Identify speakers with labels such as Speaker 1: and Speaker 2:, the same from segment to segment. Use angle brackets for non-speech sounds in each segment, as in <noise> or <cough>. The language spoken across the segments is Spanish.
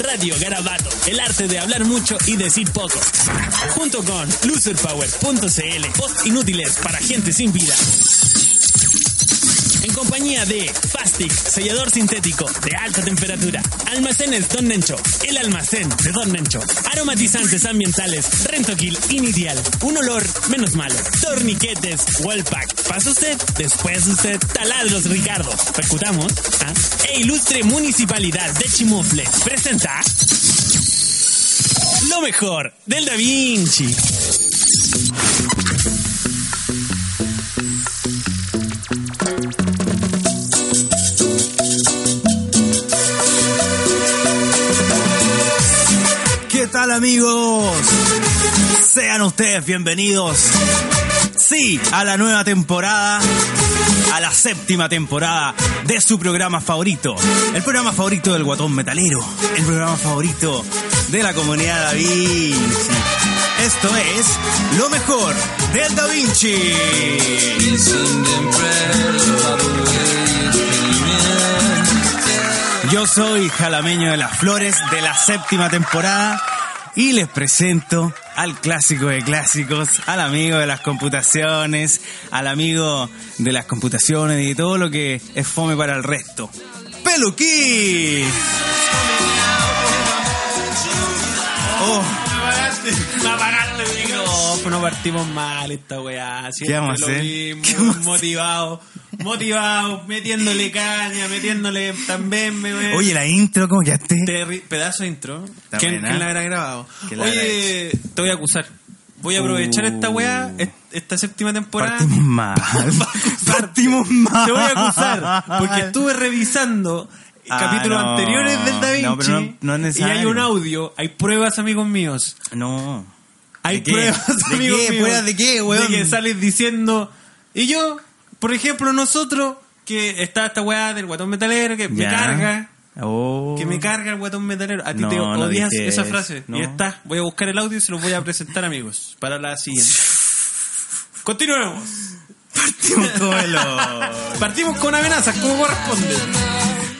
Speaker 1: Radio Garabato, el arte de hablar mucho y decir poco. Junto con loserpower.cl, post inútiles para gente sin vida. En compañía de Fastic, sellador sintético de alta temperatura. Almacenes Don Nencho, el almacén de Don Nencho. Aromatizantes ambientales, Rentoquil Initial, un olor menos malo. Torniquetes, Wallpack. Pasa usted, después usted, taladros Ricardo. Percutamos. ¿ah? E ilustre municipalidad de Chimofle presenta lo mejor del Da Vinci.
Speaker 2: ¿Qué tal amigos? Sean ustedes bienvenidos. Sí, a la nueva temporada, a la séptima temporada de su programa favorito. El programa favorito del guatón metalero, el programa favorito de la comunidad Da Vinci. Esto es lo mejor del Da Vinci. Yo soy Jalameño de las Flores de la séptima temporada y les presento al clásico de clásicos, al amigo de las computaciones, al amigo de las computaciones y de todo lo que es fome para el resto. ¡Peluquín! Oh,
Speaker 1: micrófono, pues partimos mal esta weá. Siempre
Speaker 2: ¿Qué vamos a
Speaker 1: lo
Speaker 2: hacer?
Speaker 1: mismo,
Speaker 2: ¿Qué vamos a hacer?
Speaker 1: motivado, motivado, metiéndole caña, metiéndole también, me weá.
Speaker 2: oye, la intro, ¿cómo quedaste?
Speaker 1: Terri- pedazo de intro.
Speaker 2: Está
Speaker 1: ¿Quién,
Speaker 2: buena.
Speaker 1: quién la habrá grabado?
Speaker 2: ¿Quién la habrá
Speaker 1: Oye, te voy a acusar. Voy a aprovechar esta weá, est- esta séptima temporada.
Speaker 2: Uh. <laughs> Partimos
Speaker 1: <laughs>
Speaker 2: mal. Partimos mal.
Speaker 1: Te voy a acusar, porque estuve revisando
Speaker 2: Ah,
Speaker 1: capítulos
Speaker 2: no.
Speaker 1: anteriores del Da Vinci.
Speaker 2: No, pero no- no es
Speaker 1: y hay
Speaker 2: necesario.
Speaker 1: un audio, hay pruebas, amigos míos.
Speaker 2: No.
Speaker 1: Hay
Speaker 2: ¿De qué?
Speaker 1: pruebas,
Speaker 2: ¿De
Speaker 1: amigos
Speaker 2: qué?
Speaker 1: míos.
Speaker 2: ¿Pruebas de qué, weón?
Speaker 1: De que sales diciendo. Y yo, por ejemplo, nosotros, que está esta weá del guatón metalero, que me
Speaker 2: Ya.
Speaker 1: carga.
Speaker 2: Oh.
Speaker 1: Que me carga el guatón metalero. A ti
Speaker 2: No,
Speaker 1: te
Speaker 2: no
Speaker 1: odias
Speaker 2: dije
Speaker 1: esa
Speaker 2: eso,
Speaker 1: frase.
Speaker 2: no.
Speaker 1: Y está. Voy a buscar el audio y se los voy a presentar, amigos. Para la siguiente. Continuemos.
Speaker 2: Partimos como el hoyo.
Speaker 1: Partimos con amenazas, como corresponde.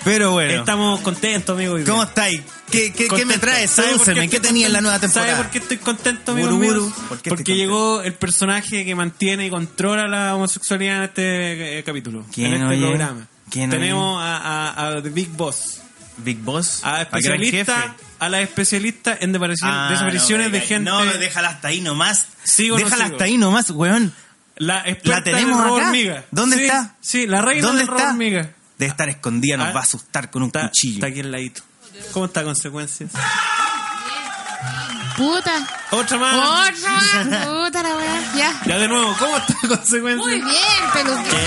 Speaker 2: Pero bueno.
Speaker 1: Estamos contentos, amigos. hoy día.
Speaker 2: ¿Cómo estáis? ¿Qué, qué, qué me
Speaker 1: Contento.
Speaker 2: traes?
Speaker 1: ¿Sabe por
Speaker 2: Sedúceme. ¿Qué
Speaker 1: estoy
Speaker 2: tenía en la
Speaker 1: contento?
Speaker 2: nueva temporada?
Speaker 1: ¿Sabe por qué estoy contento, amigo
Speaker 2: Gurú,
Speaker 1: mío?
Speaker 2: gurú. ¿Por qué estoy
Speaker 1: Porque
Speaker 2: contento?
Speaker 1: llegó el personaje que mantiene y controla la homosexualidad en este eh, capítulo.
Speaker 2: ¿Quién,
Speaker 1: en este
Speaker 2: oye?
Speaker 1: programa.
Speaker 2: ¿Quién,
Speaker 1: Tenemos a, a- a The Big Boss,
Speaker 2: Big Boss. ¿Al gran
Speaker 1: a Ah, especialista,
Speaker 2: jefe?
Speaker 1: a la especialista en desaparición-
Speaker 2: Ah,
Speaker 1: desapariciones
Speaker 2: no,
Speaker 1: de
Speaker 2: venga,
Speaker 1: gente.
Speaker 2: No, déjala hasta ahí nomás.
Speaker 1: ¿Sigo o no
Speaker 2: déjala
Speaker 1: sigo?
Speaker 2: hasta ahí nomás, weón.
Speaker 1: la experta
Speaker 2: ¿La tenemos
Speaker 1: del robo
Speaker 2: acá?
Speaker 1: hormiga.
Speaker 2: ¿Dónde
Speaker 1: Sí,
Speaker 2: está?
Speaker 1: Sí, la reina
Speaker 2: ¿Dónde
Speaker 1: del robo
Speaker 2: está?
Speaker 1: hormiga.
Speaker 2: Debe estar escondida, nos
Speaker 1: Ah.
Speaker 2: va a asustar con un
Speaker 1: Está,
Speaker 2: cuchillo.
Speaker 1: está aquí al ladito. ¿Cómo está Consecuencias?
Speaker 2: <laughs>
Speaker 3: Puta.
Speaker 1: Otra más.
Speaker 3: Otra <laughs> más. Puta la weá. Ya. pues.
Speaker 1: Ya de nuevo, ¿cómo está Consecuencias?
Speaker 3: Muy bien, peluquín.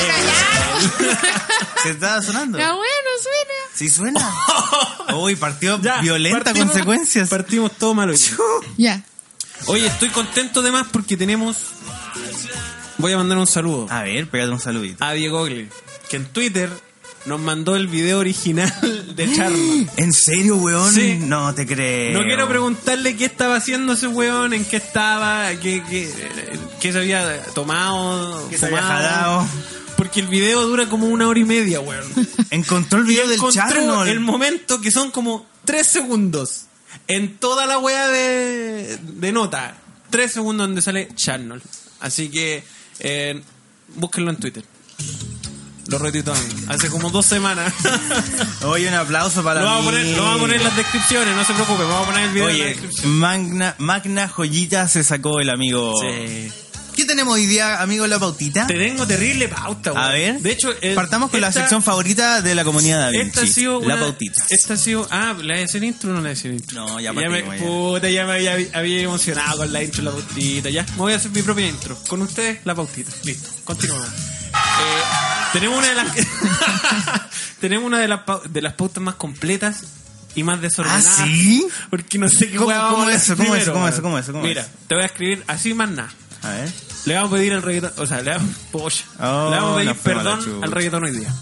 Speaker 3: Ya.
Speaker 2: ¿Se estaba sonando?
Speaker 3: La weá no suena.
Speaker 2: Sí
Speaker 1: <laughs>
Speaker 2: suena. Uy, partió
Speaker 1: Ya,
Speaker 2: Oh. violenta
Speaker 1: partimos-
Speaker 2: consecuencias.
Speaker 1: Partimos todo
Speaker 2: <laughs>
Speaker 1: mal hoy.
Speaker 3: Ya.
Speaker 1: Oye, estoy contento de más porque tenemos. Voy a mandar un saludo
Speaker 2: a ver, pégate un saludito.
Speaker 1: a Diego Ogle, que en Twitter nos mandó el video original <laughs> de Charma.
Speaker 2: ¿En serio, weón?
Speaker 1: Sí.
Speaker 2: No te creo.
Speaker 1: No quiero preguntarle qué estaba haciendo ese weón, en qué estaba, qué, qué, qué se había tomado,
Speaker 2: Que se había
Speaker 1: fumado.
Speaker 2: jalado.
Speaker 1: Porque el video dura como una hora y media, weón.
Speaker 2: Encontró el video del
Speaker 1: Encontró
Speaker 2: Charnold.
Speaker 1: el momento que son como tres segundos en toda la wea de, de nota. Tres segundos donde sale Charnold. Así que eh, búsquenlo en Twitter. Lo retuiteamos hace como dos
Speaker 2: <laughs>
Speaker 1: semanas.
Speaker 2: Oye, un aplauso para
Speaker 1: lo, vamos a
Speaker 2: mí.
Speaker 1: poner, lo vamos a poner en las descripciones, no se preocupen. Vamos a poner el video en la
Speaker 2: Oye,
Speaker 1: descripción.
Speaker 2: magna, magna joyita se sacó el amigo.
Speaker 1: Sí.
Speaker 2: ¿Qué tenemos hoy día, amigo La Pautita?
Speaker 1: Te tengo terrible pauta, weón.
Speaker 2: A ver,
Speaker 1: De hecho, eh,
Speaker 2: partamos con la
Speaker 1: esta-
Speaker 2: sección favorita de la comunidad Da Vinci,
Speaker 1: Esta ha sido
Speaker 2: La
Speaker 1: una-
Speaker 2: Pautita.
Speaker 1: Esta ha sido. Ah, ¿la de ser intro o no la de ser intro?
Speaker 2: No, ya
Speaker 1: me,
Speaker 2: partimos, ya.
Speaker 1: Puta, ya me había, había emocionado con la intro, la pautita. Ya, me voy a hacer mi propia intro. Con ustedes, la pautita. Listo, continuamos. Eh, tenemos una de las. <laughs> tenemos una de las, pau- de las pautas más completas y más desordenadas.
Speaker 2: ¿Ah, sí?
Speaker 1: Porque no sé qué
Speaker 2: ¿Cómo-
Speaker 1: hueá vamos a
Speaker 2: cómo
Speaker 1: hablar
Speaker 2: eso, cómo eso,
Speaker 1: primero,
Speaker 2: cómo eso,
Speaker 1: weón.
Speaker 2: cómo eso, cómo
Speaker 1: Mira,
Speaker 2: eso?
Speaker 1: te voy a escribir así más nada.
Speaker 2: A ver.
Speaker 1: Le vamos a pedir al reggaetón. O sea, le vamos. <laughs> Polla.
Speaker 2: Oh,
Speaker 1: le vamos a pedir
Speaker 2: nos fuimos a la
Speaker 1: perdón
Speaker 2: chucha.
Speaker 1: al reggaetón hoy día.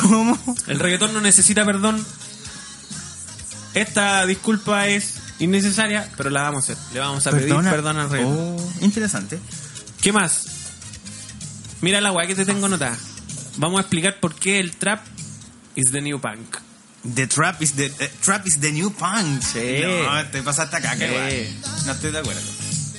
Speaker 2: ¿Cómo?
Speaker 1: El reggaetón no necesita perdón. Esta disculpa es innecesaria, pero la vamos a hacer. Le vamos a pedir
Speaker 2: Perdona.
Speaker 1: perdón al reggaetón.
Speaker 2: Oh, interesante.
Speaker 1: ¿Qué más? Mira la weá que te tengo anotada. Vamos a explicar por qué el trap is the new punk.
Speaker 2: The trap is the, eh, trap is the new punk.
Speaker 1: Sí.
Speaker 2: No, te pasaste acá,
Speaker 1: Sí.
Speaker 2: weón. No estoy de acuerdo.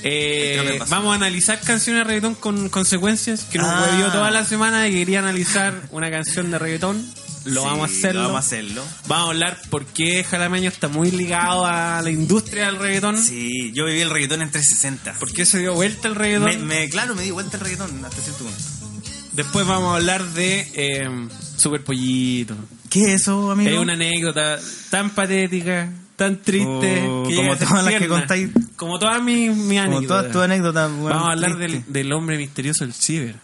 Speaker 1: Eh,
Speaker 2: Creo que pasó.
Speaker 1: vamos a analizar canciones de reggaetón con consecuencias que nos
Speaker 2: Ah.
Speaker 1: huevió toda la semana y quería analizar una canción de reggaetón. Lo
Speaker 2: Sí,
Speaker 1: vamos a hacerlo.
Speaker 2: Lo vamos a hacerlo.
Speaker 1: Vamos a hablar por qué Jalameño está muy ligado a la industria del reggaetón.
Speaker 2: Sí, yo viví el reggaetón en 360.
Speaker 1: ¿Por qué se dio vuelta el reggaetón?
Speaker 2: Me, me- claro, me di vuelta el reggaetón hasta cierto punto.
Speaker 1: Después vamos a hablar de
Speaker 2: em,
Speaker 1: eh, Super Pollito.
Speaker 2: ¿Qué es eso, amigo?
Speaker 1: Es una anécdota tan patética, tan triste.
Speaker 2: Oh,
Speaker 1: que
Speaker 2: como
Speaker 1: llega a ser
Speaker 2: todas las que
Speaker 1: tierna.
Speaker 2: contáis.
Speaker 1: Como todas mis, mis
Speaker 2: Como
Speaker 1: anécdotas.
Speaker 2: todas tus anécdotas, weón,
Speaker 1: Vamos a hablar del,
Speaker 2: triste.
Speaker 1: del hombre misterioso del ciber.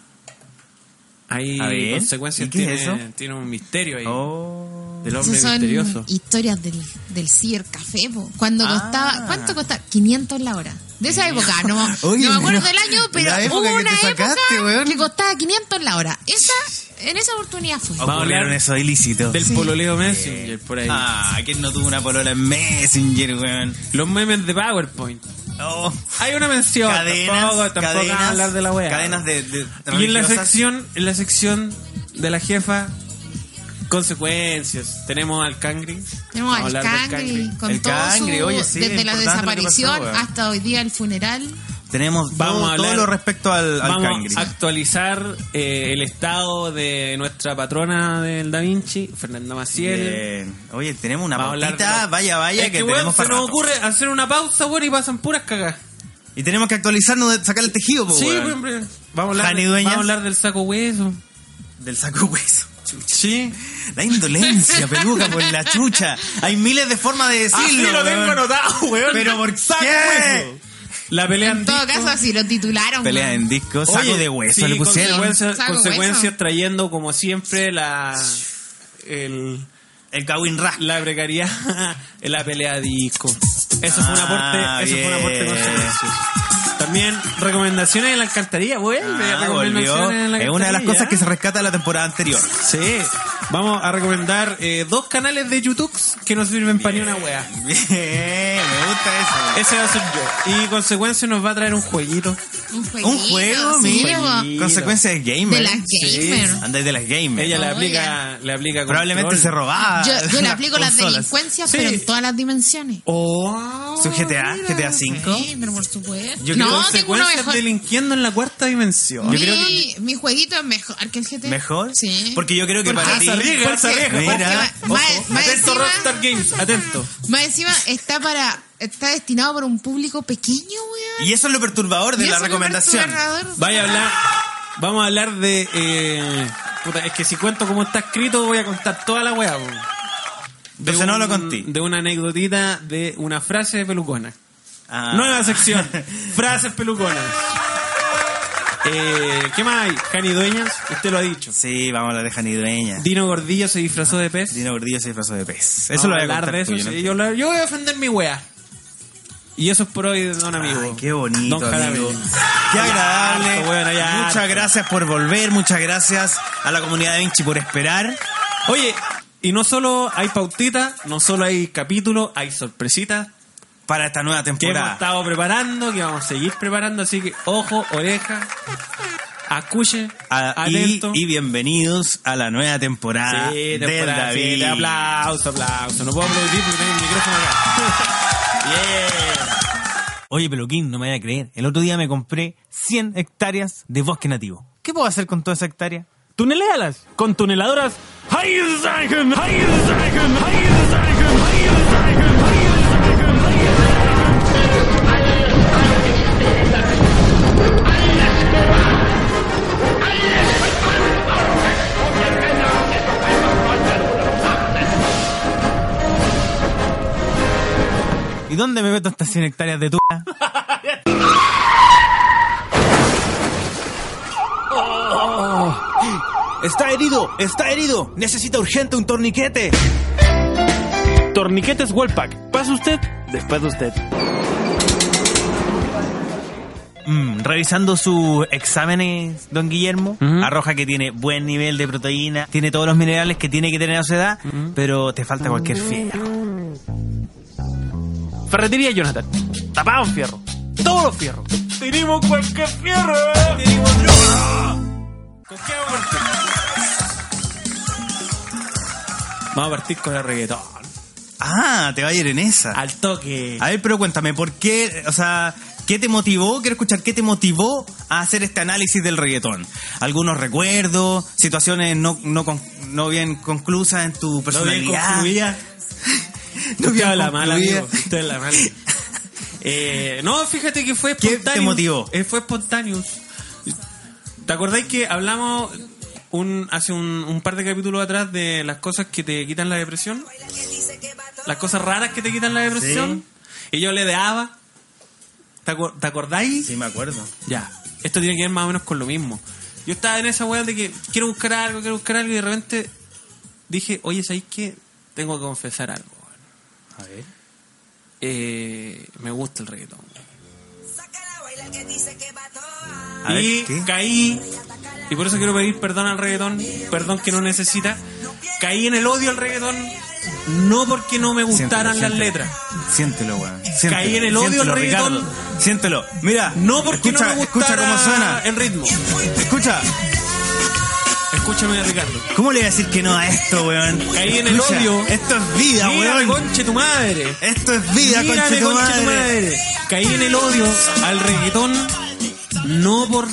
Speaker 1: Hay
Speaker 2: A ver,
Speaker 1: consecuencias,
Speaker 2: ¿y qué
Speaker 1: tiene,
Speaker 2: es eso?
Speaker 1: tiene un misterio ahí.
Speaker 2: Oh.
Speaker 1: Del hombre
Speaker 3: Esas son
Speaker 1: misterioso.
Speaker 3: historias del, del cibercafé, po. Cuando
Speaker 2: Ah.
Speaker 3: costaba, ¿cuánto costaba? 500 la hora. De esa época, no,
Speaker 2: <laughs> Oye,
Speaker 3: no me acuerdo
Speaker 2: pero
Speaker 3: del año, pero
Speaker 2: la época
Speaker 3: hubo
Speaker 2: que
Speaker 3: una
Speaker 2: te sacaste,
Speaker 3: época
Speaker 2: weón.
Speaker 3: que costaba 500 la hora. Esa, en esa oportunidad fue.
Speaker 1: a hablar
Speaker 2: Ocurrieron esos ilícitos.
Speaker 1: Del pololeo Messenger, por ahí.
Speaker 2: Ah, ¿quién no tuvo una polola en Messenger, weón?
Speaker 1: Los memes de PowerPoint.
Speaker 2: Oh.
Speaker 1: Hay una mención.
Speaker 2: Cadenas,
Speaker 1: tampoco, tampoco vamos a
Speaker 2: cadenas,
Speaker 1: hablar de la wea.
Speaker 2: cadenas de, de
Speaker 1: Y en la
Speaker 2: religiosas.
Speaker 1: sección, en la sección de la jefa, consecuencias. Tenemos al Cangri.
Speaker 3: Tenemos al Cangri, con
Speaker 2: El
Speaker 3: todo
Speaker 2: Cangri,
Speaker 3: su,
Speaker 2: oye, sí,
Speaker 3: desde
Speaker 2: importante lo
Speaker 3: la
Speaker 2: que
Speaker 3: desaparición
Speaker 2: pasó, weón.
Speaker 3: hasta hoy día el funeral.
Speaker 2: Tenemos
Speaker 1: Vamos
Speaker 2: todo,
Speaker 1: a
Speaker 2: todo
Speaker 1: hablar-
Speaker 2: lo respecto al, al
Speaker 1: Vamos
Speaker 2: cangri.
Speaker 1: a actualizar eh, el estado de nuestra patrona del Da Vinci, Fernanda Maciel.
Speaker 2: Bien. Oye, tenemos una
Speaker 1: Vamos a hablar de
Speaker 2: pautita,
Speaker 1: lo-
Speaker 2: vaya, vaya,
Speaker 1: Es
Speaker 2: que,
Speaker 1: que, weón,
Speaker 2: tenemos
Speaker 1: se
Speaker 2: para
Speaker 1: nos
Speaker 2: rato.
Speaker 1: ocurre hacer una pausa, weón, y pasan puras cagas.
Speaker 2: Y tenemos que actualizarnos, de, sacar el tejido, po,
Speaker 1: Sí,
Speaker 2: Oh, weón.
Speaker 1: weón, weón. Vamos a, hablar
Speaker 2: Jani
Speaker 1: de-
Speaker 2: Dueñas.
Speaker 1: vamos a hablar del saco hueso.
Speaker 2: Del saco hueso.
Speaker 1: Sí.
Speaker 2: La indolencia, peluca, por la chucha. Hay miles de formas de
Speaker 1: Ah,
Speaker 2: decirlo. weón.
Speaker 1: anotado, weón.
Speaker 2: Pero ¿por
Speaker 1: Saco
Speaker 2: qué?
Speaker 1: hueso. La pelea
Speaker 3: En todo caso, así lo titularon.
Speaker 2: Pelea
Speaker 3: weón.
Speaker 2: en disco, saco
Speaker 1: Oye,
Speaker 2: de hueso
Speaker 1: sí,
Speaker 2: le pusieron.
Speaker 3: consecuencia.
Speaker 1: Consecuencias,
Speaker 3: Saco
Speaker 1: consecuencias
Speaker 3: hueso.
Speaker 1: trayendo, como siempre, la. el-
Speaker 2: El cagüín rasca.
Speaker 1: la precariedad <laughs> en la pelea de disco. Eso fue un aporte,
Speaker 2: Ah,
Speaker 1: eso fue un aporte
Speaker 2: bien.
Speaker 1: consecuencias. También recomendaciones en la alcantarilla, vuelve
Speaker 2: Ah,
Speaker 1: a recomendaciones
Speaker 2: volvió.
Speaker 1: en la
Speaker 2: Es una de las
Speaker 1: alcantarilla.
Speaker 2: cosas que se rescata de la temporada
Speaker 1: <laughs>
Speaker 2: anterior.
Speaker 1: Sí, vamos a recomendar eh, dos canales de YouTube que no sirven para ni una wea.
Speaker 2: Bien, me gusta eso. weón.
Speaker 1: Ese va a ser yo. Y consecuencia nos va a traer un jueguito.
Speaker 3: Un,
Speaker 2: Un
Speaker 3: jueguito,
Speaker 2: juego,
Speaker 3: sí,
Speaker 2: mi
Speaker 3: weón.
Speaker 2: Consecuencia de gamer.
Speaker 3: De las gamer.
Speaker 2: Andáis de las gamer.
Speaker 1: Ella le
Speaker 3: Oh,
Speaker 1: aplica, le aplica
Speaker 2: Probabdemente
Speaker 1: control.
Speaker 2: se robaba.
Speaker 3: Yo, yo le aplico las
Speaker 2: consolas.
Speaker 3: delincuencias,
Speaker 1: Ah, Sí.
Speaker 3: pero en todas las dimensiones.
Speaker 1: Oh,
Speaker 2: Su GTA, GTA V.
Speaker 3: Sí, pero por supuesto.
Speaker 1: Yo creo
Speaker 3: no, tengo uno
Speaker 1: consecuencias
Speaker 3: mejor.
Speaker 1: delinquiendo en la cuarta dimensión.
Speaker 3: mi, mi jueguito es mejor que el GTA.
Speaker 2: ¿Mejor?
Speaker 3: Sí.
Speaker 2: Porque yo creo que
Speaker 3: Porque-
Speaker 2: para ti.
Speaker 1: se arriesga,
Speaker 3: porque-
Speaker 1: se arriesga.
Speaker 3: porque
Speaker 2: Mira.
Speaker 3: va- va- va
Speaker 1: atento,
Speaker 3: encima-
Speaker 1: Rockstar Games, atento.
Speaker 3: Más encima está para está destinado para un público pequeño, weón.
Speaker 2: Y eso es lo perturbador de
Speaker 3: Y
Speaker 2: la
Speaker 3: eso es lo
Speaker 2: recomendación.
Speaker 3: perturbador.
Speaker 1: Vaya a hablar. Vamos a hablar de. eh, puta, es que si cuento cómo está escrito, voy a contar toda la weá. po. De
Speaker 2: Entonces no
Speaker 1: un-
Speaker 2: lo conté.
Speaker 1: De una anécdotita de una frase de pelucona.
Speaker 2: Ah. <laughs>
Speaker 1: Nueva sección. frases peluconas. Eh, ¿Qué más hay? Jani Dueñas, usted lo ha dicho.
Speaker 2: Sí, vamos a la dejan y dueña.
Speaker 1: Dino Gordillo se disfrazó de pez.
Speaker 2: Dino Gordillo se disfrazó de pez. Eso
Speaker 1: Vamos
Speaker 2: lo voy a
Speaker 1: hablar
Speaker 2: contar
Speaker 1: de eso,
Speaker 2: tú, yo no
Speaker 1: sí,
Speaker 2: entiendo.
Speaker 1: yo, lo- yo voy a defender mi wea. Y eso es por hoy, don amigo.
Speaker 2: Ay, qué bonito,
Speaker 1: Don
Speaker 2: amigo.
Speaker 1: Jaramillo.
Speaker 2: Qué
Speaker 1: Ya,
Speaker 2: agradable.
Speaker 1: harto, bueno, ya,
Speaker 2: muchas
Speaker 1: harto.
Speaker 2: gracias por volver, muchas gracias a la comunidad de Vinci por esperar.
Speaker 1: Oye, y no solo hay pautita, no solo hay capítulo, hay sorpresitas
Speaker 2: Para esta nueva
Speaker 1: que hemos
Speaker 2: temporada.
Speaker 1: estado preparando, que vamos a seguir preparando, así que ojo, oreja, escuche,
Speaker 2: A- Ah, y,
Speaker 1: atento.
Speaker 2: y bienvenidos a la nueva temporada
Speaker 1: Sí,
Speaker 2: del
Speaker 1: temporada, sí,
Speaker 2: David.
Speaker 1: de aplauso, aplauso. No puedo aplaudir porque tengo el micrófono acá.
Speaker 2: Oye, Peluquín, no me vaya a creer. El otro día me compré 100 hectáreas de bosque nativo. ¿Qué puedo hacer con toda esa hectárea?
Speaker 1: Tunelealas con tuneladoras.
Speaker 2: ¿Y dónde me meto estas 100 hectáreas de tu? Oh, Está herido, está herido. Necesita urgente un torniquete.
Speaker 4: Torniquetes Wallpack. Pasa usted, después de usted.
Speaker 2: Mm, revisando sus exámenes, don Guillermo,
Speaker 1: Ujú.
Speaker 2: arroja que tiene buen nivel de proteína, tiene todos los minerales que tiene que tener a su edad, pero te falta cualquier fierro.
Speaker 4: Ferretería Jonathan. Tapado en fierro. Todos los fierros. Tenemos cualquier fierro.
Speaker 1: eh. ¿Con qué vamos a partir? Vamos a partir con el reggaetón.
Speaker 2: Ah, te va a ir en esa.
Speaker 1: Al toque.
Speaker 2: A ver, pero cuéntame, ¿por qué? O sea, ¿qué te motivó? Quiero escuchar qué te motivó a hacer este análisis del reggaetón. ¿Algunos recuerdos? ¿Situaciones no, no, con- no bien conclusas en tu
Speaker 1: No bien
Speaker 2: personalidad?
Speaker 1: concluida.
Speaker 2: No
Speaker 1: Usted
Speaker 2: bien
Speaker 1: habla mal,
Speaker 2: concluida.
Speaker 1: amigo. Usted habla mal. Eh, no, fíjate que fue
Speaker 2: ¿Qué te
Speaker 1: espontáneo.
Speaker 2: motivó?
Speaker 1: Eh, fue espontáneo. ¿Te acordáis que hablamos un, hace un, un par de capítulos atrás de las cosas que te quitan la depresión? Las cosas raras que te quitan la depresión. Y yo le de Ava. ¿Te, acu- te acordáis?
Speaker 2: Sí, me acuerdo.
Speaker 1: Ya. Esto tiene que ver más o menos con lo mismo. Yo estaba en esa weá de que quiero buscar algo, quiero buscar algo y de repente dije, oye, ¿sabéis qué? Tengo que confesar algo. weón.
Speaker 2: A ver.
Speaker 1: Eh, me gusta el reggaetón.
Speaker 2: A ver,
Speaker 1: y
Speaker 2: ¿qué?
Speaker 1: caí, y por eso quiero pedir perdón al reggaetón, perdón que no necesita. Caí en el odio al reggaetón, no porque no me gustaran
Speaker 2: Siéntelo,
Speaker 1: las
Speaker 2: siéntelo.
Speaker 1: letras.
Speaker 2: Siéntelo, weón.
Speaker 1: Caí en el odio
Speaker 2: siéntelo,
Speaker 1: al reggaetón.
Speaker 2: Ricardo. Siéntelo. Mira,
Speaker 1: No porque
Speaker 2: escucha,
Speaker 1: no me
Speaker 2: escucha
Speaker 1: gustara
Speaker 2: cómo suena.
Speaker 1: el ritmo.
Speaker 2: Escucha,
Speaker 1: Escúchame, Ricardo.
Speaker 2: ¿cómo le voy a decir que no a esto, weón?
Speaker 1: Caí en el
Speaker 2: Escucha,
Speaker 1: odio.
Speaker 2: Esto es vida,
Speaker 1: Mira,
Speaker 2: Ah, weón.
Speaker 1: conche tu madre.
Speaker 2: Esto es vida,
Speaker 1: Mírame,
Speaker 2: conche tu
Speaker 1: conche tu
Speaker 2: madre.
Speaker 1: madre. Caí en el odio al reggaetón, no por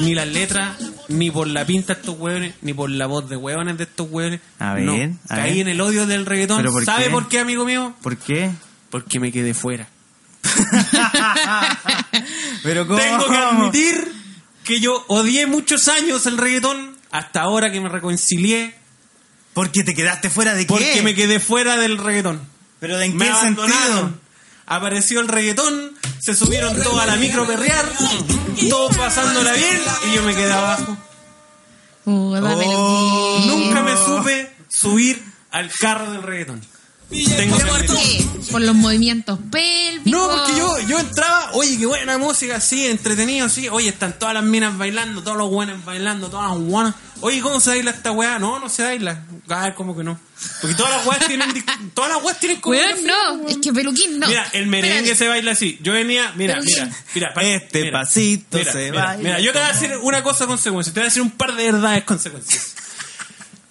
Speaker 1: ni las letras, ni por la pinta de estos hueones, ni por la voz de hueones de estos hueones.
Speaker 2: A ver,
Speaker 1: no.
Speaker 2: a
Speaker 1: Caí
Speaker 2: ver.
Speaker 1: en el odio del reggaetón.
Speaker 2: ¿Pero por
Speaker 1: ¿Sabe
Speaker 2: qué?
Speaker 1: por qué, amigo mío?
Speaker 2: ¿Por
Speaker 1: <laughs>
Speaker 2: qué?
Speaker 1: Porque me quedé fuera.
Speaker 2: Pero cómo.
Speaker 1: Tengo que admitir que yo odié muchos años el reggaetón hasta ahora que me reconcilié
Speaker 2: Porque te quedaste fuera de qué?
Speaker 1: porque me quedé fuera del reggaetón.
Speaker 2: Pero de en
Speaker 1: Me
Speaker 2: qué sentido?
Speaker 1: abandonaron. Apareció el reggaetón, se subieron todos a la micro a perrear, todos pasándola bien y yo me quedé abajo.
Speaker 3: Uh, dame la-
Speaker 2: Oh,
Speaker 1: Nunca me supe subir al carro del reggaetón. Tengo que
Speaker 3: ¿Por
Speaker 1: admitir.
Speaker 3: qué? Por los movimientos pélvicos.
Speaker 1: No, porque yo, yo entraba, oye, qué buena música, sí, entretenido, sí. Oye, están todas las minas bailando, todos los buenos bailando, todas las guanas. Oye, ¿cómo se baila esta weá? No, no se baila. Ah, ¿cómo que no? Porque todas las weas tienen, dis- <laughs> todas las weas tienen
Speaker 3: Weón,
Speaker 1: coreografía,
Speaker 3: no. Es que peluquín no.
Speaker 1: Mira, el merengue
Speaker 3: Espérate.
Speaker 1: se baila así. Yo venía, mira,
Speaker 3: Pero
Speaker 1: mira,
Speaker 3: bien.
Speaker 1: mira, pa-
Speaker 2: Este
Speaker 1: mira,
Speaker 2: pasito
Speaker 1: mira,
Speaker 2: se
Speaker 1: mira,
Speaker 2: baila
Speaker 1: Mira, yo te voy a decir una cosa consecuencia, te voy a decir un par de verdades consecuencias.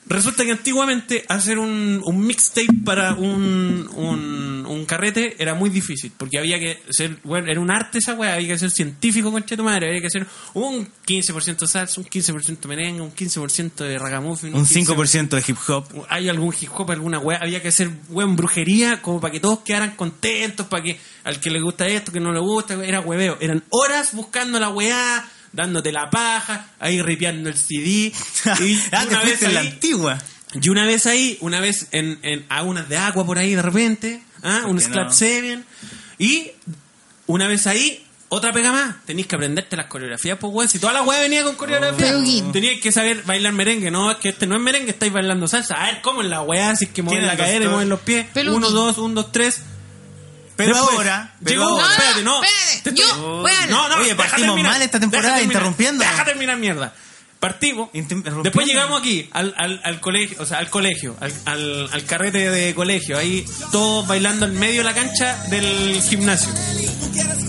Speaker 1: Resulta que antiguamente hacer un, un mixtape para un, un, un carrete era muy difícil, porque había que ser, bueno, era un arte esa weá, había que ser científico con tu madre, había que hacer un 15% salsa, un 15% merengue, un 15% de ragamuffin,
Speaker 2: Un
Speaker 1: 15%
Speaker 2: 5% de hip <laughs> hop.
Speaker 1: hay algún hip hop, alguna weá, había que hacer weón brujería como para que todos quedaran contentos, para que al que le gusta esto, que no le gusta, era hueveo. Eran horas buscando la weá, dándote la paja, ahí ripeando
Speaker 2: <laughs>
Speaker 1: el CD. Y
Speaker 2: ah, te
Speaker 1: una vez
Speaker 2: fuiste en la
Speaker 1: ahí,
Speaker 2: antigua.
Speaker 1: y una vez ahí, una vez en, en a unas de agua por ahí de repente, ¿ah?
Speaker 2: ¿Por
Speaker 1: un
Speaker 2: qué
Speaker 1: Slap
Speaker 2: no?
Speaker 1: 7, y una vez ahí, otra pega más. Tenéis que aprenderte las coreografías, pues weón. Si toda la weá venía con coreografía,
Speaker 3: Peluquín.
Speaker 1: tenías que saber bailar merengue. No, es que este no es merengue, estáis bailando salsa. A ver, ¿cómo es la weá? Si es que mueven
Speaker 2: ¿Quién
Speaker 1: la
Speaker 2: es el
Speaker 1: cadera y
Speaker 2: doctor?
Speaker 1: mueven los pies.
Speaker 3: Peluquín.
Speaker 1: Uno, dos, un, dos, tres.
Speaker 2: Pero
Speaker 1: Después,
Speaker 2: ahora. pero
Speaker 1: Llegó,
Speaker 3: No,
Speaker 2: ahora-
Speaker 1: espérate, no.
Speaker 3: espérate,
Speaker 1: Te estoy-
Speaker 3: yo, bueno.
Speaker 1: No, no,
Speaker 2: Oye,
Speaker 1: deja
Speaker 2: partimos
Speaker 1: terminar,
Speaker 2: mal esta temporada
Speaker 1: deja terminar,
Speaker 2: interrumpiendo.
Speaker 1: Deja terminar, mierda. Partimos.
Speaker 2: Interrumpiendo.
Speaker 1: Después llegamos aquí, al, al, al colegio, o sea, al colegio, al, al, al carrete de colegio. Ahí todos bailando en medio de la cancha del gimnasio.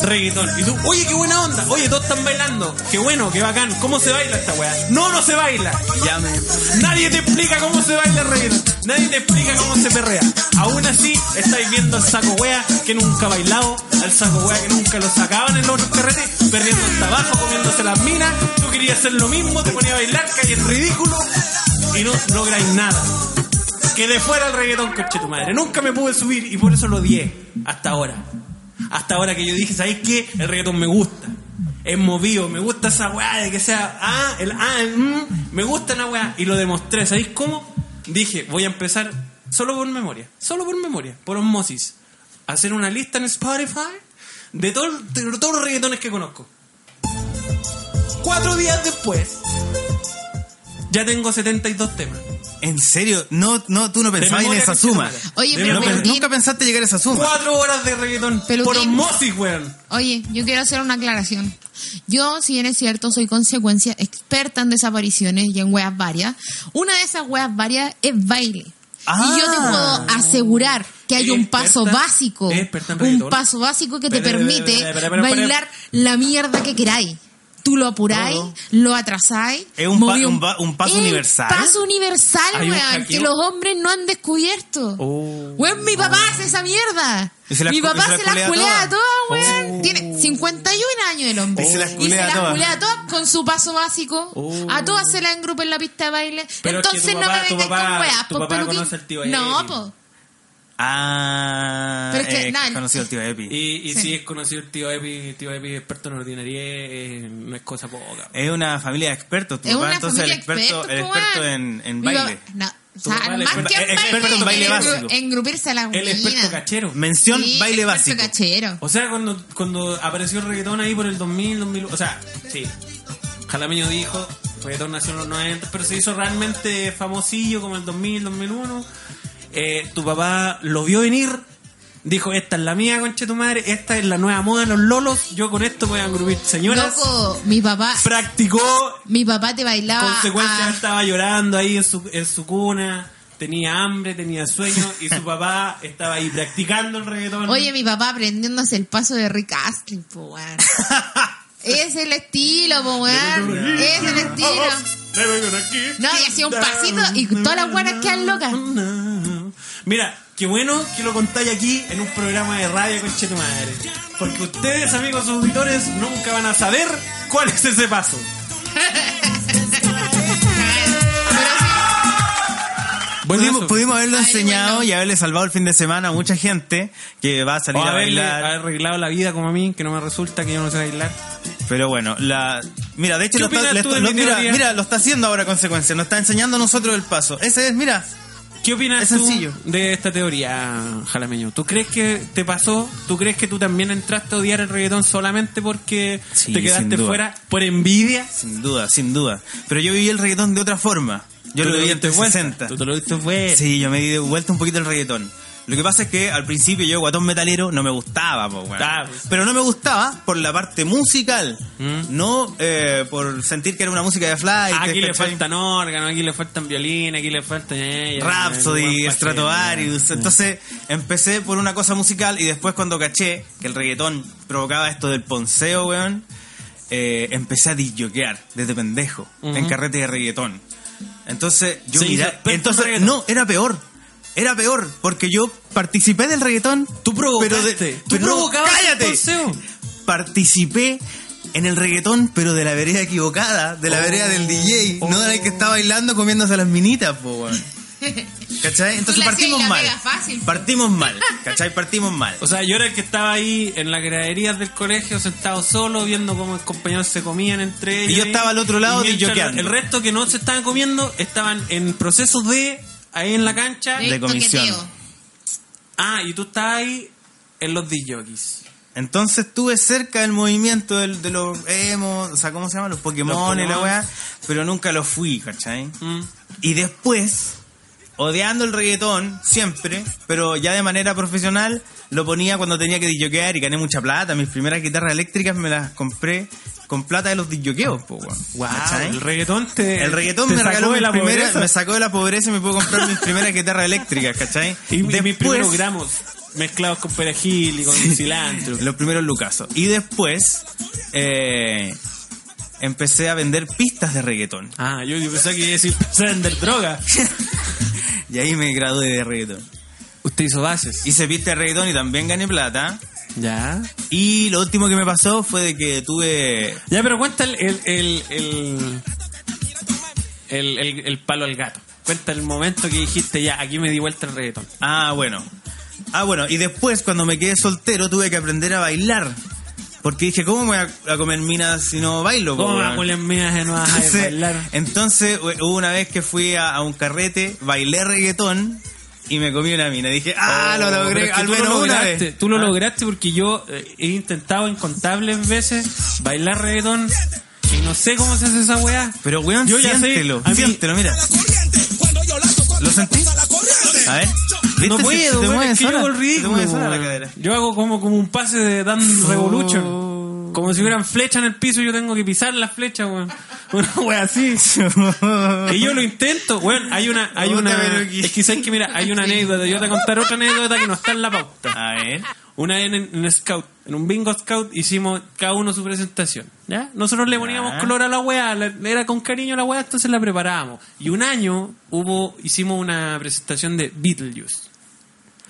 Speaker 1: Reggaetón. Y tú, oye, qué buena onda. Oye, todos están bailando. Qué bueno, qué bacán. ¿Cómo se baila esta weá? No, no se baila.
Speaker 2: Ya me-
Speaker 1: Nadie te explica cómo se baila el reggaetón. Nadie te explica cómo se perrea. Aún así, estáis viendo al saco wea que nunca ha bailado, al saco wea que nunca lo sacaban en los otros carretes, perdiendo hasta abajo, comiéndose las minas. Tú querías hacer lo mismo, te ponías a bailar, caías en ridículo y no lográis nada. Quedé fuera el reggaetón, coche tu madre. Nunca me pude subir y por eso lo odié hasta ahora. Hasta ahora que yo dije, ¿sabéis qué? El reggaetón me gusta. Es movido, me gusta esa weá de que sea ah, el ah, el mm, me gusta la weá. Y lo demostré, ¿sabéis cómo? Dije, voy a empezar solo por memoria, solo por memoria, por osmosis, a hacer una lista en Spotify de, todo- de todos los reggaetones que conozco. Cuatro días después, ya tengo 72 temas.
Speaker 2: En serio, no, no, tú no pensabas en
Speaker 1: memoria
Speaker 2: esa
Speaker 1: que
Speaker 2: suma.
Speaker 1: se
Speaker 3: Oye,
Speaker 1: De
Speaker 3: pero
Speaker 2: No
Speaker 1: memoria.
Speaker 2: pe-
Speaker 3: Peluquín,
Speaker 2: nunca pensaste llegar a esa suma.
Speaker 1: Cuatro horas de reggaetón
Speaker 3: Peluquín.
Speaker 1: por osmosis, weón.
Speaker 3: Oye, yo quiero hacer una aclaración. Yo, si bien es cierto, soy consecuencia experta en desapariciones y en weas varias. Una de esas weas varias es baile.
Speaker 2: Ah.
Speaker 3: Y yo te puedo asegurar que hay
Speaker 1: Eres
Speaker 3: un paso
Speaker 1: experta-
Speaker 3: básico,
Speaker 1: eres experta en
Speaker 3: un
Speaker 1: reggaetón.
Speaker 3: paso básico que te
Speaker 1: Espera, espera,
Speaker 3: permite
Speaker 1: espera, espera, espera, espera.
Speaker 3: bailar la mierda que queráis. Tú lo apuráis,
Speaker 2: No, no.
Speaker 3: lo atrasáis.
Speaker 2: Oh. Es un
Speaker 3: moví
Speaker 2: pa- un pa- un paso
Speaker 3: ¡El
Speaker 2: universal!
Speaker 3: paso universal,
Speaker 1: Hay un
Speaker 3: weón,
Speaker 1: hackeo.
Speaker 3: que los hombres no han descubierto.
Speaker 2: Oh.
Speaker 3: weón, mi papá hace esa mierda.
Speaker 2: Y se las
Speaker 3: mi
Speaker 2: cu-
Speaker 3: papá
Speaker 2: y se
Speaker 3: se
Speaker 2: las
Speaker 3: las
Speaker 2: culea
Speaker 3: culea a todas,
Speaker 2: todas.
Speaker 3: Ah, weón.
Speaker 2: Oh.
Speaker 3: Tiene 51 años el hombre.
Speaker 2: Y se las culea a
Speaker 3: las
Speaker 2: todas.
Speaker 3: culea a todas con su paso básico.
Speaker 2: Oh.
Speaker 3: A todas se las engrupa en la pista de baile.
Speaker 1: Pero es que
Speaker 3: Entonces
Speaker 1: tu
Speaker 3: no
Speaker 1: papá-
Speaker 3: me
Speaker 1: tu
Speaker 3: vengas
Speaker 1: papá-
Speaker 3: con weas,
Speaker 1: tu
Speaker 3: pues,
Speaker 1: papá
Speaker 3: peluquín.
Speaker 1: conoce al tío
Speaker 3: No,
Speaker 1: Eddie.
Speaker 3: po.
Speaker 2: Ah,
Speaker 3: Pero es que,
Speaker 2: eh,
Speaker 3: nada, el-
Speaker 2: conocido el tío Epi.
Speaker 1: Y, y
Speaker 3: Sí.
Speaker 1: si es conocido el tío Epi, tío Epi experto en ordinaria, eh, no es cosa poca.
Speaker 2: Es una familia de expertos, tu
Speaker 3: Es
Speaker 2: papá,
Speaker 3: una
Speaker 2: entonces el
Speaker 3: familia
Speaker 2: experto,
Speaker 3: experta,
Speaker 2: el
Speaker 3: po, weón.
Speaker 2: experto en, en
Speaker 3: Mi
Speaker 2: baile.
Speaker 3: papá- no, o
Speaker 1: Tu
Speaker 3: sea,
Speaker 1: papá, el
Speaker 3: más
Speaker 1: experto-
Speaker 3: que en
Speaker 2: el
Speaker 3: baile,
Speaker 2: experto en baile
Speaker 3: engru-
Speaker 2: básico.
Speaker 3: engrupirse a la
Speaker 1: El experto
Speaker 3: mina.
Speaker 1: cachero.
Speaker 2: Mención
Speaker 3: Sí,
Speaker 2: baile
Speaker 3: experto
Speaker 2: básico.
Speaker 3: cachero.
Speaker 1: O sea, cuando, cuando apareció el reggaetón ahí por el 2000, 2001, o sea, sí. Jalameño dijo, reggaetón nació en los 90, pero se hizo realmente famosillo como el 2000, 2001. Eh, tu papá lo vio venir, dijo, esta es la mía, conche tu madre, esta es la nueva moda de los lolos, yo con esto voy a engrupir señoras.
Speaker 3: Loco, mi papá,
Speaker 1: Practicó
Speaker 3: mi papá te bailaba.
Speaker 1: consecuencia
Speaker 3: a-
Speaker 1: estaba llorando ahí en su, en su cuna, tenía hambre, tenía sueño y su papá estaba ahí practicando el reggaetón.
Speaker 3: Oye, mi papá aprendiéndose el paso de Rick Astley, po,
Speaker 1: <laughs>
Speaker 3: weón. es el estilo, po, weón. Es el estilo.
Speaker 1: Oh,
Speaker 3: No, y hacía un pasito y todas las guanas quedan locas.
Speaker 1: Mira, qué bueno que lo contáis aquí en un programa de radio, conche tu madre. Porque ustedes, amigos auditores, nunca van a saber cuál es ese paso.
Speaker 3: Pero sí,
Speaker 2: Pudimos,
Speaker 1: Buenazo.
Speaker 2: pudimos haberlo
Speaker 3: Ay,
Speaker 2: enseñado
Speaker 3: bueno.
Speaker 2: y haberle salvado el fin de semana a mucha gente que va a salir
Speaker 1: O
Speaker 2: a
Speaker 1: haberle-
Speaker 2: bailar.
Speaker 1: haber arreglado la vida como a mí, que no me resulta que yo no sé bailar.
Speaker 2: Pero bueno, la mira, de hecho
Speaker 1: ¿Qué
Speaker 2: lo está,
Speaker 1: opinas
Speaker 2: le
Speaker 1: tú
Speaker 2: está-
Speaker 1: de
Speaker 2: lo-
Speaker 1: mi
Speaker 2: mira,
Speaker 1: teoría?
Speaker 2: mira, lo está haciendo ahora a consecuencia, nos está enseñando a nosotros el paso. Ese es, mira,
Speaker 1: ¿Qué opinas
Speaker 2: Es
Speaker 1: tú
Speaker 2: sencillo.
Speaker 1: de esta teoría, Jalameño? ¿Tú crees que te pasó? ¿Tú crees que tú también entraste a odiar el reggaetón solamente porque
Speaker 2: Sí,
Speaker 1: te
Speaker 2: sin
Speaker 1: quedaste
Speaker 2: duda.
Speaker 1: fuera por envidia?
Speaker 2: sin duda, sin duda. Pero yo viví el reggaetón de otra forma. Yo
Speaker 1: Tú
Speaker 2: lo
Speaker 1: te
Speaker 2: viví en
Speaker 1: diste vuelta.
Speaker 2: 360.
Speaker 1: Tú te lo diste vuelta.
Speaker 2: Sí, yo me di de vuelta un poquito el reggaetón. Lo que pasa es que al principio yo, guatón metalero, no me gustaba, po, weón.
Speaker 1: Ah, pues. ¿Mm?
Speaker 2: pero no me gustaba por la parte musical, no eh, por sentir que era una música de fly.
Speaker 1: Ah, Aquí le
Speaker 2: ¿cachai?
Speaker 1: faltan órganos, aquí le faltan violines, aquí le faltan... eh, ya, ya, ya,
Speaker 2: Rhapsody,
Speaker 1: ya,
Speaker 2: Stratovarius.
Speaker 1: ya.
Speaker 2: Entonces empecé por una cosa musical y después cuando caché que el reggaetón provocaba esto del ponceo, weón, eh, empecé a disjoquear desde pendejo en carrete de reggaetón. Entonces yo
Speaker 1: Se hizo
Speaker 2: mira-
Speaker 1: experto en
Speaker 2: entonces
Speaker 1: reggaetón.
Speaker 2: no, era peor. Era peor, porque yo participé del reggaetón.
Speaker 1: Tú provocaste.
Speaker 2: pero de-
Speaker 1: tú
Speaker 2: pero no,
Speaker 1: provocabas el
Speaker 2: cállate.
Speaker 1: poseo.
Speaker 2: Participé en el reggaetón, pero de la vereda equivocada, de la
Speaker 1: Oh,
Speaker 2: vereda del DJ, no de la que está bailando comiéndose a las minitas, po, weón. ¿Cachai? Entonces
Speaker 3: le hacías
Speaker 2: partimos
Speaker 3: la
Speaker 2: mal.
Speaker 3: pega fácil, po.
Speaker 2: Partimos mal. ¿Cachai? Partimos mal.
Speaker 1: O sea, yo era el que estaba ahí en las graderías del colegio, sentado solo, viendo cómo mis compañeros se comían entre ellos.
Speaker 2: yo estaba al otro lado
Speaker 1: Y mientras
Speaker 2: disyokeando.
Speaker 1: El resto que no se estaban comiendo estaban en proceso de, ahí en la cancha.
Speaker 3: de
Speaker 2: De comisión.
Speaker 3: toqueteo.
Speaker 1: Ah, y tú estabas ahí en los disjockeys.
Speaker 2: Entonces estuve cerca del movimiento del- de los emo, o sea, ¿cómo se llama? Los Pokémon
Speaker 1: Los
Speaker 2: y la
Speaker 1: Pokémon.
Speaker 2: weá, pero nunca lo fui, ¿cachai?
Speaker 1: Mm.
Speaker 2: Y después, odiando el reggaetón, siempre, pero ya de manera profesional, lo ponía cuando tenía que disjoquear y gané mucha plata. Mis primeras guitarras eléctricas me las compré con plata de los disjoqueos, po, weón.
Speaker 1: Wow,
Speaker 2: ¿Cachai?
Speaker 1: el reggaetón te
Speaker 2: El reggaetón
Speaker 1: te
Speaker 2: me
Speaker 1: sacó
Speaker 2: regaló
Speaker 1: de
Speaker 2: mis
Speaker 1: la
Speaker 2: primeras-
Speaker 1: pobreza.
Speaker 2: me sacó de la pobreza y me pude comprar mis primeras guitarras eléctricas, ¿cachai?
Speaker 1: <laughs> y, y mis
Speaker 2: Después-
Speaker 1: primeros gramos mezclados con perejil y con cilantro.
Speaker 2: Los primeros Lucasos. Y después eh, empecé a vender pistas de reggaetón.
Speaker 1: Ah, yo, yo pensaba que iba a decir, <laughs> "Se vender
Speaker 2: <laughs>
Speaker 1: droga.
Speaker 2: Y ahí me gradué de reggaetón.
Speaker 1: Usted hizo bases.
Speaker 2: Hice pistas de reggaetón y también gané plata.
Speaker 1: Ya.
Speaker 2: Y lo último que me pasó fue de que tuve...
Speaker 1: Ya, pero cuenta el el, el, el, el- el- el palo al gato. Cuenta el momento que dijiste, ya, aquí me di vuelta el reggaetón.
Speaker 2: Ah, bueno. Ah, bueno. Y después, cuando me quedé soltero, tuve que aprender a bailar. Porque dije, ¿cómo me voy a, a comer minas si no bailo? po,
Speaker 1: ¿Cómo me
Speaker 2: Oh, weón?
Speaker 1: acuerdo mías en
Speaker 2: <laughs>
Speaker 1: vas a
Speaker 2: Entonces,
Speaker 1: bailar?
Speaker 2: entonces, hu- hubo una vez que fui a, a un carrete, bailé reggaetón y me comí una mina. Dije, ah, lo
Speaker 1: Oh, Pero
Speaker 2: logré,
Speaker 1: es que
Speaker 2: al
Speaker 1: tú lo
Speaker 2: menos una
Speaker 1: lograste,
Speaker 2: vez.
Speaker 1: Tú lo
Speaker 2: Ah.
Speaker 1: lograste porque yo eh, he intentado incontables veces bailar reggaetón y no sé cómo se hace esa weá.
Speaker 2: Pero weón,
Speaker 1: Yo ya sé,
Speaker 2: siéntelo,
Speaker 1: a mí-
Speaker 2: siéntelo, mira. ¿Lo sentí? A ver. ¿Viste? Se-
Speaker 1: No
Speaker 2: se
Speaker 1: puedo,
Speaker 2: te
Speaker 1: weón,
Speaker 2: mueve
Speaker 1: es que yo
Speaker 2: sola,
Speaker 1: hago el
Speaker 2: se te
Speaker 1: ridículo.
Speaker 2: mueve sola la
Speaker 1: weón.
Speaker 2: cadera. Oh.
Speaker 1: Yo hago como, como un pase de Dan Revolution. Como si hubieran flechas en el piso y yo tengo que pisar las flechas, weón. <laughs> Una
Speaker 2: <laughs>
Speaker 1: wea así. Y yo lo intento, weón. Hay una, hay
Speaker 2: Puta,
Speaker 1: una.
Speaker 2: pero que-
Speaker 1: Es que sabes que mira, hay una anécdota. Yo te voy a contar otra anécdota que no está en la pauta.
Speaker 2: A ver.
Speaker 1: Una vez en, en Scout, en un bingo Scout, hicimos cada uno su presentación. ¿ya? Nosotros le poníamos
Speaker 2: Ya.
Speaker 1: color a la weá, la- era con cariño la weá, entonces la preparábamos. Y un año hubo, hicimos una presentación de Beetlejuice.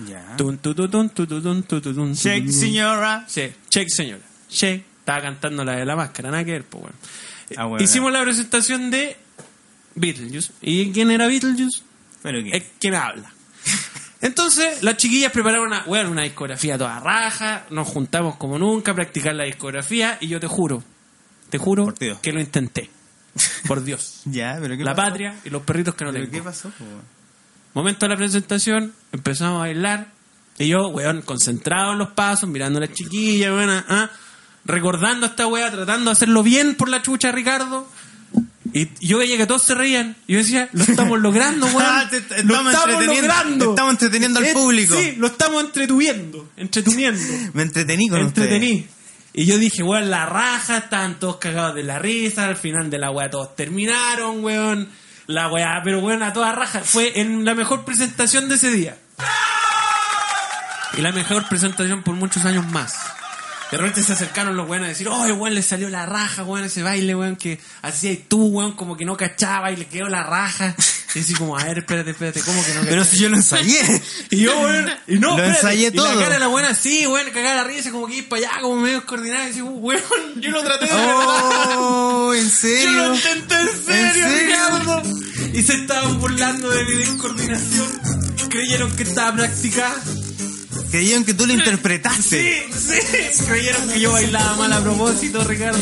Speaker 2: Ya.
Speaker 1: Tun, tu, tu, tun, tu, tu, tun, tu, tu, tun, tu,
Speaker 2: Check,
Speaker 1: tu, tu.
Speaker 2: señora.
Speaker 1: Sí, check, señora. Check. Estaba cantando la de la máscara, nada que ver, pues, weón.
Speaker 2: Ah,
Speaker 1: Eh,
Speaker 2: bueno.
Speaker 1: Hicimos la presentación de Beetlejuice. ¿Y quién era Beetlejuice?
Speaker 2: Pero
Speaker 1: es
Speaker 2: qué.
Speaker 1: quien habla. Entonces, las chiquillas prepararon una, weón, una discografía toda raja, nos juntamos como nunca a practicar la discografía y yo te juro, te juro
Speaker 2: Por Dios.
Speaker 1: que lo intenté. Por Dios.
Speaker 2: <laughs> Ya, pero qué
Speaker 1: la
Speaker 2: pasó?
Speaker 1: patria y los perritos que no
Speaker 2: ¿Pero qué
Speaker 1: tengo.
Speaker 2: pasó? po?
Speaker 1: Momento de la presentación, empezamos a bailar y yo, weón, concentrado en los pasos, mirando a las chiquillas, weón, ah, ah, recordando a esta weá, tratando de hacerlo bien por la chucha, Ricardo. Y yo veía que todos se reían. Y yo decía, lo
Speaker 2: <laughs>
Speaker 1: estamos logrando, weón.
Speaker 2: Ah, te- te- estamos entreteniendo, te estamos entreteniendo al
Speaker 1: Eh,
Speaker 2: público.
Speaker 1: Sí, lo estamos entretuviendo. Entreteniendo.
Speaker 2: Me entretení con ustedes.
Speaker 1: entretení. Y yo dije, weón, la raja, estaban todos cagados de la risa. Al final de la weá todos terminaron, weón. La weá, pero weón, a toda raja. Fue en la mejor presentación de ese día. Y la mejor presentación por muchos años más. De repente se acercaron los weones a decir, oh, weón, le salió la raja, weón, ese baile, weón, que hacía y tú, weón, como que no cachaba y le quedó la raja. Y así como, a ver, espérate, espérate, ¿cómo que no cachaba?
Speaker 2: Pero si yo lo
Speaker 1: <laughs>
Speaker 2: ensayé.
Speaker 1: Y yo, weón, y no,
Speaker 2: Lo
Speaker 1: espérate,
Speaker 2: ensayé
Speaker 1: Y
Speaker 2: todo.
Speaker 1: la cara de la buena, sí, weón, cagada la risa, como que ir para allá, como medio descoordinada. Y decís, weón, yo lo traté de verdad.
Speaker 2: Oh, en
Speaker 1: Yo lo
Speaker 2: serio.
Speaker 1: intenté en serio,
Speaker 2: serio?
Speaker 1: Ricardo. Y se estaban burlando de mi descoordinación. Creyeron que estaba practicada.
Speaker 2: Creyeron que tú lo interpretaste.
Speaker 1: Sí, sí. Creyeron que yo bailaba mal a propósito, Ricardo.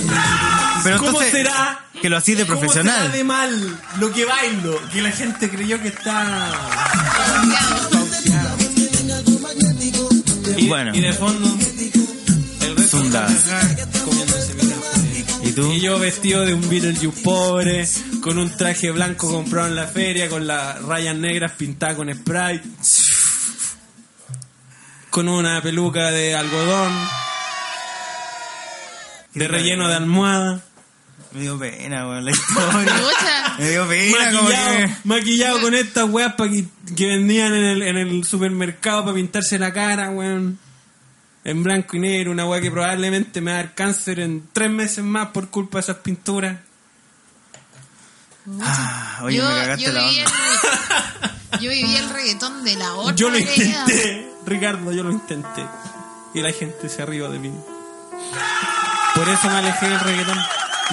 Speaker 2: Pero
Speaker 1: ¿Cómo
Speaker 2: entonces,
Speaker 1: será?
Speaker 2: que lo hacís de
Speaker 1: ¿Cómo
Speaker 2: profesional.
Speaker 1: será de mal lo que bailo? Que la gente creyó que estaba... Y,
Speaker 2: Bueno.
Speaker 1: y de fondo, ah, el resto
Speaker 2: Zunda.
Speaker 1: de la caja comiéndose mi café.
Speaker 2: ¿Y tú?
Speaker 1: Y yo vestido de un Beetlejuice pobre, con un traje blanco comprado en la feria, con las rayas negras pintadas con spray, con una peluca de algodón, de relleno de almohada,
Speaker 2: Me dio pena, weón, la historia.
Speaker 3: Lucha.
Speaker 2: Me dio pena, como
Speaker 1: maquillado,
Speaker 2: que...
Speaker 1: maquillado con estas weas pa que, que vendían en el, en el supermercado para pintarse la cara, weón. En blanco y negro, una wea que probablemente me va a dar cáncer en tres meses más por culpa de esas pinturas.
Speaker 2: Ah, oye,
Speaker 3: yo,
Speaker 2: me cagaste
Speaker 3: yo
Speaker 2: la
Speaker 3: viví
Speaker 2: onda.
Speaker 3: el- yo viví el reggaetón de la otra.
Speaker 1: Yo lo
Speaker 3: vereda.
Speaker 1: intenté, Ricardo, yo lo intenté. Y la gente se arriba de mí. Por eso me alejé del reggaetón.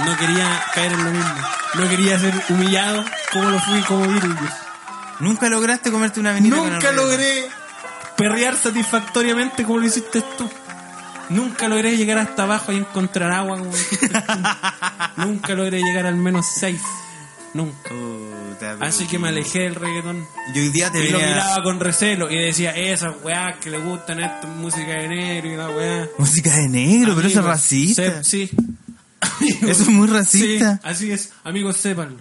Speaker 1: No quería caer en lo mismo. No quería ser humillado como lo fui como Virgil.
Speaker 2: Nunca lograste comerte una avenida con
Speaker 1: Nunca
Speaker 2: el reggaetón.
Speaker 1: logré perrear satisfactoriamente como lo hiciste tú. Nunca logré llegar hasta abajo y encontrar agua. como lo hiciste tú. Nunca logré llegar al menos seis. Nunca.
Speaker 2: Puta, pero-
Speaker 1: Así que me alejé del reggaetón.
Speaker 2: Y hoy día te
Speaker 1: Y lo
Speaker 2: venía
Speaker 1: miraba con recelo y decía, esas weas que le gustan a esta música de negro y la weá.
Speaker 2: música de negro, pero eso es
Speaker 1: Amigos,
Speaker 2: racista.
Speaker 1: sep- sí.
Speaker 2: Eso es muy
Speaker 1: Sí,
Speaker 2: racista.
Speaker 1: así es. Amigos, sépanlo.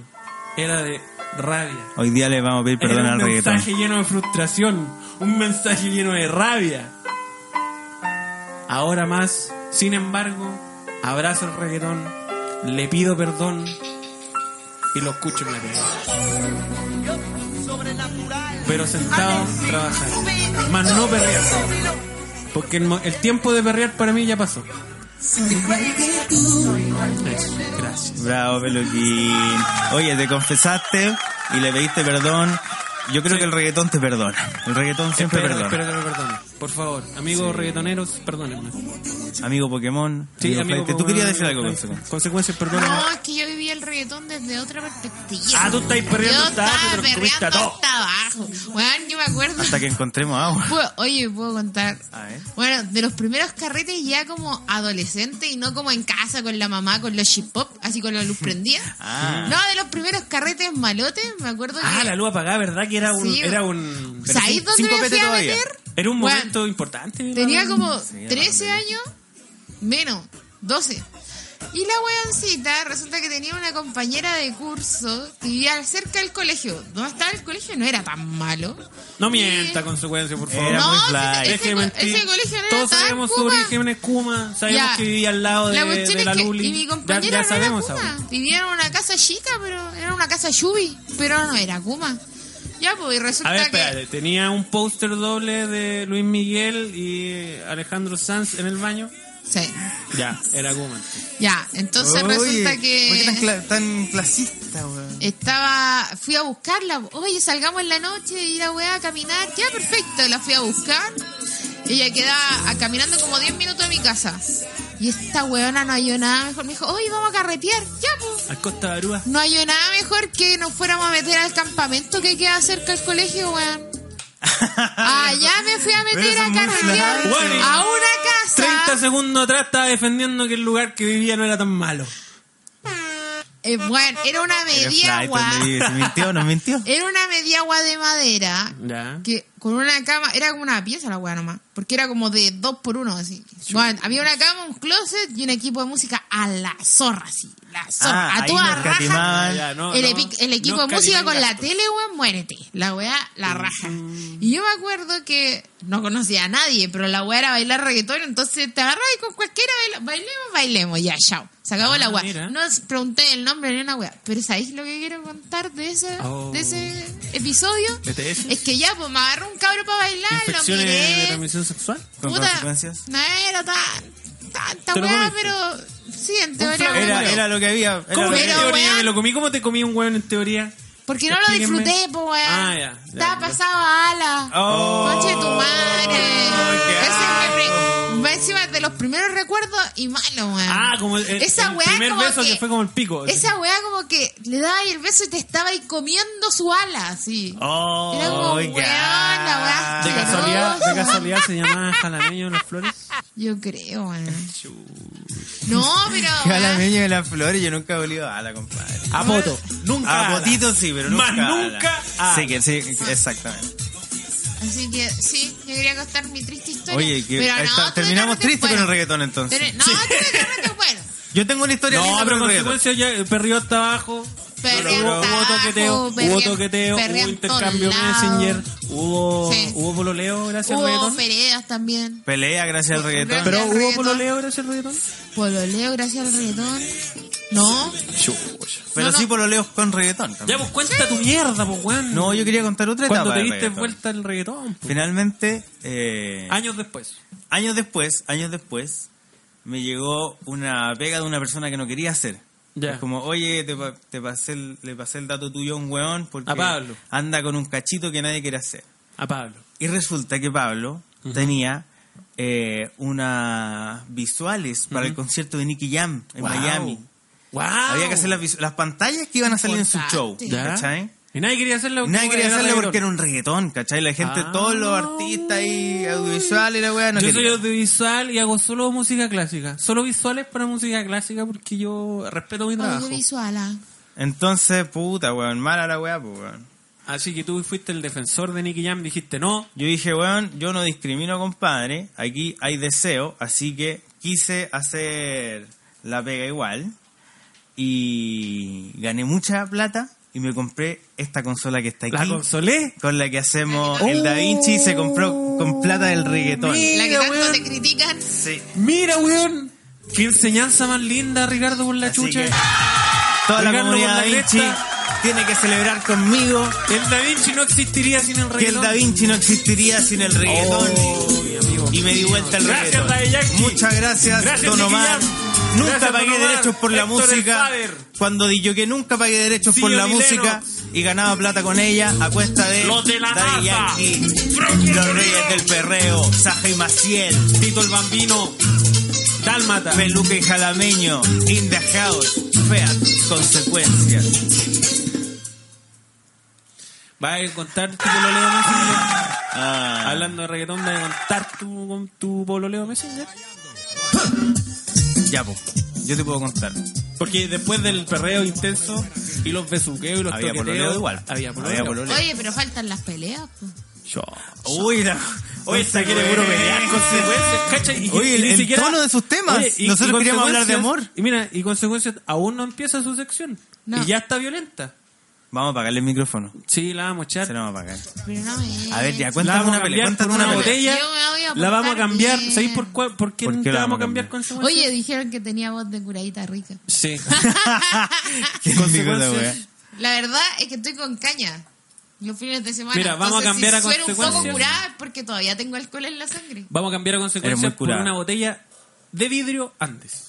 Speaker 1: Era de rabia.
Speaker 2: Hoy día le vamos a pedir perdón
Speaker 1: Era
Speaker 2: al
Speaker 1: un
Speaker 2: reggaetón.
Speaker 1: mensaje lleno de frustración, un mensaje lleno de rabia. Ahora más, sin embargo, abrazo el reggaetón, le pido perdón y lo escucho en la tele. Pero sentado, trabajando. Más no perrear. Porque el, mo- el tiempo de perrear para mí ya pasó. Eso, gracias.
Speaker 2: Bravo, Peluquín. Oye, te confesaste y le pediste perdón. Yo creo que el reggaetón te perdona. El reggaetón siempre
Speaker 1: Espero,
Speaker 2: perdona.
Speaker 1: espero que me perdonen. Por favor, amigos reggaetoneros, perdónenme.
Speaker 2: Amigo Pokémon.
Speaker 1: Sí,
Speaker 2: amigo
Speaker 1: amigo,
Speaker 2: Flight. Tú
Speaker 1: pues,
Speaker 2: querías
Speaker 1: bueno,
Speaker 2: decir algo con eso.
Speaker 1: consecuencias. Consecuencias, perdón.
Speaker 3: No, es que yo viví el reggaetón desde otra perspectiva.
Speaker 1: Ah, tú estás perreando
Speaker 3: Yo
Speaker 1: hasta abajo,
Speaker 3: estaba
Speaker 1: te lo comiste
Speaker 3: perreando
Speaker 1: a todo.
Speaker 3: hasta abajo. Bueno, yo me acuerdo.
Speaker 2: Hasta que encontremos agua.
Speaker 3: Puedo- Oye, puedo contar.
Speaker 2: A ver.
Speaker 3: Bueno, de los primeros carretes ya como adolescente y no como en casa con la mamá, con los chip-pop, así con
Speaker 2: <laughs>
Speaker 3: la luz prendida.
Speaker 2: Ah.
Speaker 3: No, de los primeros carretes malotes, me acuerdo
Speaker 1: Ah,
Speaker 3: que...
Speaker 1: la luz apagada, ¿verdad? Que era un.
Speaker 3: Sí.
Speaker 1: Era un.
Speaker 2: Pero
Speaker 3: ¿Sabéis
Speaker 2: sin-
Speaker 3: dónde
Speaker 2: sin
Speaker 3: me
Speaker 2: copete
Speaker 3: fui a
Speaker 2: todavía.
Speaker 3: meter?
Speaker 1: Era un Ah.
Speaker 3: Bueno,
Speaker 1: momento importante. ¿verdad?
Speaker 3: tenía como
Speaker 2: Sí,
Speaker 3: 13 años, menos, 12. Y la weoncita resulta que tenía una compañera de curso que vivía cerca del colegio. Donde estaba el colegio no era tan malo.
Speaker 1: No
Speaker 3: Y-
Speaker 1: mienta, consecuencia, por favor.
Speaker 2: Era
Speaker 3: no,
Speaker 2: muy
Speaker 3: si
Speaker 2: fly.
Speaker 3: ese-
Speaker 1: Deje de
Speaker 3: ese, co-
Speaker 1: mentir.
Speaker 3: ese colegio no
Speaker 1: Todos
Speaker 3: era tan
Speaker 1: sabemos su
Speaker 3: Cuba.
Speaker 1: origen es Kuma. Sabemos
Speaker 3: Ya.
Speaker 1: que vivía al lado de
Speaker 3: la
Speaker 1: la,
Speaker 3: cuestión
Speaker 1: de
Speaker 3: es
Speaker 1: la
Speaker 3: que,
Speaker 1: Luli.
Speaker 3: Y mi
Speaker 1: Ya-
Speaker 3: compañera
Speaker 1: ya,
Speaker 3: no
Speaker 1: sabemos
Speaker 3: era
Speaker 1: ahora.
Speaker 3: Kuma. Vivía en una casa chica, pero era una casa yubi. Pero no era Kuma. Ya, pues, y resulta
Speaker 1: A ver,
Speaker 3: que...
Speaker 1: espérate. Tenía un póster doble de Luis Miguel y eh, Alejandro Sanz en el baño.
Speaker 3: Sí.
Speaker 1: Ya, era Kuma.
Speaker 3: Ya, entonces
Speaker 2: Oye,
Speaker 3: resulta
Speaker 2: ¿Por qué tan,
Speaker 3: que...
Speaker 2: cla- tan clasista, <laughs> weón?
Speaker 3: Estaba, fui a buscarla. Oye, salgamos en la noche y la weá a caminar. Ya, perfecto, la fui a buscar. Ella quedaba a- caminando como 10 minutos de mi casa. Y esta weona no halló nada mejor. Me dijo, oye, vamos a carretear. Ya, pues.
Speaker 1: Al Costa de Aruba.
Speaker 3: No halló nada mejor que nos fuéramos a meter al campamento que queda cerca del colegio, weón. Allá me fui a
Speaker 2: Ah, Pero
Speaker 3: meter
Speaker 2: eso es
Speaker 3: a
Speaker 2: muy
Speaker 3: carretear
Speaker 2: flaco.
Speaker 1: Bueno, y-
Speaker 3: a una casa.
Speaker 1: 30 segundos atrás estaba defendiendo que el lugar que vivía no era tan malo.
Speaker 3: Eh, bueno, era una
Speaker 2: Era
Speaker 3: media
Speaker 2: flight,
Speaker 3: agua.
Speaker 2: donde vive. ¿Se mintió o no
Speaker 3: <laughs>
Speaker 2: mintió?
Speaker 3: Era una mediagua de madera
Speaker 1: Ya.
Speaker 3: que con una cama, era como una pieza la weá nomás, porque era como de dos por uno así. Bueno, había una cama, un closet y un equipo de música a la zorra así, la zorra,
Speaker 2: Ah,
Speaker 3: a
Speaker 2: ahí
Speaker 3: toda
Speaker 2: no
Speaker 3: raja.
Speaker 2: escatimaban.
Speaker 1: Ya, no,
Speaker 3: el,
Speaker 1: no,
Speaker 3: epi- el equipo
Speaker 1: no Mm.
Speaker 3: de música
Speaker 1: escatiman
Speaker 3: con la
Speaker 1: gastos.
Speaker 3: tele, weón, muérete. La weá, la raja. Y yo me acuerdo que no conocía a nadie, pero la weá era bailar reggaetón, entonces te agarraba y con cualquiera baila- bailemos, bailemos, ya, chao. Se acabó
Speaker 1: Ah,
Speaker 3: la weá.
Speaker 1: mira.
Speaker 3: No os pregunté el nombre ni una weá. Pero ¿sabéis lo que quiero contar de ese,
Speaker 1: Oh.
Speaker 3: de ese episodio?
Speaker 1: ¿BTS?
Speaker 3: Es que ya, pues me agarró un cabro para bailar, lo
Speaker 1: ¿Infecciones de
Speaker 3: miré.
Speaker 1: transmisión sexual?
Speaker 2: ¿Con
Speaker 3: Puta,
Speaker 2: consecuencias?
Speaker 3: no era tan, tanta
Speaker 1: ¿Te lo
Speaker 3: weá,
Speaker 1: comiste?
Speaker 3: pero sí, en teoría.
Speaker 1: flaco
Speaker 3: como
Speaker 2: Era,
Speaker 3: que-
Speaker 2: era lo que había. era
Speaker 1: ¿Cómo
Speaker 2: lo
Speaker 1: en
Speaker 2: que
Speaker 3: Pero,
Speaker 2: había.
Speaker 1: teoría
Speaker 3: weón.
Speaker 1: me lo comí? ¿Cómo te comí un hueón en teoría?
Speaker 3: Porque no lo
Speaker 1: Explíquenme.
Speaker 3: disfruté, pues weá.
Speaker 1: Ah, ya, ya,
Speaker 3: Estaba
Speaker 1: ya.
Speaker 3: pasado a ala.
Speaker 2: Oh.
Speaker 3: Conche tu madre.
Speaker 2: qué
Speaker 3: Ese me re- encima de los primeros recuerdos y malo, weón.
Speaker 1: Ah, como el, el-
Speaker 3: Esa
Speaker 1: el
Speaker 3: weá
Speaker 1: primer
Speaker 3: como
Speaker 1: beso que, fue como oh, el pico.
Speaker 3: Esa weá como que le daba el beso y te estaba ahí comiendo su ala, así.
Speaker 2: Oh,
Speaker 3: Era como,
Speaker 2: ya.
Speaker 3: weón, la weá
Speaker 1: de, casualidad, de casualidad se llamaba Jalameño de las Flores.
Speaker 3: Yo creo, weón. No, pero.
Speaker 1: <laughs>
Speaker 2: Yo a la
Speaker 3: weón,
Speaker 2: meña de las flores, yo nunca he olido a la, compadre.
Speaker 1: A Poto. Nunca.
Speaker 2: A potito Ah, sí, pero nunca.
Speaker 1: Más nunca ala.
Speaker 2: Sí, que sí, exactamente.
Speaker 3: Así que sí, yo quería contar mi triste historia.
Speaker 2: Oye, que
Speaker 3: pero
Speaker 2: ahí
Speaker 3: no,
Speaker 2: está-
Speaker 3: tuve
Speaker 2: terminamos
Speaker 3: carretes
Speaker 2: triste con el
Speaker 3: buenos.
Speaker 2: reggaetón entonces.
Speaker 3: Pero- No, tuve carretes buenos.
Speaker 2: Yo tengo una historia
Speaker 1: No,
Speaker 2: linda
Speaker 1: pero en
Speaker 2: con el reggaetón.
Speaker 1: consecuencia ya eh, perrió hasta abajo.
Speaker 3: Perrió
Speaker 1: Hubo-
Speaker 3: hasta
Speaker 1: hubo
Speaker 3: abajo,
Speaker 1: toqueteo, hubo
Speaker 3: perrió-
Speaker 1: toqueteo,
Speaker 3: perrió
Speaker 1: hubo
Speaker 3: en todos
Speaker 1: intercambio
Speaker 3: lados.
Speaker 1: messenger, hubo,
Speaker 3: Sí.
Speaker 1: hubo pololeo gracias al
Speaker 3: Hubo
Speaker 1: reggaetón.
Speaker 3: peleas también.
Speaker 2: Pelea gracias al reggaetón.
Speaker 1: Pero
Speaker 3: al
Speaker 1: hubo
Speaker 3: reggaetón.
Speaker 1: pololeo gracias al reggaetón.
Speaker 3: Pololeo gracias al reggaetón. No,
Speaker 2: Pero
Speaker 3: No,
Speaker 2: sí
Speaker 3: no.
Speaker 2: por lo leo con reggaetón
Speaker 1: Ya,
Speaker 2: también.
Speaker 1: pues cuenta tu mierda, pues weón.
Speaker 2: No, yo quería contar otra etapa
Speaker 1: Cuando te
Speaker 2: del
Speaker 1: diste
Speaker 2: reggaetón.
Speaker 1: vuelta Ah. el reggaetón. pues.
Speaker 2: Finalmente, eh,
Speaker 1: Años después.
Speaker 2: años después, años después, me llegó una pega de una persona que no quería hacer.
Speaker 1: Ya.
Speaker 2: Es como, oye, te, pa- te pasé el- le pasé el dato tuyo a un weón porque
Speaker 1: A Pablo.
Speaker 2: anda con un cachito que nadie quiere hacer.
Speaker 1: A Pablo.
Speaker 2: Y resulta que Pablo tenía eh, unas visuales para el concierto de Nicky Jam en
Speaker 1: Guau.
Speaker 2: Miami.
Speaker 1: ¡Wow!
Speaker 2: Había que hacer las, visu- las pantallas que iban a salir en su show.
Speaker 3: Importante.
Speaker 1: ¿Ya?
Speaker 2: ¿Cachai?
Speaker 1: Y nadie quería hacerlo.
Speaker 2: Nadie quería hacerlo porque era
Speaker 1: no.
Speaker 2: un reggaetón, ¿cachai? La gente,
Speaker 1: Ah.
Speaker 2: todos los artistas y audiovisuales y la weá, no
Speaker 1: yo soy
Speaker 2: quería.
Speaker 1: audiovisual y hago solo música clásica. Solo visuales para música clásica porque yo respeto mi trabajo.
Speaker 3: audiovisual. ah.
Speaker 2: Entonces, puta, weón, mala la weá, pues, weón.
Speaker 1: Así que tú fuiste el defensor de Nicky Jam, dijiste no.
Speaker 2: Yo dije, weón, yo no discrimino, compadre. Aquí hay deseo, así que quise hacer la pega igual. Y gané mucha plata y me compré esta consola que está aquí.
Speaker 1: La Oh. consolé.
Speaker 2: con la que hacemos
Speaker 3: La que
Speaker 2: el Da Vinci se compró con plata del reggaetón.
Speaker 1: mira.
Speaker 3: La que tanto
Speaker 1: weón.
Speaker 3: te critican.
Speaker 2: Sí.
Speaker 1: Mira, weón. Qué enseñanza más linda, Ricardo, por la
Speaker 2: Así
Speaker 1: chucha.
Speaker 2: que toda la
Speaker 1: Ricardo
Speaker 2: comunidad Da
Speaker 1: con la
Speaker 2: Vinci tiene que celebrar conmigo
Speaker 1: El Da Vinci no existiría sin el
Speaker 2: que el
Speaker 1: reggaetón.
Speaker 2: Da Vinci no existiría sin el reggaetón.
Speaker 1: Oh, mi amigo.
Speaker 2: y me di vuelta el
Speaker 1: Gracias,
Speaker 2: reggaetón.
Speaker 1: Daddy Yankee.
Speaker 2: Muchas gracias,
Speaker 1: Gracias,
Speaker 2: Don
Speaker 1: Nicky
Speaker 2: Omar.
Speaker 1: Jam.
Speaker 2: Nunca
Speaker 1: Gracias,
Speaker 2: pagué
Speaker 1: Don Omar.
Speaker 2: derechos por la
Speaker 1: Héctor el
Speaker 2: música.
Speaker 1: Father.
Speaker 2: Cuando yo que nunca pagué derechos por
Speaker 1: Tío
Speaker 2: la
Speaker 1: Mileno.
Speaker 2: música y ganaba plata con ella a cuesta de,
Speaker 1: Los de la
Speaker 2: Daddy
Speaker 1: masa.
Speaker 2: Yankee, Los Reyes del Perreo, Saja y Maciel,
Speaker 1: Tito el Bambino. Dálmata.
Speaker 2: Peluca y Jalameño, In the House, Feas Consecuencias.
Speaker 1: Vas a contar tu pololeo messenger.
Speaker 2: Ah,
Speaker 1: Hablando de reggaetón, vas a contar tu, con tu pololeo messenger.
Speaker 2: ya, po. yo te puedo contar.
Speaker 1: Porque después del perreo intenso y los besuqueos y los
Speaker 2: Había
Speaker 1: toqueteos,
Speaker 2: pololeo igual.
Speaker 1: Había pololeo.
Speaker 2: Había pololeo.
Speaker 3: Oye, pero faltan las peleas. po.
Speaker 2: Uy, la...
Speaker 1: Oye, esta quiere puro pelear, consecuencias, ¿cachai? Y,
Speaker 2: Oye,
Speaker 1: y
Speaker 2: el-
Speaker 1: ni
Speaker 2: el tono de sus temas. Nosotros queríamos hablar de
Speaker 1: consecuencias-
Speaker 2: amor.
Speaker 1: Y mira, y consecuencias, aún no empieza su sección.
Speaker 3: No.
Speaker 1: Y ya está violenta.
Speaker 2: Vamos a apagarle el micrófono.
Speaker 1: Sí, la vamos a echar.
Speaker 2: Se lo vamos a apagar.
Speaker 3: Pero no me-
Speaker 2: A ver, ya,
Speaker 1: La
Speaker 2: cuéntame
Speaker 1: vamos a
Speaker 2: una pelea.
Speaker 1: cambiar por
Speaker 2: Cuéntame
Speaker 1: una
Speaker 2: una pelea.
Speaker 1: botella.
Speaker 3: Yo me voy a
Speaker 1: La vamos a
Speaker 3: portar
Speaker 1: cambiar.
Speaker 3: bien.
Speaker 1: ¿Sabéis por, cuál- por qué
Speaker 2: ¿Por
Speaker 1: no
Speaker 2: qué
Speaker 1: te
Speaker 2: la
Speaker 1: vamos
Speaker 2: vamos
Speaker 1: a
Speaker 2: a
Speaker 1: cambiar
Speaker 2: cambiar?
Speaker 1: consecuencias?
Speaker 3: Oye, dijeron que tenía voz de curadita rica.
Speaker 1: Sí.
Speaker 2: <laughs> Qué amigo la wea.
Speaker 1: Consecuencias.
Speaker 3: La verdad es que estoy con caña. Los fines de semana.
Speaker 1: Mira, vamos a
Speaker 3: Entonces,
Speaker 1: cambiar a
Speaker 3: si sueno un
Speaker 1: consecuencia.
Speaker 3: poco curada es porque todavía tengo alcohol en la sangre.
Speaker 1: Vamos a cambiar a
Speaker 2: Eres muy
Speaker 1: consecuencias por
Speaker 2: curada.
Speaker 1: una botella de vidrio antes.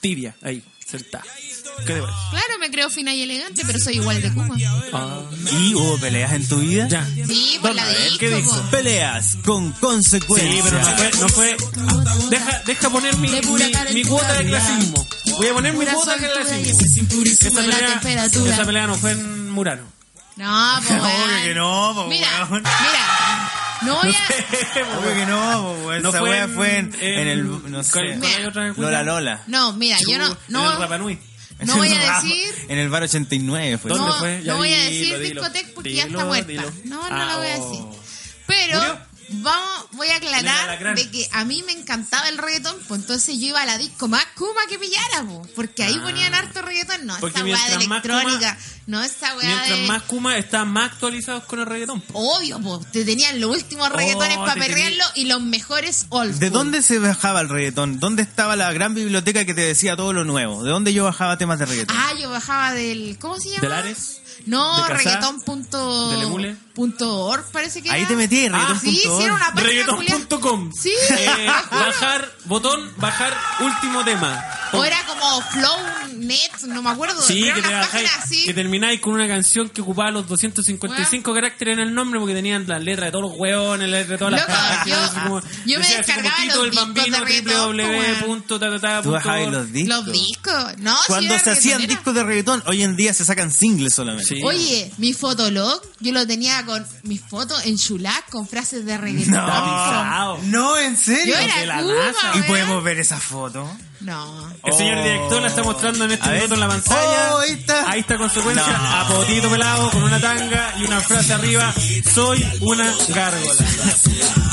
Speaker 1: Tibia, ahí, sentada. ¿Qué te parece?
Speaker 3: Claro, me creo fina y elegante, pero soy igual de Kuma.
Speaker 1: Ah,
Speaker 2: ¿Y hubo peleas en tu vida?
Speaker 1: ya.
Speaker 3: Sí, por la
Speaker 2: A ver,
Speaker 3: disco,
Speaker 2: ¿qué dice?
Speaker 3: po.
Speaker 2: Peleas con consecuencias.
Speaker 1: Sí, pero no fue. No fue deja, deja poner mi,
Speaker 3: De pura
Speaker 1: mi-
Speaker 3: calentura.
Speaker 1: mi cuota de clasismo. Voy a poner mi
Speaker 3: Pura
Speaker 1: cuota de
Speaker 3: soltura y
Speaker 1: clasismo.
Speaker 3: ese cinturísimo
Speaker 1: Esa
Speaker 3: de la
Speaker 1: pelea,
Speaker 3: temperatura.
Speaker 1: esa pelea no fue en Murano.
Speaker 3: No,
Speaker 1: <laughs>
Speaker 3: po,
Speaker 2: Obvio
Speaker 3: weón.
Speaker 2: que no,
Speaker 1: pues,
Speaker 2: po,
Speaker 3: Mira,
Speaker 2: weón.
Speaker 3: mira. No voy a...
Speaker 2: Obvio que no, po,
Speaker 1: No
Speaker 2: esa
Speaker 1: fue
Speaker 2: wea
Speaker 1: en-
Speaker 2: fue en,
Speaker 1: en-
Speaker 2: en el. No
Speaker 1: ¿cuál-
Speaker 2: sé.
Speaker 1: cuál hay otra en el
Speaker 2: Lola
Speaker 1: Julián?
Speaker 2: Lola.
Speaker 3: No, mira, yo no...
Speaker 1: En el
Speaker 3: No,
Speaker 1: Rapa Nui.
Speaker 3: no
Speaker 1: <laughs>
Speaker 3: voy
Speaker 2: En el
Speaker 3: a
Speaker 2: ramo-
Speaker 3: decir...
Speaker 2: En el bar 89 fue.
Speaker 1: ¿Dónde
Speaker 3: No,
Speaker 1: fue? Ya
Speaker 3: no voy a
Speaker 1: dilo,
Speaker 3: decir
Speaker 1: dilo.
Speaker 3: discoteca porque ya
Speaker 1: Dilo,
Speaker 3: está muerta.
Speaker 1: dilo.
Speaker 3: No, no
Speaker 1: Ah,
Speaker 3: la voy a
Speaker 1: oh.
Speaker 3: decir. Pero
Speaker 1: ¿Murió?
Speaker 3: vamos, voy a
Speaker 1: Elena
Speaker 3: aclarar
Speaker 1: Alacrán.
Speaker 3: de que a mí me encantaba el reggaetón, pues entonces yo iba a la disco más Kuma que pillara, po, porque ahí
Speaker 1: Ah.
Speaker 3: ponían harto reggaetón. No,
Speaker 1: Porque
Speaker 3: esta weá de
Speaker 1: mientras más
Speaker 3: electrónica, no, esta weá
Speaker 1: Mientras
Speaker 3: de...
Speaker 1: más Kuma están más actualizados con el reggaetón. po.
Speaker 3: Obvio, pues te tenían los últimos reggaetones
Speaker 1: Oh,
Speaker 3: para
Speaker 1: te tení-
Speaker 3: perrearlo y los mejores old
Speaker 2: ¿De
Speaker 3: school.
Speaker 2: dónde se bajaba el reggaetón? ¿Dónde estaba la gran biblioteca que te decía todo lo nuevo? ¿De dónde yo bajaba temas de reggaetón?
Speaker 3: Ah, yo bajaba del... ¿Cómo se llama?
Speaker 1: ¿Del Ares?
Speaker 3: No,
Speaker 1: ¿De Kazaa?
Speaker 3: reggaetón punto-
Speaker 1: ¿Del Emule?
Speaker 3: punto org, parece que
Speaker 2: Ahí
Speaker 3: era. Ah,
Speaker 2: te metí, reggaetón
Speaker 3: sí,
Speaker 2: punto
Speaker 3: sí, era
Speaker 2: org.
Speaker 3: una página culiá.
Speaker 1: Reggaetón.com.
Speaker 3: Ah, pues, Sí,
Speaker 1: Eh,
Speaker 3: te juro.
Speaker 1: bajar, botón, bajar, último tema.
Speaker 3: O era como Flownet, no me acuerdo.
Speaker 1: Sí,
Speaker 3: era
Speaker 1: que te
Speaker 3: una página
Speaker 1: bajáis,
Speaker 3: así.
Speaker 1: que termináis con una canción que ocupaba los 255 caracteres en el nombre porque tenían las letras de todos los hueones, las letras de todas las
Speaker 3: Loco,
Speaker 1: canciones,
Speaker 3: yo-
Speaker 1: así como-
Speaker 3: yo me
Speaker 1: decía así como
Speaker 3: descargaba
Speaker 1: Tito
Speaker 3: los
Speaker 1: el
Speaker 3: discos
Speaker 1: Bambino,
Speaker 3: de reggaetón,
Speaker 1: www
Speaker 3: po,
Speaker 1: punto ta, ta, ta,
Speaker 2: Tú
Speaker 1: punto
Speaker 2: bajabas
Speaker 1: org.
Speaker 2: los discos.
Speaker 3: Los discos. No, sí,
Speaker 2: Cuando
Speaker 3: era
Speaker 2: se hacían
Speaker 3: reggaetonera.
Speaker 2: discos de reggaetón, hoy en día se sacan singles solamente.
Speaker 1: Sí.
Speaker 3: Oye, mi fotolog, yo lo tenía con mis fotos en Shulak con frases de reggaetón.
Speaker 2: No,
Speaker 1: Avisado.
Speaker 2: no, en serio.
Speaker 3: Yo
Speaker 1: de
Speaker 3: era
Speaker 1: la
Speaker 3: Cuba,
Speaker 2: Y
Speaker 1: NASA.
Speaker 3: weón.
Speaker 2: podemos ver esa foto.
Speaker 3: No.
Speaker 1: El señor director la está mostrando en este
Speaker 2: Oh. A ver.
Speaker 1: minuto en la pantalla.
Speaker 2: Oh, ahí está.
Speaker 1: Ahí está consecuencia.
Speaker 2: No.
Speaker 1: A potito pelado con una tanga y una frase arriba. Soy una gárgola.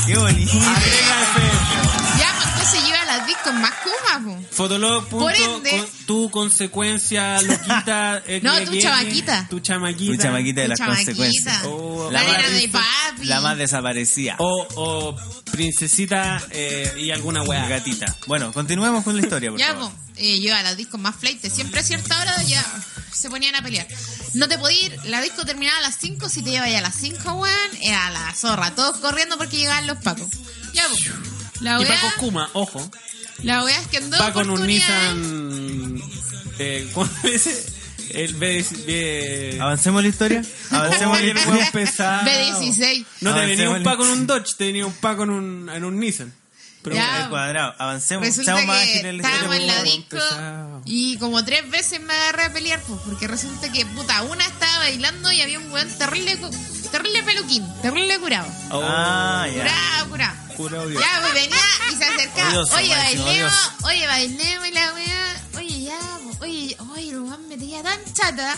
Speaker 2: Qué bonito.
Speaker 1: Agrega FM.
Speaker 3: Ya, pues entonces yo iba a las discos más Kuma, po.
Speaker 1: Fotolog. punto
Speaker 3: Por ende-
Speaker 1: con- tu consecuencia loquita.
Speaker 3: <laughs> No,
Speaker 1: XXX,
Speaker 3: tu chamaquita.
Speaker 1: Tu chamaquita.
Speaker 2: Tu chamaquita de
Speaker 3: Tu
Speaker 2: las
Speaker 3: chamaquita.
Speaker 2: consecuencias.
Speaker 1: Oh,
Speaker 2: la,
Speaker 3: la
Speaker 2: más,
Speaker 3: nena de papi.
Speaker 2: la más desaparecida.
Speaker 1: O, o princesita eh, y alguna
Speaker 2: La
Speaker 1: weá.
Speaker 2: gatita. Bueno, continuemos con la historia, por
Speaker 3: Ya,
Speaker 2: favor.
Speaker 3: pues, eh, yo iba a las discos más flight. Siempre a cierta hora ya se ponían a pelear. No te podías ir, la disco terminaba a las 5. Si te ibas a las 5, weón, era la zorra. Todos corriendo porque llegaban los pacos. Ya, pues. La
Speaker 1: Y Paco
Speaker 3: weá,
Speaker 1: Kuma, ojo.
Speaker 3: la weá es que en dos
Speaker 1: Va con un
Speaker 3: <laughs> oportunidades.
Speaker 1: Nissan. Eh, ¿Cómo se dice? El B- B-
Speaker 2: Avancemos la historia. <laughs> Avancemos la
Speaker 1: Oye, el
Speaker 2: historia.
Speaker 1: Ah, weón pesado.
Speaker 3: B16.
Speaker 1: No te
Speaker 2: Avancemos
Speaker 1: venía un
Speaker 2: el-
Speaker 1: paco en un Dodge, te venía un paco en un, en un Nissan. Pero
Speaker 3: Ya.
Speaker 2: Al cuadrado. Avancemos.
Speaker 3: Resulta
Speaker 2: Seamos más
Speaker 3: que
Speaker 2: ágiles en la
Speaker 3: estábamos en
Speaker 2: historia,
Speaker 3: la
Speaker 2: por favor.
Speaker 3: disco
Speaker 1: pesado.
Speaker 3: y como tres veces me agarré a pelear, pues, porque resulta que puta, una estaba bailando y había un weón terrible, cu- terrible peluquín, terrible curado.
Speaker 1: Oh,
Speaker 2: Ah, ya.
Speaker 3: Curado, curado.
Speaker 1: puro Dios.
Speaker 3: Ya, pues venía y se acercaba.
Speaker 2: Odioso,
Speaker 3: oye,
Speaker 2: máximo,
Speaker 3: bailemos, oye, bailemos y la weá. Oye, ya, po, oye, oye, el weón me tenía tan chata.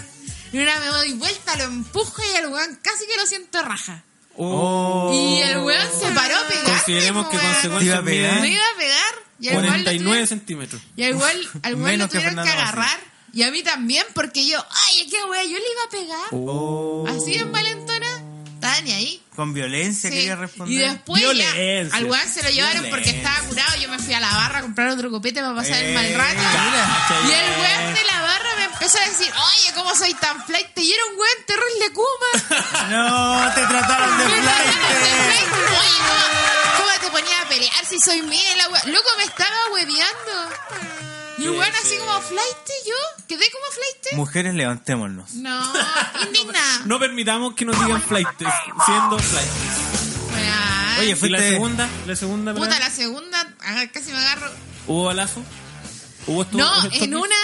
Speaker 3: Y una me doy vuelta, lo empujo y el weón casi que lo siento raja.
Speaker 1: Oh.
Speaker 3: Y el weón se paró a pegarme,
Speaker 1: Consideremos
Speaker 3: po,
Speaker 1: que
Speaker 3: weón.
Speaker 1: consecuencias
Speaker 2: Te iba a pegar.
Speaker 3: Me
Speaker 1: miden
Speaker 3: iba a pegar. Y al weón lo
Speaker 1: 49
Speaker 3: tuvieron-
Speaker 1: centímetros.
Speaker 3: y al weón, al weón
Speaker 2: Menos
Speaker 3: lo
Speaker 2: que
Speaker 3: tuvieron que,
Speaker 2: Fernando Basile.
Speaker 3: agarrar. Y a mí también, porque yo, ay, qué weá, yo le iba a pegar. Así en Valentona, estaba ni ahí.
Speaker 2: Oh. Con violencia
Speaker 3: Sí.
Speaker 2: quería responder.
Speaker 3: Y después
Speaker 1: Violencia.
Speaker 3: ya, al weón se lo llevaron
Speaker 2: Violencia.
Speaker 3: porque estaba curado. Yo me fui a la barra a comprar otro copete para pasar el mal
Speaker 2: Eh,
Speaker 3: rato.
Speaker 2: mira.
Speaker 3: Y el weón de la barra me empezó a decir, oye, ¿cómo soy tan flight? Y era un weón terrible
Speaker 2: <laughs>
Speaker 3: Kuma.
Speaker 2: No, te trataron de
Speaker 3: Me trataron de
Speaker 2: flight. eh.
Speaker 3: flight. Oye, ¿cómo, cómo te ponías a pelear si soy mía? Y la weá- Loco, me estaba hueveando. Y el weón así como flight, yo quedé como flight.
Speaker 2: Mujeres, levantémonos.
Speaker 3: No, indignada.
Speaker 1: No permitamos que nos digan flight, eh, siendo flight.
Speaker 2: <laughs>
Speaker 3: Weón.
Speaker 2: Oye,
Speaker 1: Y la
Speaker 2: fuiste.
Speaker 1: segunda, la segunda
Speaker 3: Puta,
Speaker 1: pelea?
Speaker 3: la segunda, ah, casi me agarro.
Speaker 1: ¿Hubo balazo? ¿Hubo esto-
Speaker 3: No,
Speaker 1: esto-
Speaker 3: en una,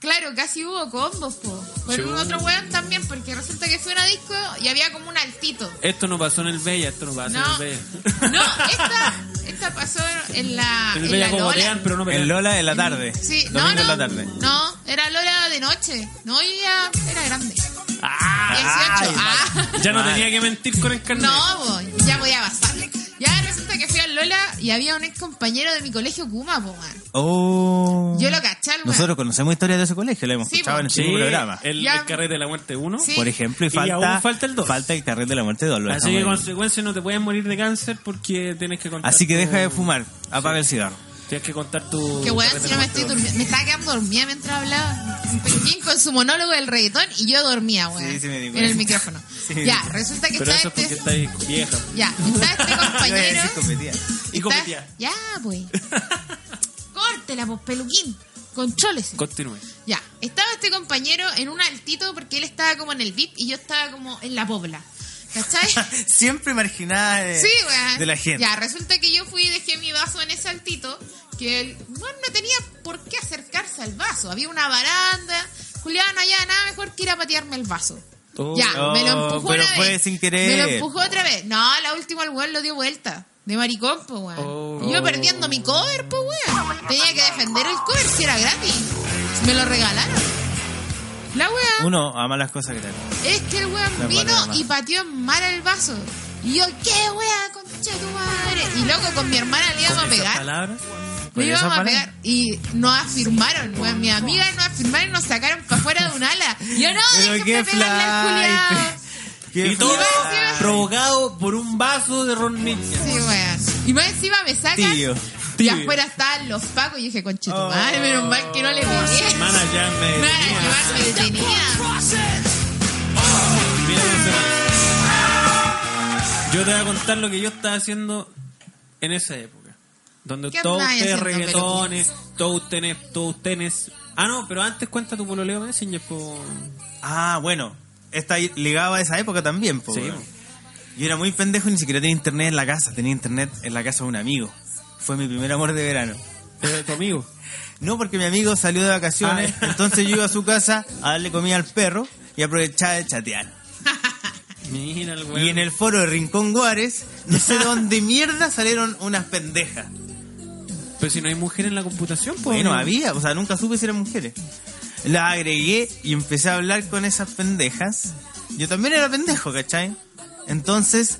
Speaker 3: claro, casi hubo combos, po. Con un
Speaker 1: Chu.
Speaker 3: otro weón también, porque resulta que fue una disco y había como un altito.
Speaker 1: Esto no pasó en el Bella, esto no pasó
Speaker 3: No,
Speaker 1: en el Bella.
Speaker 3: no, esta, esta pasó en la,
Speaker 1: En <laughs> el
Speaker 3: en la
Speaker 1: Bella como
Speaker 3: Lola.
Speaker 1: botean, pero no
Speaker 2: El
Speaker 1: pelean.
Speaker 2: Lola de la tarde.
Speaker 3: Sí, no,
Speaker 2: Domingo
Speaker 3: no,
Speaker 2: en la tarde.
Speaker 3: no, era Lola de noche. No, yo ya era grande.
Speaker 1: Ah,
Speaker 3: 18. Ah. <laughs>
Speaker 1: ya no tenía que mentir con el carnet.
Speaker 3: No, po, ya podía pasar. Ya resulta que fui al Lola y había un ex compañero de mi colegio Kuma, po, man.
Speaker 2: Oh.
Speaker 3: Yo lo caché, al weón.
Speaker 2: Nosotros conocemos historias de ese colegio, la hemos
Speaker 3: Sí,
Speaker 2: escuchado
Speaker 3: po.
Speaker 2: en el
Speaker 1: Sí,
Speaker 2: mismo programa.
Speaker 1: El,
Speaker 3: Ya.
Speaker 1: el carrete de la muerte 1.
Speaker 3: Sí.
Speaker 2: Por ejemplo, y
Speaker 1: Y
Speaker 2: falta,
Speaker 1: aún falta el dos.
Speaker 2: falta el carrete de la muerte de dolor.
Speaker 1: Así que, en consecuencia, no te puedes morir de cáncer porque tienes que contar.
Speaker 2: Así que
Speaker 1: tu-
Speaker 2: deja de fumar, apaga el cigarro.
Speaker 1: Tienes que contar tu.
Speaker 3: Qué weón,
Speaker 1: carrete
Speaker 3: si
Speaker 1: de
Speaker 3: no me
Speaker 1: la
Speaker 3: estoy
Speaker 1: muerte
Speaker 3: durmiendo. Me estaba quedando dormida mientras hablaba. Un Pequín con su monólogo del reggaetón y yo dormía, weón.
Speaker 2: Sí, sí me di
Speaker 3: en
Speaker 2: cuenta.
Speaker 3: el micrófono.
Speaker 2: <laughs> Sí.
Speaker 3: Ya, resulta que
Speaker 1: Pero
Speaker 3: estaba
Speaker 1: eso es porque
Speaker 3: este.
Speaker 1: estás vieja.
Speaker 3: Ya, estaba este
Speaker 2: <laughs> Iba a
Speaker 3: compañero.
Speaker 2: decir competía.
Speaker 1: Y
Speaker 3: está-
Speaker 1: cometía.
Speaker 3: Ya, pues. Córtela, pues, peluquín. Contrólese.
Speaker 1: Continúe.
Speaker 3: Ya, estaba este compañero en un altito porque él estaba como en el VIP y yo estaba como en la pobla.
Speaker 2: <laughs>
Speaker 3: ¿Cachai?
Speaker 2: <laughs> Siempre marginada de,
Speaker 3: Sí, weón.
Speaker 2: de la gente.
Speaker 3: Ya, resulta que yo fui y dejé mi vaso en ese altito, que el bueno no tenía por qué acercarse al vaso. Había una baranda. Julián, no había nada mejor que ir a patearme el vaso.
Speaker 1: Oh.
Speaker 3: ya, me lo empujó
Speaker 2: pero
Speaker 3: una
Speaker 2: fue
Speaker 3: vez.
Speaker 2: sin querer.
Speaker 3: Me lo empujó otra vez. No, la última el weón lo dio vuelta. De maricón, po, weón.
Speaker 1: Oh.
Speaker 3: Y Yo perdiendo mi cover, po, weón. Tenía que defender el cover si era gratis. Me lo regalaron. La weá.
Speaker 2: Uno ama las cosas que tal.
Speaker 3: Es que el
Speaker 2: La
Speaker 3: weón vino
Speaker 2: paloma.
Speaker 3: y pateó en mal el vaso. Y yo, ¿qué wea, concha de tu madre? Y loco, con mi hermana le íbamos a
Speaker 1: Con esas
Speaker 3: pegar.
Speaker 1: palabras.
Speaker 2: Con
Speaker 3: Le íbamos
Speaker 2: esa
Speaker 3: a pegar. Y nos afirmaron, weón. Mis amigas nos afirmaron y nos sacaron para afuera de un ala. Y yo no,
Speaker 2: Pero
Speaker 3: déjenme
Speaker 2: qué
Speaker 3: pegarle al culiao.
Speaker 2: flight. Qué
Speaker 1: Y todo Ah.
Speaker 3: encima-
Speaker 1: provocado por un vaso de ron ninja.
Speaker 3: Sí, weón. Y más encima me sacan.
Speaker 2: Tibio,
Speaker 3: Y
Speaker 1: tibio.
Speaker 3: afuera estaban los pacos. Y yo dije, concha de tu madre, menos mal que no
Speaker 2: Oh,
Speaker 3: le pegué.
Speaker 1: Hermana, ya me.
Speaker 3: <laughs> Me van a
Speaker 1: detenía.
Speaker 3: llevar, me detenía.
Speaker 1: Mira cómo se va. Yo te voy a contar lo que yo estaba haciendo en esa época. Donde
Speaker 3: ¿Qué
Speaker 1: todos
Speaker 3: andabas
Speaker 1: ustedes
Speaker 3: haciendo,
Speaker 1: reggaetones, todos ustedes, todos ustedes. Ah, no, pero antes cuenta tu pololeo Messenger. po.
Speaker 2: Ah, bueno. Está ahí- ligado a esa época también, po,
Speaker 1: Sí,
Speaker 2: weón.
Speaker 1: po.
Speaker 2: Yo era muy pendejo y ni siquiera tenía internet en la casa. Tenía internet en la casa de un amigo. Fue mi primer amor de verano.
Speaker 1: Eh,
Speaker 2: <laughs>
Speaker 1: tu amigo.
Speaker 2: No, porque mi amigo salió de vacaciones,
Speaker 1: Ah.
Speaker 2: entonces yo iba a su casa a darle comida al perro y aprovechaba de chatear.
Speaker 1: Mira el
Speaker 2: Y en el foro de Rincón Guares, no sé de dónde mierda salieron unas pendejas.
Speaker 1: Pero si no hay mujer en la computación, pues.
Speaker 2: Bueno,
Speaker 1: amigo.
Speaker 2: había, o sea, nunca supe si eran mujeres. Las agregué y empecé a hablar con esas pendejas. Yo también era pendejo, ¿cachai? Entonces,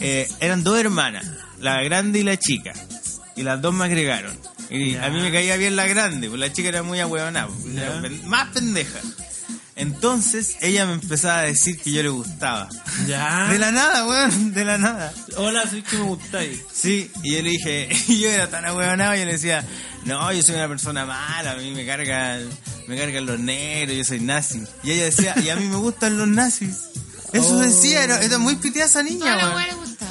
Speaker 2: eh, eran dos hermanas, la grande y la chica. Y las dos me agregaron. Y a mí me caía bien la grande, porque la chica era muy ahueonada, pues, era
Speaker 1: Ya.
Speaker 2: pen- más pendeja. Entonces, ella me empezaba a decir que yo le gustaba.
Speaker 1: Ya.
Speaker 2: <laughs> De la nada, weón, de la nada.
Speaker 1: Hola, soy que me gustáis.
Speaker 2: Sí, y yo le dije, <laughs> y yo era tan ahueonado, yo le decía, no, yo soy una persona mala, a mí me cargan, me cargan los negros, yo soy nazi. Y ella decía, y a mí me gustan los nazis. Eso
Speaker 1: Oh.
Speaker 2: decía, era, era muy piteada esa
Speaker 3: Toda
Speaker 2: niña,
Speaker 3: la
Speaker 2: weón.
Speaker 3: weá le gusta.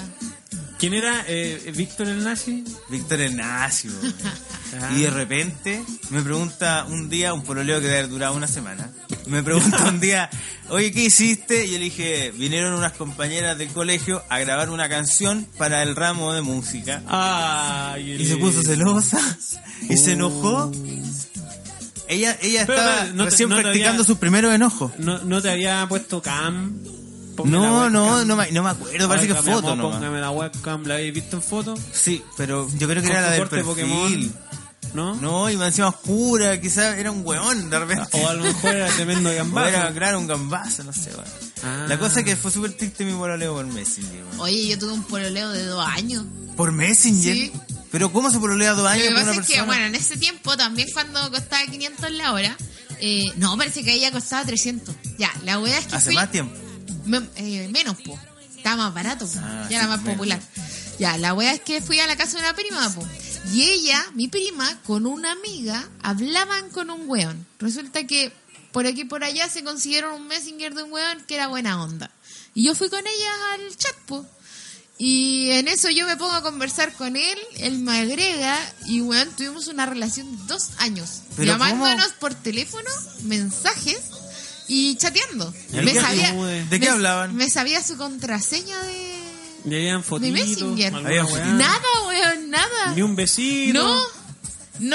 Speaker 1: ¿Quién era? Eh, ¿Víctor el nazi?
Speaker 2: Víctor es nazi, weón.
Speaker 1: Ah.
Speaker 2: Y de repente me pregunta un día, un pololeo que debe haber durado una semana, me pregunta un día, oye, ¿qué hiciste? Y yo le dije, vinieron unas compañeras del colegio a grabar una canción para el ramo de música.
Speaker 1: Ay,
Speaker 2: Y se puso celosa <laughs> y se enojó. Ella, ella
Speaker 1: Pero,
Speaker 2: estaba
Speaker 1: pero, no te-
Speaker 2: recién
Speaker 1: no te
Speaker 2: practicando
Speaker 1: había-
Speaker 2: sus primeros enojos.
Speaker 1: No, no te había puesto cam. Ponme la
Speaker 2: No,
Speaker 1: webcam.
Speaker 2: no, no me, no me acuerdo, parece que
Speaker 1: Ay, mi amor,
Speaker 2: foto nomás.
Speaker 1: Póngame la webcam, ¿la habéis visto en foto?
Speaker 2: Sí, pero yo creo que
Speaker 1: Con
Speaker 2: era
Speaker 1: su
Speaker 2: la del
Speaker 1: corte
Speaker 2: perfil.
Speaker 1: Pokémon. ¿No?
Speaker 2: No, y me encima oscura, quizás era un hueón de repente.
Speaker 1: Ah, O a lo mejor era
Speaker 2: <laughs>
Speaker 1: tremendo
Speaker 2: O era,
Speaker 1: gambazo.
Speaker 2: claro, un gambazo, no sé, weón.
Speaker 1: Ah.
Speaker 2: La cosa es que fue súper triste mi pololeo por Messenger, weón.
Speaker 3: Oye, yo tuve un pololeo de dos años.
Speaker 2: ¿Por Messenger?
Speaker 3: Sí.
Speaker 2: Pero ¿cómo se pololea dos años
Speaker 3: Lo
Speaker 2: con
Speaker 3: que pasa
Speaker 2: una
Speaker 3: es que,
Speaker 2: persona?
Speaker 3: bueno, en ese tiempo también cuando costaba 500 la hora, eh, no, parece que ella costaba 300. Ya, la weá es que
Speaker 2: Hace
Speaker 3: fui-
Speaker 2: más tiempo.
Speaker 3: me- eh, menos, po. Estaba más barato, po.
Speaker 2: Ah,
Speaker 3: ya era
Speaker 2: sí,
Speaker 3: más
Speaker 2: menos.
Speaker 3: popular. Ya, la weá es que fui a la casa de una prima, po. Y ella, mi prima, con una amiga, hablaban con un weón. Resulta que por aquí y por allá se consiguieron un messenger de un weón que era buena onda. Y yo fui con ellas al chat, po. Y en eso yo me pongo a conversar con él, él me agrega y weón, tuvimos una relación de dos años,
Speaker 2: Pero
Speaker 3: llamándonos
Speaker 2: ¿cómo?
Speaker 3: por teléfono, mensajes y chateando.
Speaker 1: ¿Y
Speaker 3: Me
Speaker 1: qué-
Speaker 3: sabía,
Speaker 2: de qué
Speaker 3: me-
Speaker 2: hablaban?
Speaker 3: Me sabía su contraseña de.
Speaker 1: Y habían fotitos.
Speaker 3: Messenger.
Speaker 1: alguna
Speaker 2: Había
Speaker 1: weá.
Speaker 2: fotitos.
Speaker 3: Nada, weón, nada.
Speaker 1: Ni un vecino.
Speaker 3: No,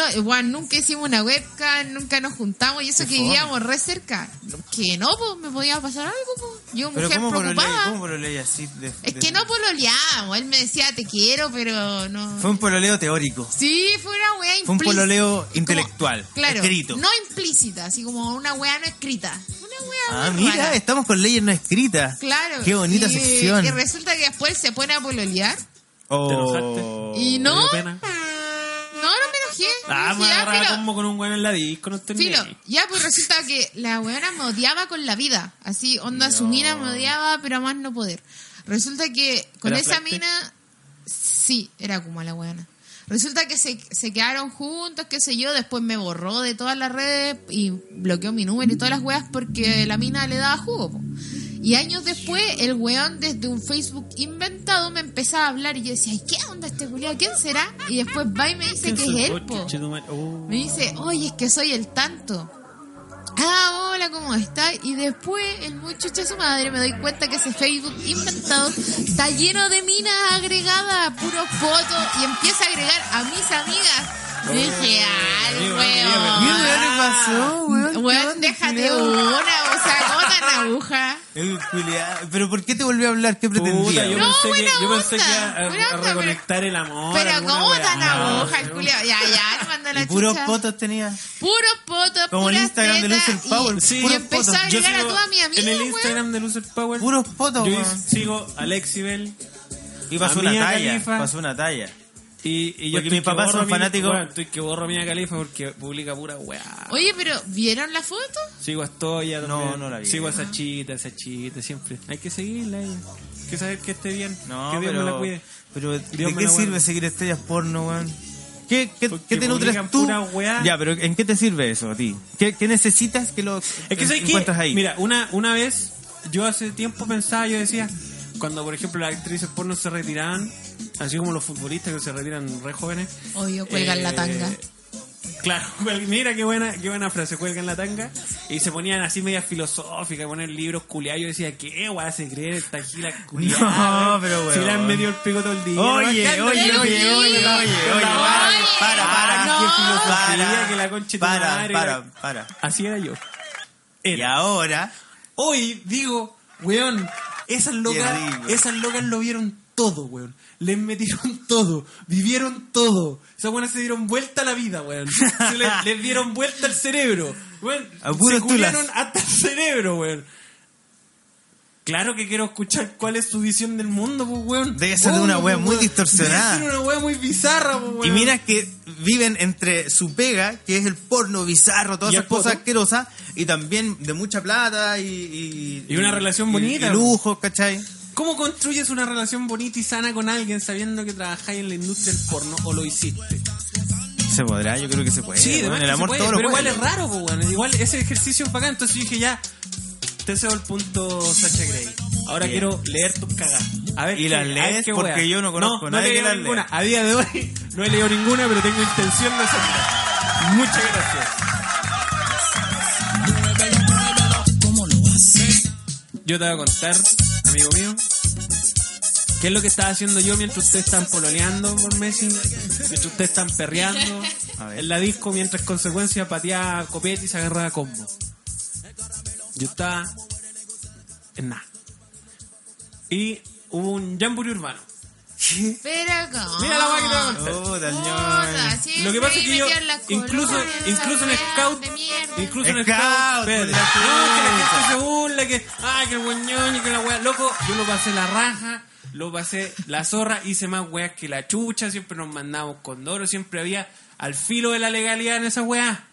Speaker 3: no, weón, nunca hicimos una webcam, nunca nos juntamos y eso que
Speaker 2: fome.
Speaker 3: vivíamos re cerca. Que no, pues me podía pasar algo, pues. Yo,
Speaker 2: Pero
Speaker 3: mujer
Speaker 2: ¿cómo
Speaker 3: preocupada.
Speaker 2: pololeáis ¿Cómo pololeáis así? de-
Speaker 3: Es
Speaker 2: de-
Speaker 3: que no pololeamos. Él me decía, te quiero, pero no.
Speaker 2: Fue un pololeo teórico.
Speaker 3: Sí, fue una weá implícita.
Speaker 2: Fue un pololeo
Speaker 3: Como-
Speaker 2: intelectual,
Speaker 3: claro,
Speaker 2: escrito.
Speaker 3: No implícita, así como una weá no escrita. Una una wea
Speaker 2: Ah,
Speaker 3: muy
Speaker 2: mira,
Speaker 3: rara.
Speaker 2: estamos con leyes no escritas.
Speaker 3: Claro.
Speaker 2: Qué bonita
Speaker 3: y-
Speaker 2: sección.
Speaker 3: Y resulta que después se pone a pololear.
Speaker 1: ¿Te
Speaker 2: Oh.
Speaker 1: enojaste?
Speaker 3: y no.
Speaker 1: dio
Speaker 3: No,
Speaker 1: pena?
Speaker 3: no me enojé.
Speaker 1: Ah, me
Speaker 3: Dije, ya,
Speaker 1: agarraba
Speaker 3: filo.
Speaker 1: como con un weón en la disco, no entendí.
Speaker 3: Filo, ya pues resulta que la weona me odiaba con la vida. Así, onda su mina me odiaba, pero a más no poder. Resulta que con
Speaker 1: ¿Era
Speaker 3: esa
Speaker 1: flighty?
Speaker 3: mina, sí, era como la weona. Resulta que se, se quedaron juntos, qué sé yo, después me borró de todas las redes y bloqueó mi número y todas las weas porque la mina le daba jugo. po. Y años después, el weón desde un Facebook inventado me empezaba a hablar y yo decía, "Ay, ¿qué onda este culiao? ¿Quién será? Y después va y me dice que es él. po.
Speaker 1: Oh.
Speaker 3: Me dice, oye, es que soy el tanto. Ah, hola, ¿cómo estás? Y después, el muchacho de su madre, me doy cuenta que ese Facebook inventado está lleno de minas agregadas, puros fotos, y empieza a agregar a mis amigas. Y dije, ay,
Speaker 1: Amigo,
Speaker 2: Oh, ¿Qué weón
Speaker 3: weón.
Speaker 2: le pasó, weón? ¿Qué
Speaker 3: Ah. Weón,
Speaker 2: onda,
Speaker 3: déjate
Speaker 2: culiao?
Speaker 3: una, o sea, ¿cómo tan aguja?
Speaker 2: El culiao. ¿Pero por qué te volvió a hablar? ¿Qué pretendía?
Speaker 1: Puta, yo,
Speaker 3: No,
Speaker 1: pensé que,
Speaker 3: buena
Speaker 1: yo pensé que eh,
Speaker 3: onda,
Speaker 1: a, a-
Speaker 3: buena
Speaker 1: a
Speaker 3: onda,
Speaker 1: reconectar el
Speaker 2: Oh,
Speaker 1: amor.
Speaker 3: Pero
Speaker 1: alguna
Speaker 3: ¿cómo
Speaker 1: wea.
Speaker 3: tan aguja el
Speaker 1: No,
Speaker 3: culiao? Ya, ya, le manda la
Speaker 2: Y puros
Speaker 3: chucha.
Speaker 2: fotos tenía.
Speaker 3: Puros potos,
Speaker 2: Como el
Speaker 3: puras
Speaker 2: Instagram de
Speaker 3: tetas,
Speaker 2: Lucer Power,
Speaker 3: Y,
Speaker 2: sí,
Speaker 3: y
Speaker 2: puras
Speaker 3: empezó
Speaker 2: fotos.
Speaker 3: a
Speaker 1: Yo
Speaker 3: agregar a
Speaker 1: sigo
Speaker 3: todas mis amigas,
Speaker 1: En el
Speaker 3: weón.
Speaker 1: Instagram de Lucer Power.
Speaker 2: Puros fotos,
Speaker 1: Yo
Speaker 2: weón.
Speaker 1: sigo a Alexibel
Speaker 2: Y pasó
Speaker 1: A
Speaker 2: una
Speaker 1: Mia
Speaker 2: talla.
Speaker 1: Khalifa.
Speaker 2: Pasó una talla.
Speaker 1: y, y yo
Speaker 2: Porque
Speaker 1: estoy
Speaker 2: mis
Speaker 1: que
Speaker 2: papás
Speaker 1: borro
Speaker 2: son
Speaker 1: mi-
Speaker 2: fanáticos.
Speaker 1: weón, estoy que borro a Mia Califa porque publica pura weá.
Speaker 3: Oye, pero ¿vieron la foto?
Speaker 1: Sigo a Estoya
Speaker 2: No,
Speaker 1: también.
Speaker 2: no la vi.
Speaker 1: Sigo a Sachita, Sachita, siempre. Hay que seguirla ella. Hay que saber que esté bien.
Speaker 2: No,
Speaker 1: que Dios
Speaker 2: pero,
Speaker 1: me la cuide.
Speaker 2: pero
Speaker 1: Dios
Speaker 2: ¿de
Speaker 1: me
Speaker 2: qué
Speaker 1: la guarde.
Speaker 2: sirve seguir estrellas porno, weón? ¿Qué, qué,
Speaker 1: Porque
Speaker 2: qué te nutres
Speaker 1: publican
Speaker 2: tú?
Speaker 1: pura weá.
Speaker 2: Ya, pero ¿en qué te sirve eso a ti? ¿Qué, qué necesitas que lo
Speaker 1: Es que ¿sabes qué?
Speaker 2: encuentras ahí?
Speaker 1: Mira, una, una vez, yo hace tiempo pensaba, yo decía, cuando por ejemplo las actrices porno se retiraban, así como los futbolistas que se retiran re jóvenes. eh,
Speaker 3: Obvio, cuelgan la tanga.
Speaker 1: Claro, <laughs> cuel- mira qué buena, qué buena frase, cuelgan la tanga. Y se ponían así media filosóficas, poner libros culiados. Yo decía, ¿qué weá se cree esta gila culiada?
Speaker 2: <laughs> No,
Speaker 1: weón?
Speaker 2: pero,
Speaker 1: Si
Speaker 2: weón.
Speaker 1: la han metido el pico todo el día.
Speaker 2: Oye, oye,
Speaker 1: weón,
Speaker 2: oye,
Speaker 1: ¿qué
Speaker 2: oye,
Speaker 1: andan-
Speaker 2: oye, oye, oye,
Speaker 3: Oye.
Speaker 2: para, para,
Speaker 3: No.
Speaker 1: Qué filosofía,
Speaker 2: para,
Speaker 1: que la concha de tu
Speaker 2: para,
Speaker 1: madre,
Speaker 2: para,
Speaker 1: la-
Speaker 2: para.
Speaker 1: Así era yo.
Speaker 2: Y ahora,
Speaker 1: Hoy digo, weón, esas
Speaker 2: Qué
Speaker 1: locas,
Speaker 2: rico.
Speaker 1: esas locas lo vieron todo, weón. Les metieron <laughs> todo, vivieron todo. Esas buenas se dieron vuelta a la vida, weón. Se
Speaker 2: <laughs>
Speaker 1: le- les, dieron vuelta al cerebro. Weón,
Speaker 2: A puros
Speaker 1: se culiaron
Speaker 2: tulas.
Speaker 1: hasta el cerebro, weón. Claro que quiero escuchar cuál es su visión del mundo, pues, weón.
Speaker 2: Debe ser de una
Speaker 1: Obvio,
Speaker 2: wea
Speaker 1: pues,
Speaker 2: muy
Speaker 1: weón.
Speaker 2: distorsionada.
Speaker 1: Debe ser una wea muy bizarra, pues, weón.
Speaker 2: y mira que viven entre su pega, que es el porno bizarro, todas
Speaker 1: ¿Y
Speaker 2: esas
Speaker 1: el poto?
Speaker 2: cosas asquerosas, y también de mucha plata y... Y,
Speaker 1: Y una relación bonita,
Speaker 2: Y lujos, ¿cachai?
Speaker 1: ¿Cómo construyes una relación bonita y sana con alguien sabiendo que trabajáis en la industria del porno o lo hiciste?
Speaker 2: Se podrá, yo creo que se puede.
Speaker 1: Sí,
Speaker 2: bueno, el
Speaker 1: además que se
Speaker 2: amor
Speaker 1: puede,
Speaker 2: todo lo
Speaker 1: pero
Speaker 2: puede.
Speaker 1: igual es raro, pues, weón. Igual ese ejercicio es bacán. Entonces yo dije, ya, te cedo el punto, Sacha Grey. Ahora
Speaker 2: Bien.
Speaker 1: quiero leer tus cagadas. A ver
Speaker 2: ¿Y
Speaker 1: qué-
Speaker 2: las
Speaker 1: a ver
Speaker 2: lees?
Speaker 1: qué
Speaker 2: Porque
Speaker 1: wea.
Speaker 2: yo no conozco a
Speaker 1: no,
Speaker 2: nadie
Speaker 1: he
Speaker 2: que
Speaker 1: leído
Speaker 2: las lea.
Speaker 1: ninguna. A día de hoy <laughs> no he leído ninguna, pero tengo intención de hacerlo. Muchas gracias. Yo te voy a contar, amigo mío, qué es lo que estaba haciendo yo mientras ustedes están pololeando por Messi, mientras ustedes están perreando
Speaker 2: A ver.
Speaker 1: en la disco, mientras consecuencia pateaba copete y se agarraba a combo. Yo estaba en nada. Y hubo un jamboree urbano.
Speaker 3: Pero cómo.
Speaker 1: Mira la guay que te voy a contar.
Speaker 2: Puta, el ñoño.
Speaker 3: Oh, Puta, sí,
Speaker 1: Lo que pasa
Speaker 3: sí,
Speaker 1: es que yo,
Speaker 3: metían las
Speaker 1: incluso,
Speaker 3: colonias,
Speaker 1: incluso en
Speaker 3: esas
Speaker 1: Scout,
Speaker 3: weas de mierda.
Speaker 1: incluso en
Speaker 2: Scout,
Speaker 1: Scout,
Speaker 2: por
Speaker 1: espérate.
Speaker 2: la
Speaker 1: no, que la
Speaker 2: chucha.
Speaker 1: gente se burla, que, ay, que el guañón y que la wea, loco, yo lo pasé la raja, lo pasé la zorra, hice más weas que la chucha, siempre nos mandamos condoros, siempre había al filo de la legalidad en esa wea.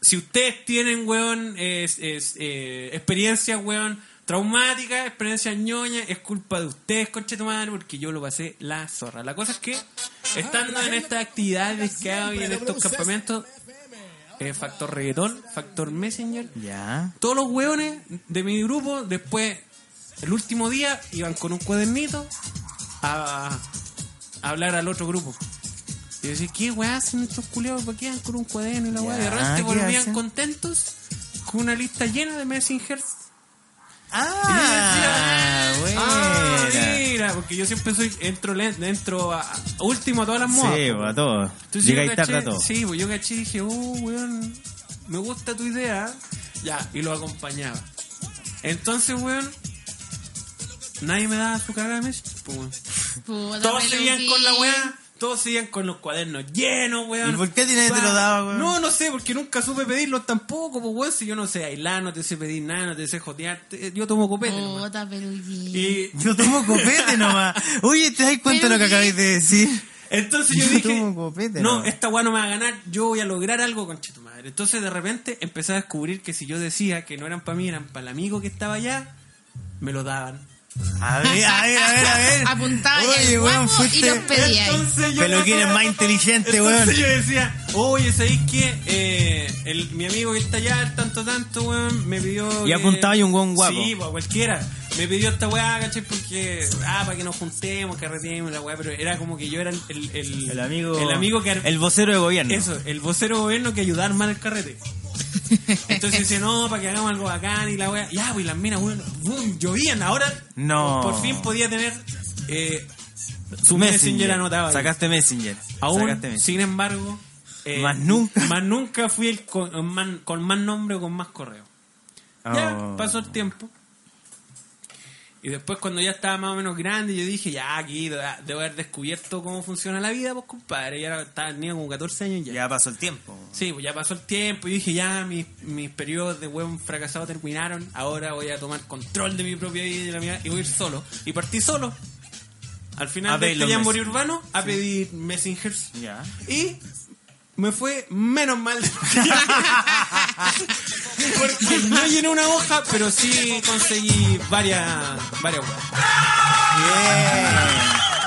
Speaker 1: Si ustedes tienen, weón, es, es, eh, experiencias, weón, traumáticas, experiencias ñoñas, es culpa de ustedes, conche tu madre, porque yo lo pasé la zorra. La cosa es que, estando en estas actividades que hay en estos campamentos, eh, factor reggaetón, factor messenger,
Speaker 2: Ya.
Speaker 1: todos los weones de mi grupo, después, el último día, iban con un cuadernito a, a hablar al otro grupo. Y yo decía, ¿qué weá hacen estos culeados? ¿Por qué van con un cuaderno y la weá? Y de
Speaker 2: Ya,
Speaker 1: repente
Speaker 2: ¿qué
Speaker 1: volvían
Speaker 2: hacen?
Speaker 1: contentos con una lista llena de messenger.
Speaker 2: Ah, buena.
Speaker 1: Ah, mira, porque yo siempre soy, entro, len- entro a, a- último a todas las modas.
Speaker 2: Sí,
Speaker 1: po.
Speaker 2: a todos.
Speaker 1: Entonces
Speaker 2: Llegáis
Speaker 1: yo
Speaker 2: tarde a
Speaker 1: caché,
Speaker 2: todos.
Speaker 1: sí, pues yo caché y dije, oh, weón, me gusta tu idea. Ya, y lo acompañaba. Entonces, weón, nadie me daba su carga de mes. pues, weón.
Speaker 3: Puta,
Speaker 1: Todos
Speaker 3: me lo
Speaker 1: seguían con la
Speaker 3: vi.
Speaker 1: weá, Todos seguían con los cuadernos llenos, weón.
Speaker 2: ¿Y por qué nadie te lo daba, weón?
Speaker 1: No, no sé, porque nunca supe pedirlos tampoco, pues, weón. Si yo no sé bailar, no te sé pedir nada, no te sé jotear. te- Yo tomo copete, nomás.
Speaker 3: Puta, peluquín.
Speaker 1: Y
Speaker 2: Yo tomo copete nomás. Oye, ¿te das cuenta de lo que
Speaker 3: Pero
Speaker 2: acabáis de decir? <laughs>
Speaker 1: Entonces
Speaker 2: Yo
Speaker 1: yo, dije,
Speaker 2: tomo copete,
Speaker 1: no,
Speaker 2: ¿no?
Speaker 1: esta weá no me va a ganar, yo voy a lograr algo con tu madre. Entonces de repente empecé a descubrir que si yo decía que no eran para mí, eran para el amigo que estaba allá, me lo daban.
Speaker 2: A
Speaker 3: <laughs>
Speaker 2: ver, a ver, a ver, a ver.
Speaker 3: Apuntaba en el
Speaker 2: weón,
Speaker 3: guapo y los pedía ahí.
Speaker 1: Entonces yo
Speaker 2: Peluquín
Speaker 1: no-
Speaker 2: es más inteligente,
Speaker 1: Entonces
Speaker 2: weón.
Speaker 1: yo decía, oye, ¿sabéis qué? Eh, el- mi amigo que está allá, tanto, tanto, weón, me pidió.
Speaker 2: Y
Speaker 1: que-
Speaker 2: apuntaba ahí un weón guapo.
Speaker 1: Sí, pues, cualquiera. Me pidió esta weá, ¿cachai? Porque, ah, para que nos juntemos, carretemos, la weá, pero era como que yo era el. El, el-
Speaker 2: El amigo.
Speaker 1: El amigo que.
Speaker 2: El vocero de gobierno.
Speaker 1: Eso, el vocero de gobierno que ayudar más al
Speaker 2: <laughs>
Speaker 1: carrete. Entonces dice, no, para que hagamos algo bacán y la wea. Ya, pues las minas, weón, boom, llovían. Ahora
Speaker 2: No.
Speaker 1: por, por fin podía tener eh,
Speaker 2: Su
Speaker 1: Messenger anotaba ahí.
Speaker 2: Sacaste Messenger.
Speaker 1: aún.
Speaker 2: Sacaste Messenger.
Speaker 1: Sin embargo, eh,
Speaker 2: Más nunca.
Speaker 1: <laughs> Más nunca fui el con, con man- con más nombre o con más correo. Ya
Speaker 2: Oh.
Speaker 1: pasó el tiempo. Y después cuando ya estaba más o menos grande, yo dije, ya aquí de- debo haber descubierto cómo funciona la vida, pues compadre. Y ahora estaba niño como 14 años ya.
Speaker 2: Ya pasó el tiempo.
Speaker 1: Sí, pues ya pasó el tiempo y dije, ya, mis, mis periodos de hueón fracasado terminaron, ahora voy a tomar control de mi propia vida y de la mía y voy a ir solo. Y partí solo. Al
Speaker 2: A
Speaker 1: final
Speaker 2: ver
Speaker 1: de este
Speaker 2: los
Speaker 1: jamboree
Speaker 2: messengers.
Speaker 1: urbano a pedir messengers.
Speaker 2: Ya.
Speaker 1: Y me fue menos mal. <laughs> Porque no llené una hoja, pero sí conseguí varias, varias hueas.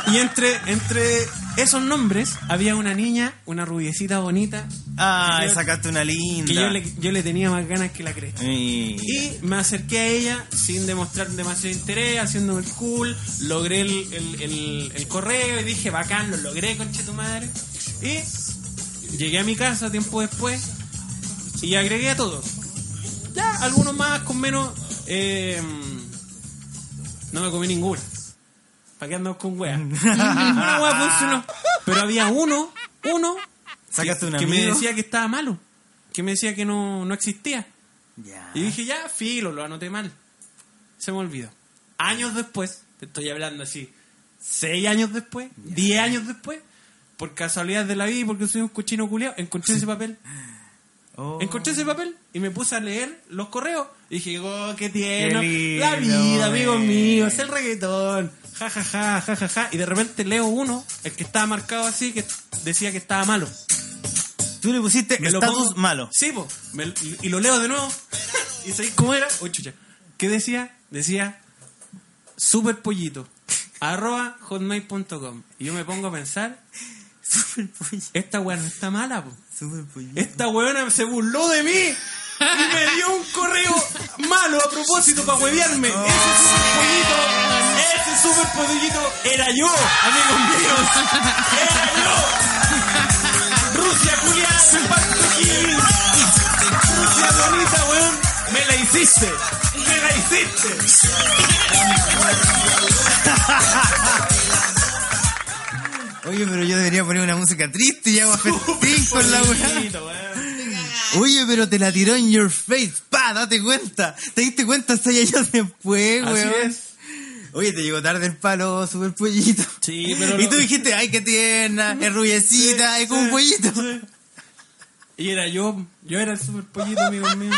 Speaker 2: Bien.
Speaker 1: Y entre, entre esos nombres había una niña, una rubiecita bonita,
Speaker 2: Ay,
Speaker 1: Que yo-
Speaker 2: sacaste una linda.
Speaker 1: que yo le, yo le tenía más ganas que la cresta.
Speaker 2: Y-
Speaker 1: Y me acerqué a ella sin demostrar demasiado interés, haciéndome el cool. Logré el, el- el- el correo y dije, bacán, lo logré, conche tu madre. Y llegué a mi casa tiempo después y agregué a todos. Ya, algunos más con menos. eh, no me comí ninguna. ¿Para qué andamos con weas? ninguna wea funcionó. Pero había uno, uno,
Speaker 2: Sacaste
Speaker 1: que,
Speaker 2: una
Speaker 1: que me decía que estaba malo. Que me decía que no, no existía.
Speaker 2: Ya.
Speaker 1: Y dije, ya, filo, lo anoté mal. Se me olvidó. Años después, te estoy hablando así, seis años después, diez años después, por casualidad de la vida y porque soy un cochino culiao, encontré ese
Speaker 2: <laughs>
Speaker 1: papel.
Speaker 2: Oh.
Speaker 1: Encontré ese papel y me puse a leer los correos. Y dije, oh, qué tierno.
Speaker 2: Qué lindo,
Speaker 1: la vida, amigo
Speaker 2: eh.
Speaker 1: mío, es el reggaetón. Ja, ja, ja, ja, ja, ja. Y de repente leo uno, el que estaba marcado así, que decía que estaba malo.
Speaker 2: Tú le pusiste
Speaker 1: Me lo
Speaker 2: estatus
Speaker 1: pongo- <laughs>
Speaker 2: malo.
Speaker 1: Sí, po. Me- y lo leo de nuevo. <laughs> ¿Y sabéis cómo era? Oh, chucha. ¿Qué decía? Decía super pollito. Arroba hotmail.com. Y yo me pongo a pensar,
Speaker 2: Super pollo.
Speaker 1: esta weá no está mala, po.
Speaker 2: Super pollo.
Speaker 1: Esta weona se burló de mí y me dio un correo malo a propósito para huevearme. Ese super pollito, ese super pollito era yo, amigos míos. Era
Speaker 3: <laughs>
Speaker 1: yo. Rusia Julián, Pacto Higgins. Rusia bonita, weón. Me la hiciste. Me la hiciste.
Speaker 2: Oye, pero yo debería poner una música triste y hago festín con la weá.
Speaker 1: Pollito, weón.
Speaker 2: Oye, pero te la tiró en your face. Pa, date cuenta. Te diste cuenta seis años después,
Speaker 1: Así
Speaker 2: weón.
Speaker 1: es.
Speaker 2: Oye, te llegó tarde el palo, super pollito.
Speaker 1: Sí, pero
Speaker 2: Y
Speaker 1: lo-
Speaker 2: tú dijiste, ay, qué tierna, es rubiecita, es como un pollito.
Speaker 1: Y era yo, yo era el super pollito, amigos
Speaker 2: <laughs>
Speaker 1: míos.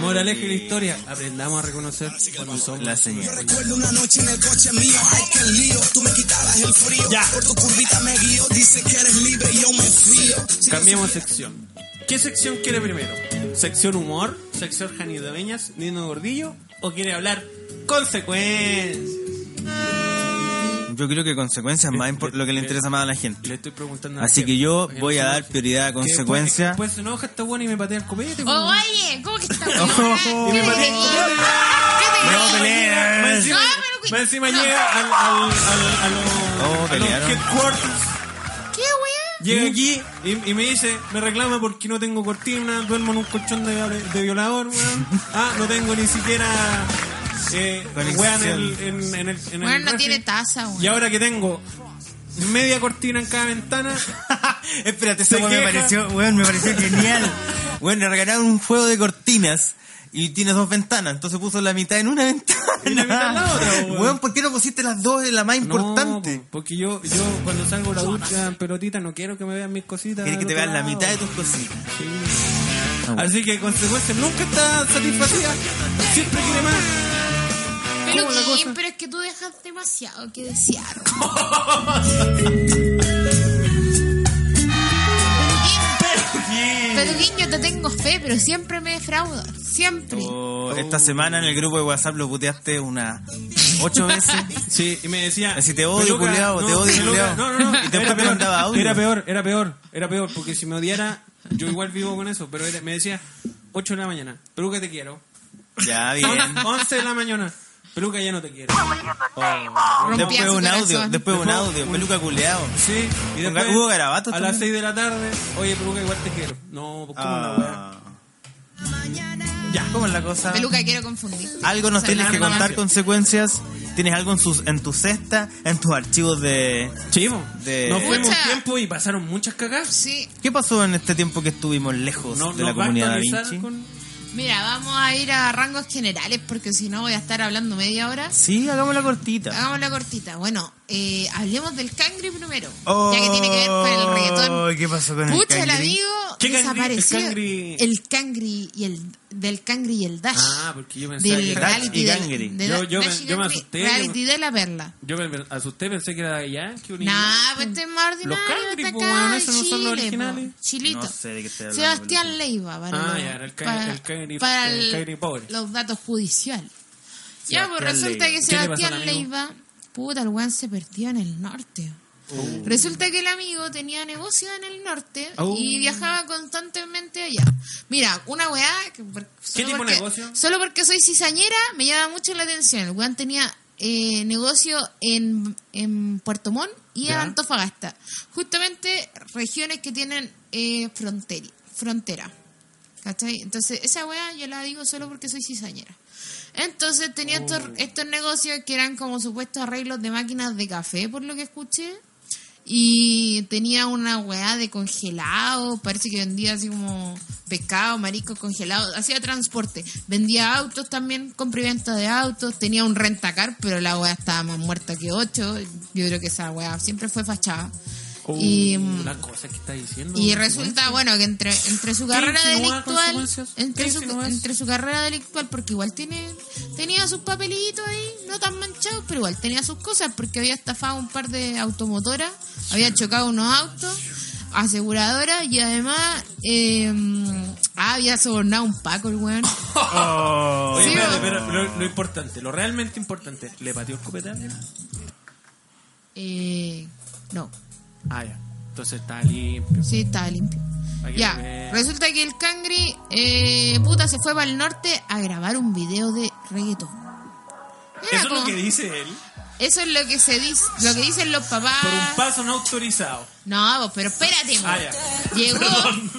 Speaker 1: Moraleja de la historia, aprendamos a reconocer cuando somos
Speaker 2: La señora.
Speaker 5: Recuerdo una noche en el coche mío, ay que lío, tú me quitabas el frío,
Speaker 1: Ya.
Speaker 5: por tu curvita me guío, dice que eres libre y yo me fío. Si no
Speaker 1: Cambiamos sección. ¿Qué sección quiere primero? ¿Sección humor? ¿Sección Janidoveñas? ¿Nino Gordillo? ¿O quiere hablar consecuencias?
Speaker 2: Yo creo que consecuencias más impor- lo que le interesa más a la gente.
Speaker 1: Le estoy preguntando a
Speaker 2: Así
Speaker 1: la gente,
Speaker 2: que yo
Speaker 1: para
Speaker 2: voy
Speaker 1: no
Speaker 2: a
Speaker 1: se
Speaker 2: dar
Speaker 1: enoje.
Speaker 2: prioridad a
Speaker 1: Que después-
Speaker 2: consecuencias.
Speaker 1: Después se enoja esta buena y me patea el copete.
Speaker 3: Oh,
Speaker 1: weón.
Speaker 3: Oye, ¿cómo que
Speaker 1: <laughs>
Speaker 3: está
Speaker 2: Oh,
Speaker 3: weón? ¿Qué
Speaker 2: me
Speaker 3: te
Speaker 2: parece-
Speaker 3: creí? ¿Qué te
Speaker 2: No
Speaker 3: creí?
Speaker 2: pelees.
Speaker 1: Más encima,
Speaker 3: No, pero cuida-
Speaker 1: más encima
Speaker 3: no.
Speaker 1: llega al, al, al- a los-
Speaker 2: Oh,
Speaker 1: a los
Speaker 2: pelearon.
Speaker 1: headquarters.
Speaker 3: ¿Qué weón?
Speaker 1: Llega aquí y, y me dice, me reclama porque no tengo cortina, duermo en un colchón de, de
Speaker 2: <laughs>
Speaker 1: violador, weón. Ah, no tengo ni siquiera eh,
Speaker 2: Conexión.
Speaker 1: weá en el, en, en el, en el
Speaker 3: Bueno, no
Speaker 1: refri.
Speaker 3: tiene taza, weón.
Speaker 1: Y ahora que tengo media cortina en cada ventana,
Speaker 2: <laughs> Espérate,
Speaker 1: Se
Speaker 2: esa weá me
Speaker 1: queja. <laughs>
Speaker 2: pareció, weón, me pareció genial. Bueno, regalaron un juego de cortinas. y tiene dos ventanas. Entonces puso la mitad en una <laughs> ventana.
Speaker 1: Y la mitad en la otra, weón.
Speaker 2: Weón, ¿por qué no pusiste las dos en la más importante?
Speaker 1: po, porque yo, yo cuando salgo a la ducha en pelotita no quiero que me vean mis cositas.
Speaker 2: Tienes que
Speaker 1: del
Speaker 2: te vean
Speaker 1: otro
Speaker 2: la
Speaker 1: lado.
Speaker 2: mitad de tus cositas.
Speaker 1: Sí. Así que en consecuencia nunca está satisfacida. Siempre quiere más.
Speaker 3: Pero,
Speaker 1: ¿Cómo la
Speaker 3: Kim,
Speaker 1: cosa?
Speaker 3: pero es que tú dejas demasiado
Speaker 1: <laughs>
Speaker 3: que desear. Pero Kim, yo te tengo fe, pero siempre me defraudo. Siempre.
Speaker 2: Oh, Esta semana en el grupo de WhatsApp lo puteaste unas
Speaker 1: <laughs>
Speaker 2: ocho veces.
Speaker 1: Sí, y me decía.
Speaker 2: Así, te odio,
Speaker 1: "Peluca,
Speaker 2: culiao, te odio,
Speaker 1: peluca,
Speaker 2: culiao".
Speaker 1: No, no, no.
Speaker 2: Y después
Speaker 1: era
Speaker 2: te
Speaker 1: peor,
Speaker 2: mandaba audio.
Speaker 1: Era peor, era peor, era peor. Porque si me odiara, yo igual vivo con eso. Pero era- me decía, 8 de la mañana, peluca te quiero.
Speaker 2: Ya, bien.
Speaker 1: 11 de la mañana, peluca ya no te quiero.
Speaker 3: Rompía
Speaker 2: Después
Speaker 3: su
Speaker 2: un
Speaker 3: corazón.
Speaker 2: audio, después un
Speaker 1: Después
Speaker 2: audio,
Speaker 1: un-
Speaker 2: peluca culeado.
Speaker 1: Sí, y
Speaker 2: Con
Speaker 1: después
Speaker 2: Hugo Garabato
Speaker 1: a
Speaker 2: también.
Speaker 1: las 6 de la tarde, oye, peluca, igual te quiero. No, pues cómo la weá.
Speaker 2: Ah. Ya, ¿cómo es la cosa?
Speaker 3: Peluca, quiero confundirte.
Speaker 1: Ah.
Speaker 2: Algo nos
Speaker 3: O sea,
Speaker 2: tienes
Speaker 3: la
Speaker 2: que contar
Speaker 3: relación.
Speaker 2: consecuencias. Tienes algo en, sus, en tu cesta, en tus archivos de...
Speaker 1: Chivo,
Speaker 2: De-
Speaker 1: pues, nos fuimos un
Speaker 3: Pucha.
Speaker 1: tiempo y pasaron muchas cagas.
Speaker 3: Sí.
Speaker 2: ¿Qué pasó en este tiempo que estuvimos lejos
Speaker 1: No,
Speaker 2: de la
Speaker 1: nos va a
Speaker 2: comunidad Da
Speaker 1: actualizar
Speaker 2: Vinci?
Speaker 1: con-
Speaker 3: Mira, vamos a ir a rangos generales porque si no voy a estar hablando media hora.
Speaker 2: Sí, hagamos la cortita.
Speaker 3: Hagamos la cortita. Bueno, eh, hablemos del cangri primero.
Speaker 2: Oh,
Speaker 3: ya que tiene que ver con el reggaetón.
Speaker 2: ¿Qué pasó con el
Speaker 3: Pucha, el
Speaker 2: cangri?
Speaker 3: amigo
Speaker 1: ¿Qué cangri?
Speaker 3: desapareció.
Speaker 1: El cangri-
Speaker 3: El cangri y el del cangri y el dash.
Speaker 1: Ah, porque yo pensaba que-
Speaker 3: del
Speaker 2: Dash y
Speaker 3: reality del-
Speaker 2: cangri.
Speaker 3: de
Speaker 1: Yo-
Speaker 3: la-
Speaker 1: yo me-
Speaker 3: Dash y
Speaker 1: yo me
Speaker 3: cangri,
Speaker 1: asusté,
Speaker 3: Reality de la perla.
Speaker 1: Yo me me asusté, pensé que era de allá. que un
Speaker 3: Nah, pues este es más
Speaker 1: Los
Speaker 3: ordinario.
Speaker 1: cangri,
Speaker 3: está
Speaker 1: po,
Speaker 3: acá
Speaker 1: weón,
Speaker 3: en
Speaker 1: esos no son los
Speaker 3: Chile, po.
Speaker 1: originales.
Speaker 3: Chilito.
Speaker 2: No sé de qué estoy hablando,
Speaker 3: Sebastián Leiva, para,
Speaker 1: Ah,
Speaker 3: los-
Speaker 1: ya, era el cangri-
Speaker 3: para,
Speaker 1: el cangri-
Speaker 3: para
Speaker 1: el
Speaker 3: el-
Speaker 1: cangri pobre.
Speaker 3: los datos judiciales. Ya, pues
Speaker 2: Sebastián
Speaker 3: resulta
Speaker 2: Leiva.
Speaker 3: que
Speaker 1: ¿Qué le pasó al
Speaker 3: Sebastián
Speaker 1: amigo?
Speaker 3: Leiva, puta, el weón se perdió en el norte.
Speaker 2: Uh.
Speaker 3: Resulta que el amigo tenía negocio en el norte
Speaker 1: Oh.
Speaker 3: y viajaba constantemente allá. Mira, una weá. Que, por- solo
Speaker 1: tipo de
Speaker 3: porque,
Speaker 1: negocio?
Speaker 3: Solo porque soy cizañera me llama mucho la atención. El weón tenía eh, negocio en, en Puerto Montt y en
Speaker 1: Ya.
Speaker 3: Antofagasta. Justamente regiones que tienen eh, fronteri- frontera. ¿Cachai? Entonces, esa weá yo la digo solo porque soy cizañera. Entonces tenía estos, estos negocios que eran como supuestos arreglos de máquinas de café, por lo que escuché. Y tenía una weá de congelado, parece que vendía así como pescado, marisco congelado, hacía transporte. Vendía autos también, compra y venta de autos, tenía un rentacar, pero la weá estaba más muerta que ocho. Yo creo que esa weá siempre fue fachada. y, mm,
Speaker 1: la Oh, cosa que está diciendo.
Speaker 3: y resulta, bueno, que entre, entre su carrera
Speaker 1: insinúa
Speaker 3: delictual,
Speaker 1: consecuencias?
Speaker 3: entre
Speaker 1: ¿Qué
Speaker 3: su,
Speaker 1: insinúas?
Speaker 3: entre su carrera delictual, porque igual tiene, tenía sus papelitos ahí, no tan manchados, pero igual tenía sus cosas, porque había estafado un par de automotoras, había chocado unos autos, aseguradoras, y además eh, ah, había sobornado a un paco
Speaker 1: <laughs>
Speaker 3: el weón.
Speaker 1: Oh. Oye,
Speaker 3: Sí,
Speaker 1: espérate,
Speaker 3: o-
Speaker 1: pero lo, lo importante, lo realmente importante, ¿le pateó el copete a alguien?
Speaker 3: Eh, no,
Speaker 1: Ah, ya. Entonces está limpio.
Speaker 3: Sí, estaba limpio.
Speaker 1: Para que
Speaker 3: Ya,
Speaker 1: lo vea.
Speaker 3: resulta que el Cangri, eh, puta, se fue para el norte a grabar un video de reggaetón. Era
Speaker 1: Eso es lo
Speaker 3: como-
Speaker 1: que dice él.
Speaker 3: Eso es lo que se dice, lo que dicen los papás.
Speaker 1: Por un paso no autorizado.
Speaker 3: No, vos, pero espérate. vos.
Speaker 1: Ah, ya. <laughs>
Speaker 3: Llegó,
Speaker 1: Perdón.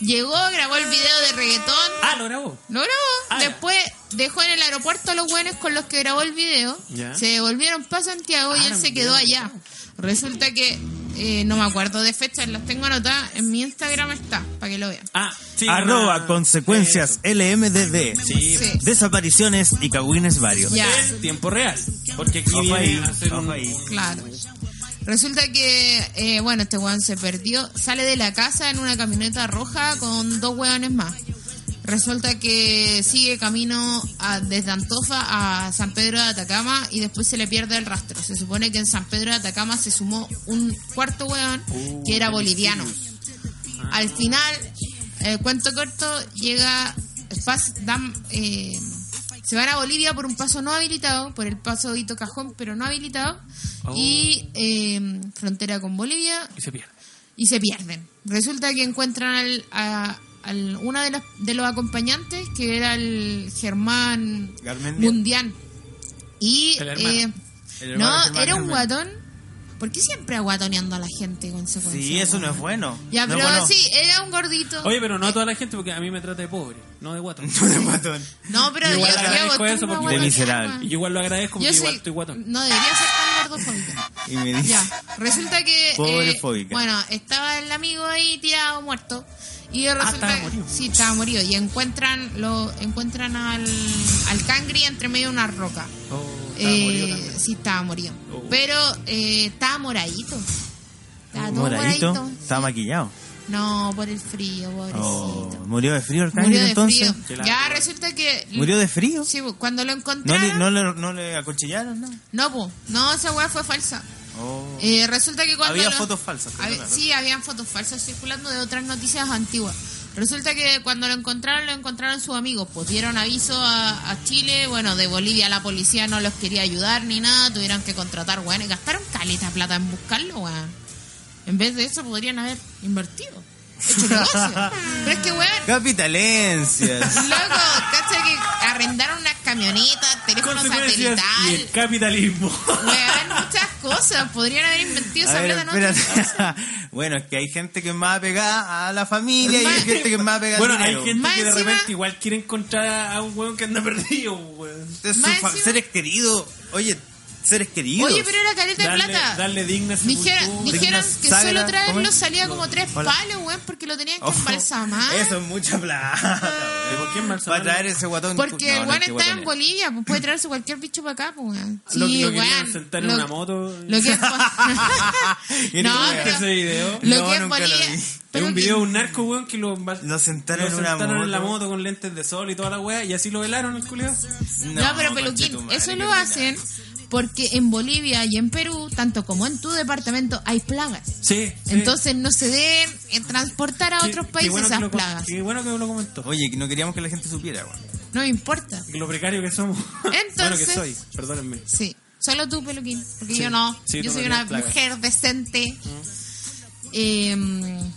Speaker 3: llegó, grabó el video de reggaetón.
Speaker 1: Ah, lo grabó.
Speaker 3: Lo grabó.
Speaker 1: Ah, ya.
Speaker 3: Después dejó en el aeropuerto a los buenos con los que grabó el video.
Speaker 1: Ya.
Speaker 3: Se devolvieron para Santiago
Speaker 1: Ah,
Speaker 3: y él
Speaker 1: no
Speaker 3: se
Speaker 1: me
Speaker 3: quedó
Speaker 1: acuerdo.
Speaker 3: allá. Resulta que eh, no me acuerdo de fechas, las tengo anotadas. En mi Instagram está, para que lo vean.
Speaker 1: Ah, sí.
Speaker 2: Arroba
Speaker 1: una-
Speaker 2: consecuencias
Speaker 1: Eso.
Speaker 2: LMDD.
Speaker 1: Sí.
Speaker 3: Sí.
Speaker 2: Desapariciones y cagüines varios.
Speaker 3: Ya.
Speaker 1: Pues En tiempo real. Porque aquí
Speaker 2: Ojo ahí,
Speaker 1: viene a hacer
Speaker 2: ojo
Speaker 1: un-
Speaker 2: ahí.
Speaker 3: Claro. Resulta que, eh, bueno, este weón se perdió. Sale de la casa en una camioneta roja con dos weones más. Resulta que sigue camino a- desde Antofa a San Pedro de Atacama y después se le pierde el rastro. Se supone que en San Pedro de Atacama se sumó un cuarto weón que era boliviano. Ah. Al final, el cuento corto, llega, pas- dan, eh, se van a Bolivia por un paso no habilitado, por el paso Hito Cajón, pero no habilitado,
Speaker 1: Oh.
Speaker 3: y eh, frontera con Bolivia,
Speaker 1: Y se pierde.
Speaker 3: y se pierden. Resulta que encuentran al, a, al- una de, las, de los acompañantes, que era el Germán
Speaker 2: Garmendia.
Speaker 3: Mundián. Y
Speaker 1: El hermano.
Speaker 3: eh,
Speaker 2: El hermano de
Speaker 3: no,
Speaker 2: Germán
Speaker 3: era un
Speaker 2: Garmendia.
Speaker 3: guatón. ¿Por qué siempre aguatoneando a la gente con
Speaker 2: Sí, eso no es bueno.
Speaker 3: ya,
Speaker 2: No es
Speaker 3: pero
Speaker 2: bueno. <laughs>
Speaker 3: sí, era un gordito.
Speaker 1: Oye, pero no a toda la gente porque a mí me trata de pobre, no
Speaker 2: <laughs>
Speaker 1: de guatón.
Speaker 2: De guatón.
Speaker 3: no, pero yo,
Speaker 1: igual
Speaker 3: yo
Speaker 1: agradezco eso
Speaker 3: acostumbro a
Speaker 1: porque-
Speaker 2: De
Speaker 3: guatonear,
Speaker 2: miserable.
Speaker 3: man.
Speaker 1: Y yo igual lo agradezco
Speaker 3: Yo
Speaker 1: porque igual
Speaker 3: soy,
Speaker 1: estoy guatón.
Speaker 3: no debería ser tan fóbica.
Speaker 2: Y me dice,
Speaker 3: Ya, <laughs> resulta que.
Speaker 2: Ah, Pobre
Speaker 3: eh,
Speaker 2: fóbica.
Speaker 3: Bueno, estaba el amigo ahí tirado, muerto. Y resulta
Speaker 1: Ah, estaba
Speaker 3: que-
Speaker 1: morido.
Speaker 3: Sí, estaba morido. Y encuentran, lo, encuentran al, al cangri entre medio de una roca.
Speaker 1: Oh, estaba morido
Speaker 3: Mm. Eh,
Speaker 1: también.
Speaker 3: sí, estaba morido.
Speaker 1: Oh.
Speaker 3: Pero eh, estaba moradito. Estaba todo
Speaker 2: moradito,
Speaker 3: moradito.
Speaker 2: está maquillado.
Speaker 3: No, por el frío, pobrecito.
Speaker 2: Oh, murió de frío el
Speaker 3: Murió
Speaker 2: cangrejo
Speaker 3: de
Speaker 2: entonces.
Speaker 1: Qué
Speaker 3: frío.
Speaker 1: lata,
Speaker 3: Ya
Speaker 1: weón.
Speaker 3: resulta que.
Speaker 2: ¿Murió de frío?
Speaker 3: Sí, pues, cuando lo
Speaker 2: ¿No
Speaker 3: encontraron.
Speaker 2: le, no, le, no le acolchillaron, no?
Speaker 3: No, po. no, esa weá fue falsa.
Speaker 2: Oh.
Speaker 3: Eh, resulta que cuando.
Speaker 2: Había
Speaker 3: lo-
Speaker 2: fotos falsas,
Speaker 3: Hab-
Speaker 2: perdona.
Speaker 3: Sí, habían fotos falsas circulando de otras noticias antiguas. Resulta que cuando lo encontraron, lo encontraron sus amigos. Pues dieron aviso a, a Chile. Bueno, de Bolivia la policía no los quería ayudar ni nada. Tuvieron que contratar, weón. Y gastaron caleta de plata en buscarlo, weón. En vez de eso, podrían haber invertido.
Speaker 2: <laughs>
Speaker 3: Hecho negocio. Pero es que, weón.
Speaker 2: Capitalencias.
Speaker 3: <laughs> Loco, cacha que arrendaron unas camionetas, teléfono
Speaker 1: Consecuencias y el
Speaker 3: satelital, <laughs>
Speaker 1: capitalismo.
Speaker 3: weón, muchas cosas. Podrían haber invertido
Speaker 2: A
Speaker 3: esa
Speaker 2: ver,
Speaker 3: plata en otra
Speaker 2: espérate. <laughs> bueno, es que hay gente que es más apegada a la familia y hay
Speaker 3: Más-
Speaker 2: gente que es más apegada
Speaker 1: bueno,
Speaker 2: al
Speaker 1: hay
Speaker 2: dinero.
Speaker 1: gente
Speaker 3: Más
Speaker 1: que de
Speaker 3: encima-
Speaker 1: repente igual quiere encontrar a un weón que anda perdido, pues, weón.
Speaker 2: Es su
Speaker 3: más
Speaker 2: fa-
Speaker 3: encima-
Speaker 2: Seres queridos. Oye, seres queridos.
Speaker 3: Oye, pero era caleta de
Speaker 1: Darle,
Speaker 3: plata.
Speaker 1: darle digna
Speaker 3: Dijeron,
Speaker 1: sepultura.
Speaker 3: dijeron
Speaker 2: dignas
Speaker 3: que
Speaker 2: sábila,
Speaker 3: solo traerlo
Speaker 2: ¿cómo es?
Speaker 3: salía como tres
Speaker 2: Hola.
Speaker 3: palos, weón, porque lo tenían que
Speaker 2: Ojo,
Speaker 3: embalsamar.
Speaker 2: Oh. Eso es mucha
Speaker 3: <laughs>
Speaker 2: plata.
Speaker 1: ¿De por qué mal
Speaker 2: Va a traer ese guatón.
Speaker 3: Porque
Speaker 2: No,
Speaker 3: el
Speaker 2: no,
Speaker 3: weón
Speaker 2: qué
Speaker 3: está
Speaker 2: guatón
Speaker 3: en
Speaker 2: es.
Speaker 3: Bolivia, pues puede traerse cualquier bicho para acá, pues weón. Sí,
Speaker 1: Lo- lo
Speaker 3: weón.
Speaker 1: querían sentar en una moto.
Speaker 3: Lo
Speaker 1: <laughs>
Speaker 3: que es
Speaker 2: Yo
Speaker 3: No,
Speaker 2: nunca vi
Speaker 3: pero
Speaker 1: ese video.
Speaker 3: lo
Speaker 2: No,
Speaker 3: que es
Speaker 2: nunca lo vi.
Speaker 3: Bolivia.
Speaker 1: Es
Speaker 3: pero
Speaker 1: un
Speaker 3: que-
Speaker 1: video de un narco, weón, que lo,
Speaker 2: Lo sentaron en una
Speaker 1: sentaron en la
Speaker 2: moto.
Speaker 1: moto con lentes de sol y toda la weá, y así lo velaron el culiao.
Speaker 3: No, pero Peluquín,
Speaker 2: conchetumadre,
Speaker 3: eso
Speaker 2: qué
Speaker 3: lo
Speaker 2: ordinario.
Speaker 3: hacen porque en Bolivia y en Perú, tanto como en tu departamento, hay plagas.
Speaker 1: Sí. sí.
Speaker 3: Entonces no se deben eh, transportar a
Speaker 1: Qué-
Speaker 3: otros
Speaker 1: qué
Speaker 3: países
Speaker 1: bueno que
Speaker 3: esas
Speaker 1: lo com-
Speaker 3: plagas.
Speaker 1: Qué bueno que lo comentó.
Speaker 2: Oye, que no queríamos que la gente supiera, weón.
Speaker 3: No me importa.
Speaker 1: Lo precario que somos. <laughs> bueno, que
Speaker 3: Entonces-
Speaker 1: soy, perdónenme.
Speaker 3: Sí, solo tú, Peluquín, porque
Speaker 1: Sí,
Speaker 3: yo no.
Speaker 1: sí,
Speaker 3: yo
Speaker 1: tú
Speaker 3: soy
Speaker 1: no
Speaker 3: una
Speaker 1: tienes plaga.
Speaker 3: mujer decente. Eh,